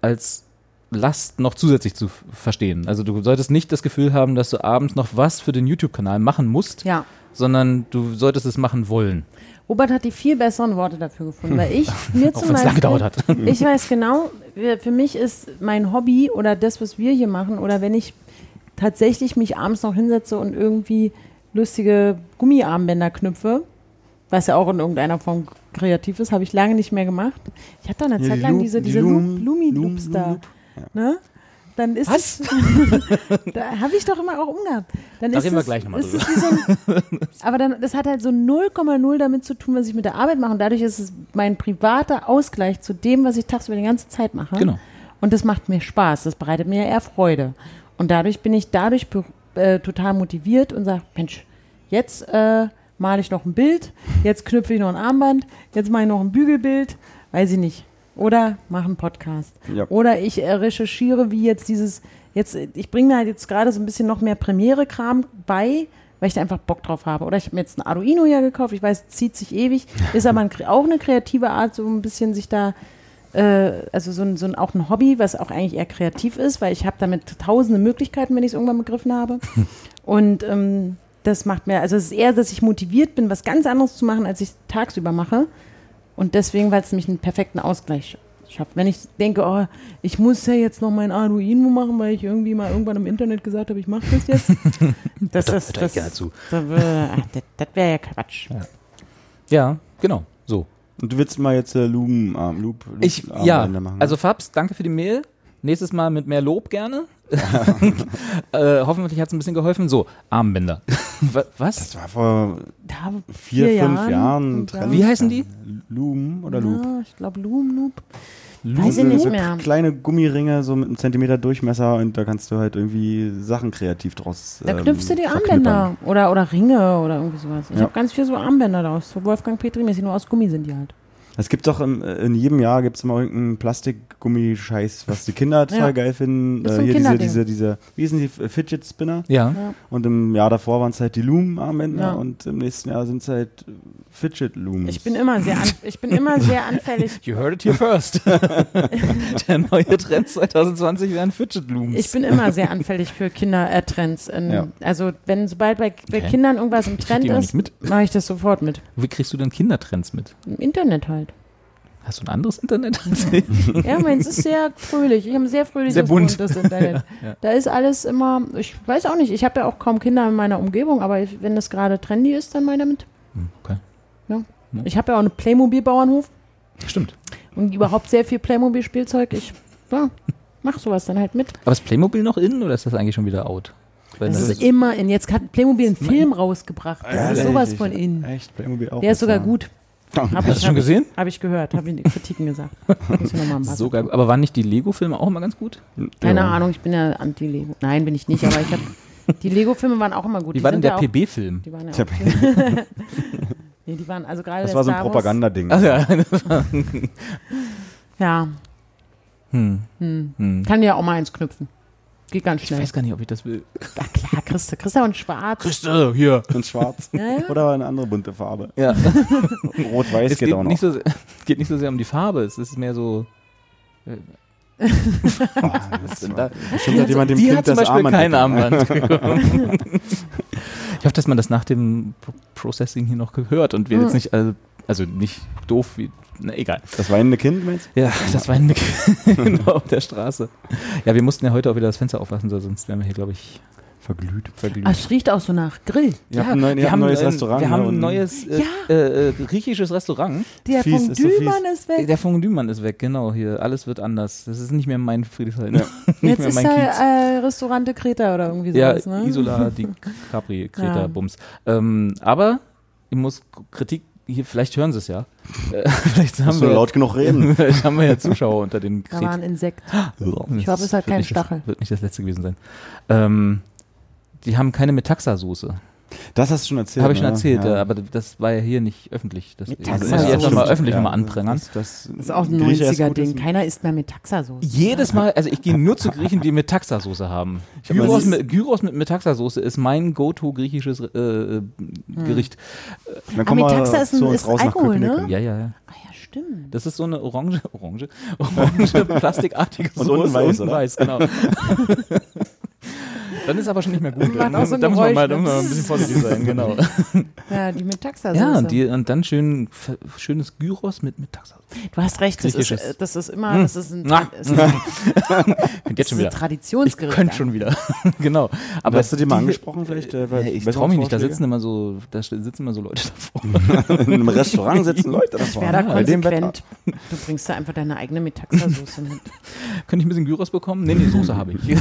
als Last noch zusätzlich zu f- verstehen. Also du solltest nicht das Gefühl haben, dass du abends noch was für den YouTube-Kanal machen musst, Ja. sondern du solltest es machen wollen. Robert hat die viel besseren Worte dafür gefunden, weil ich mir Auch wenn es zum Beispiel, lange gedauert hat. ich weiß genau, wir- für mich ist mein Hobby oder das, was wir hier machen oder wenn ich tatsächlich mich abends noch hinsetze und irgendwie lustige Gummiarmbänder knüpfe, was ja auch in irgendeiner Form kreativ ist, habe ich lange nicht mehr gemacht. Ich hatte eine Ja, Zeit die lang Loop- diese, die diese Loom- Loop- Lumi Loom- Loops da, Loom- ne? Dann ist Was? es- da habe ich doch immer auch umgehabt. Dann Da ist reden wir es- gleich nochmal ist es wie so ein aber dann, das hat halt so 0,0 damit zu tun, was ich mit der Arbeit mache. Und dadurch ist es mein privater Ausgleich zu dem, was ich tagsüber die ganze Zeit mache. Genau. Und das macht mir Spaß, das bereitet mir eher Freude. Und dadurch bin ich dadurch be- äh, total motiviert und sage, Mensch, jetzt äh, male ich noch ein Bild, jetzt knüpfe ich noch ein Armband, jetzt mache ich noch ein Bügelbild, weiß ich nicht. Oder mache einen Podcast. Ja. Oder ich äh, recherchiere, wie jetzt dieses, jetzt, äh, ich bringe mir halt jetzt gerade so ein bisschen noch mehr Premiere-Kram bei, weil ich da einfach Bock drauf habe. Oder ich habe mir jetzt ein Arduino ja gekauft, ich weiß, zieht sich ewig, ist aber ein, kre- auch eine kreative Art, so ein bisschen sich da äh, also so ein, so ein, auch ein Hobby, was auch eigentlich eher kreativ ist, weil ich habe damit tausende Möglichkeiten, wenn ich es irgendwann begriffen habe. Und ähm, das macht mir, also es ist eher, dass ich motiviert bin, was ganz anderes zu machen, als ich tagsüber mache. Und deswegen, weil es nämlich einen perfekten Ausgleich schafft. Wenn ich denke, oh, ich muss ja jetzt noch mein Arduino machen, weil ich irgendwie mal irgendwann im Internet gesagt habe, ich mache das jetzt. Das ist das. ja zu. Das wäre ja Quatsch. Ja, genau. So. Und du willst mal jetzt äh, Lugen, Arm, Loop, Loop Ich, Armbänder ja, ne? machen. also Fabs, danke für die Mail. Nächstes Mal mit mehr Lob gerne. äh, hoffentlich hat es ein bisschen geholfen. So, Armbänder. Wa- Was? das war vor Da, vier, Vier fünf Jahren. Jahren. Trend. Wie heißen die? Loom oder Loop? ja, ich glaube, Loom, Loop. Das Weiß ich sind nicht so mehr. kleine Gummiringe, so mit einem Zentimeter Durchmesser und da kannst du halt irgendwie Sachen kreativ draus. Da ähm, knüpfst du die verknüppern. Armbänder oder, oder Ringe oder irgendwie sowas. Ich Ja. habe ganz viel so Armbänder daraus. So Wolfgang Petri mäßig, nur aus Gummi sind die halt. Es gibt doch im, in jedem Jahr gibt's immer irgendeinen Plastikgummischeiß, was die Kinder total Ja. geil finden. Äh, Ist so ein hier diese, Kinderding. diese, diese, wie sind die Fidget Spinner? Ja. Und im Jahr davor waren es halt die Loom-Armbänder Ja. und im nächsten Jahr sind es halt Fidget Looms. Ich bin immer sehr, an, ich bin immer sehr anfällig. You heard it here first. Der neue Trend 2020 wären Fidget Looms. Ich bin immer sehr anfällig für Kindertrends. Äh, Ja. Trends. Ähm, Also wenn sobald bei, bei Hä? Kindern irgendwas im Trend die immer nicht ist, mache ich das sofort mit. Wie kriegst du denn Kindertrends mit? Im Internet halt. Hast du ein anderes Internet als ich? Ja, meins ist sehr fröhlich. Ich habe ein sehr fröhliches Sehr bunt. buntes Internet. Da ist alles immer, ich weiß auch nicht, ich habe ja auch kaum Kinder in meiner Umgebung, aber ich, wenn das gerade trendy ist, dann mal damit. Hm, Okay. Ich habe ja auch einen Playmobil-Bauernhof. Stimmt. und überhaupt sehr viel Playmobil-Spielzeug. Ich ja, mach sowas dann halt mit. Aber ist Playmobil noch in oder ist das eigentlich schon wieder out? Weil Das das- ist eh immer in. Jetzt hat Playmobil einen Film rausgebracht. Das ist sowas von innen. Echt, Playmobil auch. Der ist muss sogar sagen. gut. Hab Hast du schon hab gesehen? Habe ich gehört, habe in den Kritiken gesagt. Muss ich noch mal machen. so geil. Aber waren nicht die Lego-Filme auch immer ganz gut? Keine Ja. Ahnung, ich bin ja anti-Lego. Nein, bin ich nicht, aber ich habe. Die Lego-Filme waren auch immer gut. Wie war denn sind der ja auch, PB-Film? Die waren ja Ich auch. hab, Nee, die waren also gerade das der war so ein Star Wars- Propagandading. Ach ja. Hm. Ja. Hm. Hm. Hm. Kann dir ja auch mal eins knüpfen. Geht ganz Ich schnell. weiß gar nicht, ob ich das will. Ach klar, Christa. Christa und Schwarz. Christa, hier. In schwarz. Ja, ja. Oder eine andere bunte Farbe. Ja. Rot-Weiß Es geht, geht, auch noch. nicht so, sehr- geht nicht so sehr um die Farbe, es ist mehr so. Ah, das ist- Bestimmt hat jemand dem die Kind hat zum das Beispiel Armband kein weggenommen. Armband. Ich hoffe, dass man das nach dem Pro- Processing hier noch gehört und wir jetzt nicht, also, also nicht doof wie, na egal. Das weinende Kind, meinst Ja, das war ein Nick genau auf der Straße. Ja, wir mussten ja heute auch wieder das Fenster auflassen, sonst wären wir hier, glaube ich, Verglüht. verglüht. Ah, es riecht auch so nach Grill. Ihr habt ein, neu, ihr habt ein neues Restaurant. Wir haben ne, ein und neues äh, Ja. äh, äh, griechisches Restaurant. Der Fies, ist so fies. Fondue-Mann ist weg. Der Fondue-Mann ist weg, genau hier. Alles wird anders. Das ist nicht mehr mein Friedrichshain. Ja. nicht Jetzt mehr ist mein Kiez. er äh, Restaurante Kreta oder irgendwie Ja, sowas, ne? Isola, die Capri, Kreta, Ja. Bums. Ähm, aber ich muss Kritik, hier, vielleicht hören sie es ja. Äh, vielleicht, haben Musst du wir, laut genug reden. vielleicht haben wir ja Zuschauer unter den Da war ein Insekt. Ich hoffe, es hat keinen Stachel. Das, wird nicht das letzte gewesen sein. Ähm, die haben keine Metaxa-Soße. Das hast du schon erzählt. Habe ich schon ne? erzählt, ja. Ja. aber das war ja hier nicht öffentlich. Das Metaxa-Soße. muss ich einfach stimmt, mal öffentlich ja. mal anprangern. Das, das, Das ist auch ein 90er-Ding. Keiner isst mehr mit Taxasoße. Jedes Mal, also ich gehe nur zu Griechen, die Metaxa-Soße haben. mal Gyros dieses- mit, Gyros mit Metaxa-Soße ist mein go-to griechisches äh, äh, Hm. Gericht. Dann komm mal Taxa ist ein- zu uns ist raus nach Alkohol, ne? Köpenick. Ja, ja, ja. Ah ja, stimmt. Das ist so eine orange, orange, orange, plastikartige Und Soße. unten weiß, oder? genau. Dann ist aber schon nicht mehr gut. Macht Da auch muss so ein man mal, Geräusch, da muss man mal ein ne? bisschen vorsichtig sein, genau. Ja, die mit Taxasoße. Ja, und, die, und dann schön, f- schönes Gyros mit Mittagssalat. du hast recht, das ist, Griechisches. äh, das ist immer, das ist ein, Hm. Na. das ist ein, Könnt das jetzt ist schon ein wieder. Ich Traditionsgericht. könnte schon wieder. genau. Aber Hast du dir mal die- angesprochen vielleicht? Äh, Ja, bei- ich bei traue mich nicht, da Vorschläge? sitzen immer so, da sitzen immer so Leute davor. In einem Restaurant sitzen Leute davor. Wäre da Bei dem Wetter. konsequent. Du bringst da einfach deine eigene Metaxasoße mit. Könnte ich ein bisschen Gyros bekommen? Nee, nee, Soße habe ich. nee,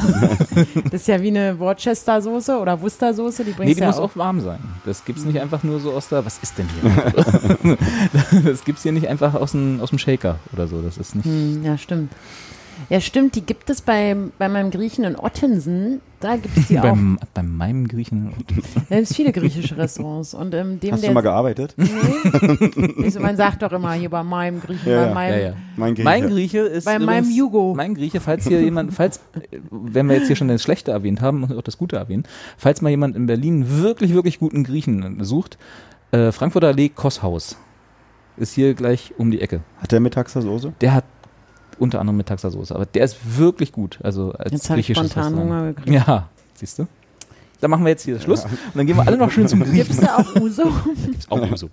Das ist ja wie eine Worcester-Soße oder Worcester-Soße, die bringst die du ja Mhm. muss auch. auch warm sein. Das gibt's nicht einfach nur so aus der, was ist denn hier? das gibt's hier nicht einfach aus dem, aus dem Shaker oder so. Das ist nicht, Hm, Ja, stimmt. Ja, stimmt, die gibt es bei, bei meinem Griechen in Ottensen. Da gibt es die auch. beim, bei meinem Griechen. Da gibt es viele griechische Restaurants. Und ähm, dem, Hast der. du mal gearbeitet? Nee. Also man sagt doch immer hier bei meinem Griechen, Ja, bei ja. Mein meinem. Grieche. Mein Grieche ist Bei meinem übrigens- Jugo. Mein Grieche, falls hier jemand, falls, äh, wenn wir jetzt hier schon das Schlechte erwähnt haben, muss ich auch das Gute erwähnen, falls mal jemand in Berlin wirklich, wirklich guten Griechen sucht, äh, Frankfurter Allee Kosshaus ist hier gleich um die Ecke. Hat der Metaxa-Soße? Der hat unter anderem mit Taxasoße, aber der ist wirklich gut. Also als Jetzt habe ich griechisches spontan Restaurant. Hunger gekriegt. Ja, siehst du? Dann machen wir jetzt hier Schluss und dann gehen wir alle noch schön zum Gibt es Griechen. da auch Uso? Auch Uso.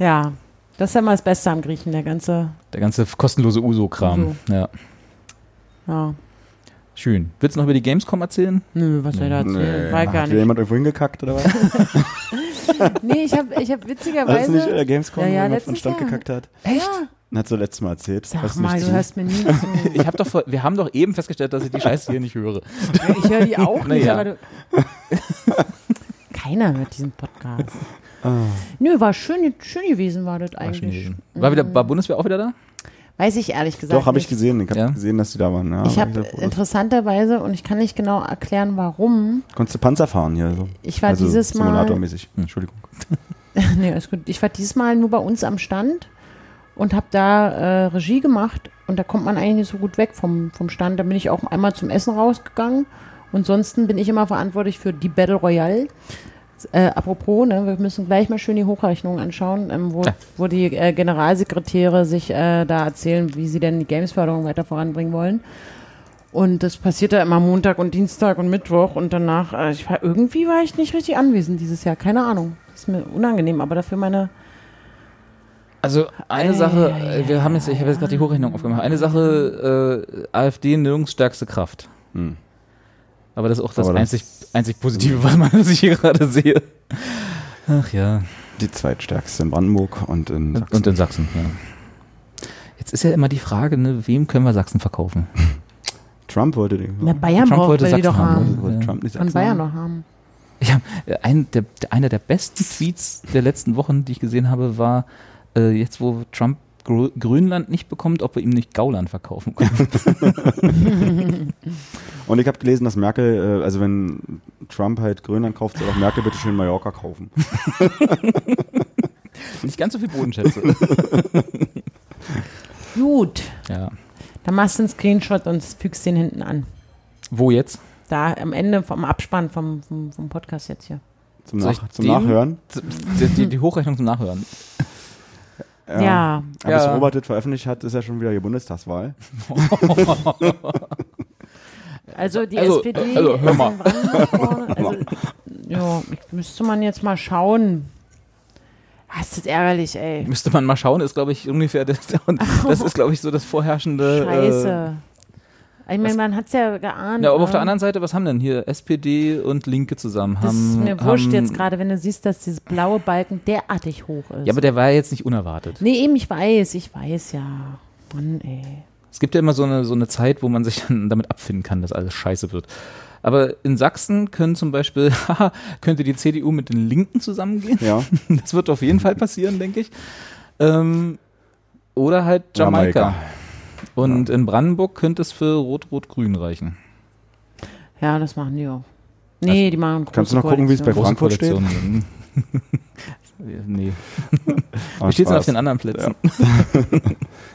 ja, das ist ja mal das Beste am Griechen, der ganze. Der ganze kostenlose Uso-Kram. Uso. Ja, Ja. schön. Willst du noch über die Gamescom erzählen? Nö, was soll da erzählen? War gar Hat wieder nicht. jemand irgendwo hingekackt oder was? Nee, ich habe ich hab Hast du witzigerweise. nicht äh, Gamescom, Ja, ja, wo jemand letztes von Stand Jahr. gekackt hat? Echt? Den Hat so letztes Mal erzählt. Sag Weißt mal, nicht, du die- hörst mir nie zu. Ich hab doch vor, wir haben doch eben festgestellt, dass ich die Scheiße hier nicht höre. Ich höre die auch nicht, Naja. aber du. Keiner hört diesen Podcast. Ah. Nö, war schön, schön gewesen, war das War, schön eigentlich. gewesen. war, wieder, Mhm. war Bundeswehr auch wieder da? Weiß ich ehrlich gesagt. Doch, habe ich nicht. gesehen. Ich habe Ja. gesehen, dass die da waren. Ja, Ich war habe sehr froh. interessanterweise, und ich kann nicht genau erklären, warum. Konntest du Panzer fahren hier? So. Ich war dieses Mal- Simulatormäßig. Hm, Entschuldigung. Nee, alles gut. Ich war dieses Mal nur bei uns am Stand und habe da äh, Regie gemacht. Und da kommt man eigentlich nicht so gut weg vom, vom Stand. Da bin ich auch einmal zum Essen rausgegangen. Und ansonsten bin ich immer verantwortlich für die Battle Royale. Äh, apropos, ne, wir müssen gleich mal schön die Hochrechnungen anschauen, ähm, wo, Ja. wo die äh, Generalsekretäre sich äh, da erzählen, wie sie denn die Gamesförderung weiter voranbringen wollen. Und das passiert ja immer Montag und Dienstag und Mittwoch und danach, äh, ich war, irgendwie war ich nicht richtig anwesend dieses Jahr, keine Ahnung. Ist mir unangenehm, aber dafür meine, Also eine Sache, äh, wir haben jetzt, ich habe jetzt gerade die Hochrechnung aufgemacht. Eine Sache, äh, AfD nirgends stärkste Kraft. Aber das ist auch das, Hm. Aber das- einzig, einzig Positive, was, man, was ich hier gerade sehe. Ach ja. Die zweitstärkste in Brandenburg und in Sachsen. Und in Sachsen, ja. Jetzt ist ja immer die Frage, ne, wem können wir Sachsen verkaufen? Trump wollte den. na, Bayern Trump braucht wollte will die Sachsen doch haben, haben. ne? Wollte Ja. Trump nicht Und Sachsen Bayern haben? noch haben. Ich hab, äh, ein, der, der, einer der besten Tweets der letzten Wochen, die ich gesehen habe, war äh, jetzt, wo Trump Gro Grönland nicht bekommt, ob wir ihm nicht Gauland verkaufen können. Und ich habe gelesen, dass Merkel, äh, also wenn Trump halt Grönland kauft, soll auch Merkel bitte schön Mallorca kaufen. nicht ganz so viel Bodenschätze. Gut, ja. dann machst du einen Screenshot und fügst den hinten an. Wo jetzt? Da am Ende vom Abspann vom, vom, vom Podcast jetzt hier. Zum, Soll ich Nach zum den? Nachhören. Die, Hm. die, die Hochrechnung zum Nachhören. Ja, Aber bis Ja. Robert das veröffentlicht hat, ist ja schon wieder die Bundestagswahl. also die Also, SPD also, hör ist mal. also, in Brandenburg vorne. Also, Ja, ich- müsste man jetzt mal schauen. Ah, ist das ärgerlich, ey. Müsste man mal schauen, ist, glaube ich, ungefähr das, und das ist, glaube ich, so das vorherrschende. äh, Scheiße. ich meine, was- man hat's ja geahnt. Äh, ja, aber ne? auf der anderen Seite, was haben denn hier SPD und Linke zusammen? Das haben, ist mir wurscht haben, jetzt gerade, wenn du siehst, dass dieses blaue Balken derartig hoch ist. Ja, aber der war ja jetzt nicht unerwartet. nee, eben, ich weiß, ich weiß ja. Mann, ey. Es gibt ja immer so eine, so eine Zeit, wo man sich dann damit abfinden kann, dass alles scheiße wird. Aber in Sachsen können zum Beispiel, haha, könnte die CDU mit den Linken zusammengehen. Ja. Das wird auf jeden Fall passieren, denke ich. Ähm, oder halt Jamaika. Jamaika. Und in Brandenburg könnte es für Rot-Rot-Grün reichen. Ja, das machen die auch. Nee, Also, die machen große kannst du noch gucken, wie es bei Koalition. Frankfurt steht? Koalitionen. nee. Wie steht es denn auf den anderen Plätzen? Ah,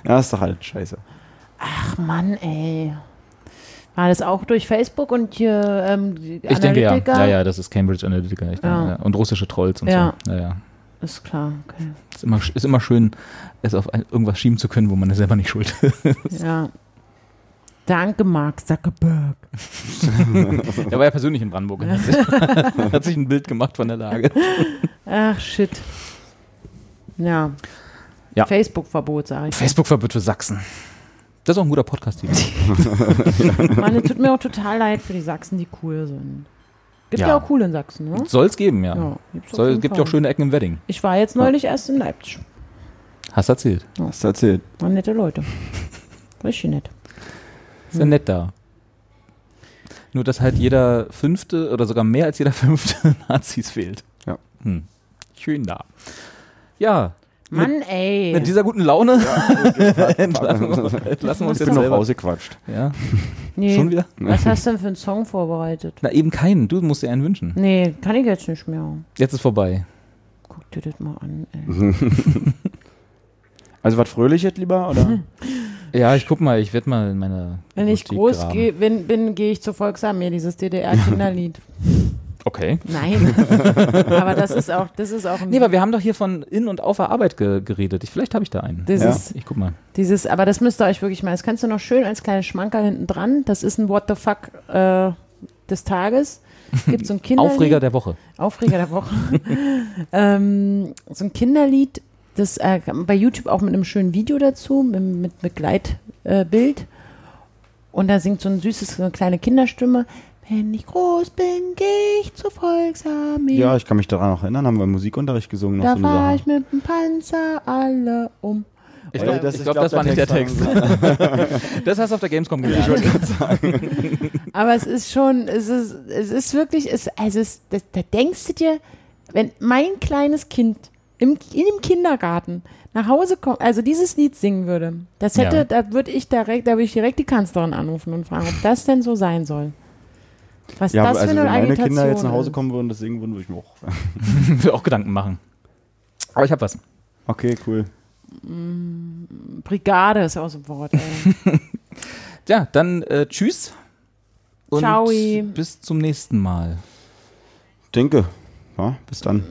Ja, ist doch halt scheiße. Ach Mann, ey. War das auch durch Facebook und hier ähm, die Ich denke ja. Analytiker? Ja, ja, das ist Cambridge Analytica. Ich denke, Ja. ja. Und russische Trolls und Ja. so. Ja, ja. Ist klar, okay. Ist immer, ist immer schön, es auf ein- irgendwas schieben zu können, wo man selber nicht schuld ist. Ja. Danke, Mark Zuckerberg. Der war ja persönlich in Brandenburg. und Hat sich, hat sich ein Bild gemacht von der Lage. Ach, shit. Ja. Ja. Facebook-Verbot, sage ich. Facebook-Verbot für Sachsen. Das ist auch ein guter Podcast-Titel. Mann, es tut mir auch total leid für die Sachsen, die cool sind. Gibt ja, Ja. auch cool in Sachsen, ne? Soll es geben, ja. gibt's auf Soll, jeden gibt ja Fall. auch schöne Ecken im Wedding. Ich war jetzt neulich erst in Leipzig. Hast du erzählt. Hast du erzählt? Waren nette Leute. Richtig nett. Ist ja nett da. Nur, dass halt jeder Fünfte oder sogar mehr als jeder Fünfte Nazis fehlt. Ja. Hm. Schön da. Ja, Mann, ey. mit dieser guten Laune entlassen wir- entlassen wir uns jetzt Ich Bin noch selber. rausgequatscht. Ja, nee. schon wieder? Was hast du denn für einen Song vorbereitet? Na, eben keinen. Du musst dir einen wünschen. Nee, kann ich jetzt nicht mehr. Jetzt ist vorbei. Guck dir das mal an, ey. Also was Fröhliches lieber, Mhm. oder? Ja, ich guck mal, ich werde mal in meine. Wenn ich Boutique groß graben. geh, bin, bin gehe ich zur Volksarmee, dieses DDR-Kinderlied. Okay. Nein. aber das ist auch, das ist auch ein Nee, aber wir haben doch hier von In- und Auf der Arbeit ge geredet. Ich, vielleicht habe ich da einen. das Ja. ist Ich guck mal. dieses, aber das müsst ihr euch wirklich mal. Das kannst du noch schön als kleinen Schmankerl hinten dran. Das ist ein What the fuck äh, des Tages. Gibt so ein Kinderlied. Aufreger der Woche. Aufreger der Woche. ähm, so ein Kinderlied, das äh, bei YouTube auch mit einem schönen Video dazu, mit, mit Begleitbild. Äh, Bild. und da singt so ein süßes, so eine kleine Kinderstimme. Wenn ich groß bin, gehe ich zur Volksarmee. Ja, ich kann mich daran noch erinnern, haben wir im Musikunterricht gesungen. Noch da so eine fahr Sache. ich mit dem Panzer alle um. Ich Oder glaube, das, ich glaub, glaub, das war nicht der Text. war- das hast du auf der Gamescom gelernt. Aber es ist schon, es ist, es ist wirklich, es, also es, das, da denkst du dir, wenn mein kleines Kind im, in dem Kindergarten nach Hause kommt, also dieses Lied singen würde, das hätte, Ja. da würde ich direkt, da würde ich direkt die Kanzlerin anrufen und fragen, ob das denn so sein soll. Was Ja, das also für wenn eine meine Agitation Kinder jetzt nach Hause ist. kommen würden, das singen würden, würde ich mir auch. Wir auch Gedanken machen. Aber ich habe was. Okay, cool. Brigade ist aus dem Wort. Ey. Ja, dann äh, tschüss. Und Ciao. bis zum nächsten Mal. Denke. Ja, bis dann.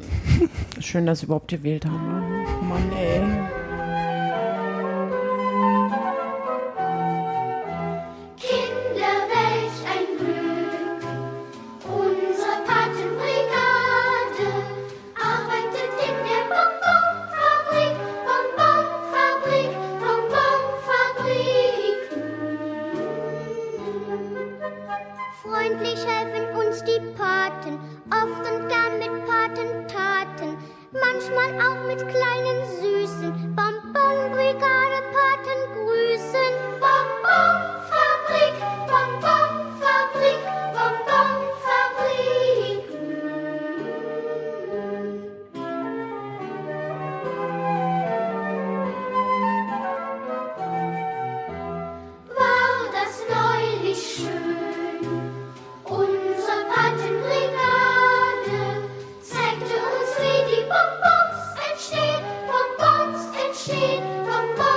Schön, dass sie überhaupt gewählt haben. Mann, ey. Kinder, welch ein Glück! Unsere Patenbrigade arbeitet in der Bonbonfabrik, Bonbonfabrik, Bonbonfabrik. Freundlich helfen uns die Paten, oft und gern mit Patentaten, manchmal auch mit kleinen süßen Bonbonbrigade Paten grüßen. Bonbonfabrik, Bonbonfabrik, Bonbonfabrik. War das neulich schön? Unsere Patenbrigade zeigte uns, wie die Bonbons entstehen, Bonbons entstehen.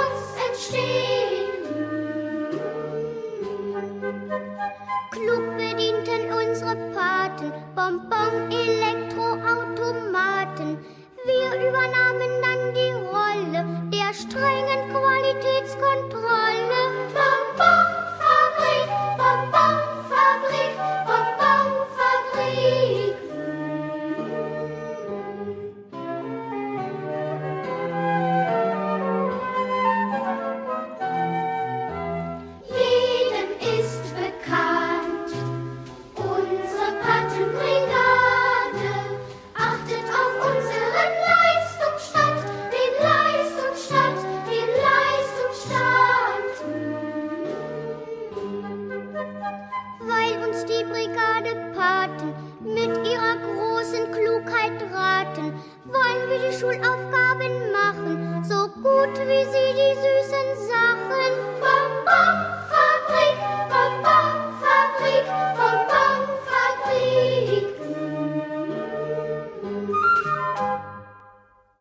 gut, wie sie die süßen Samen.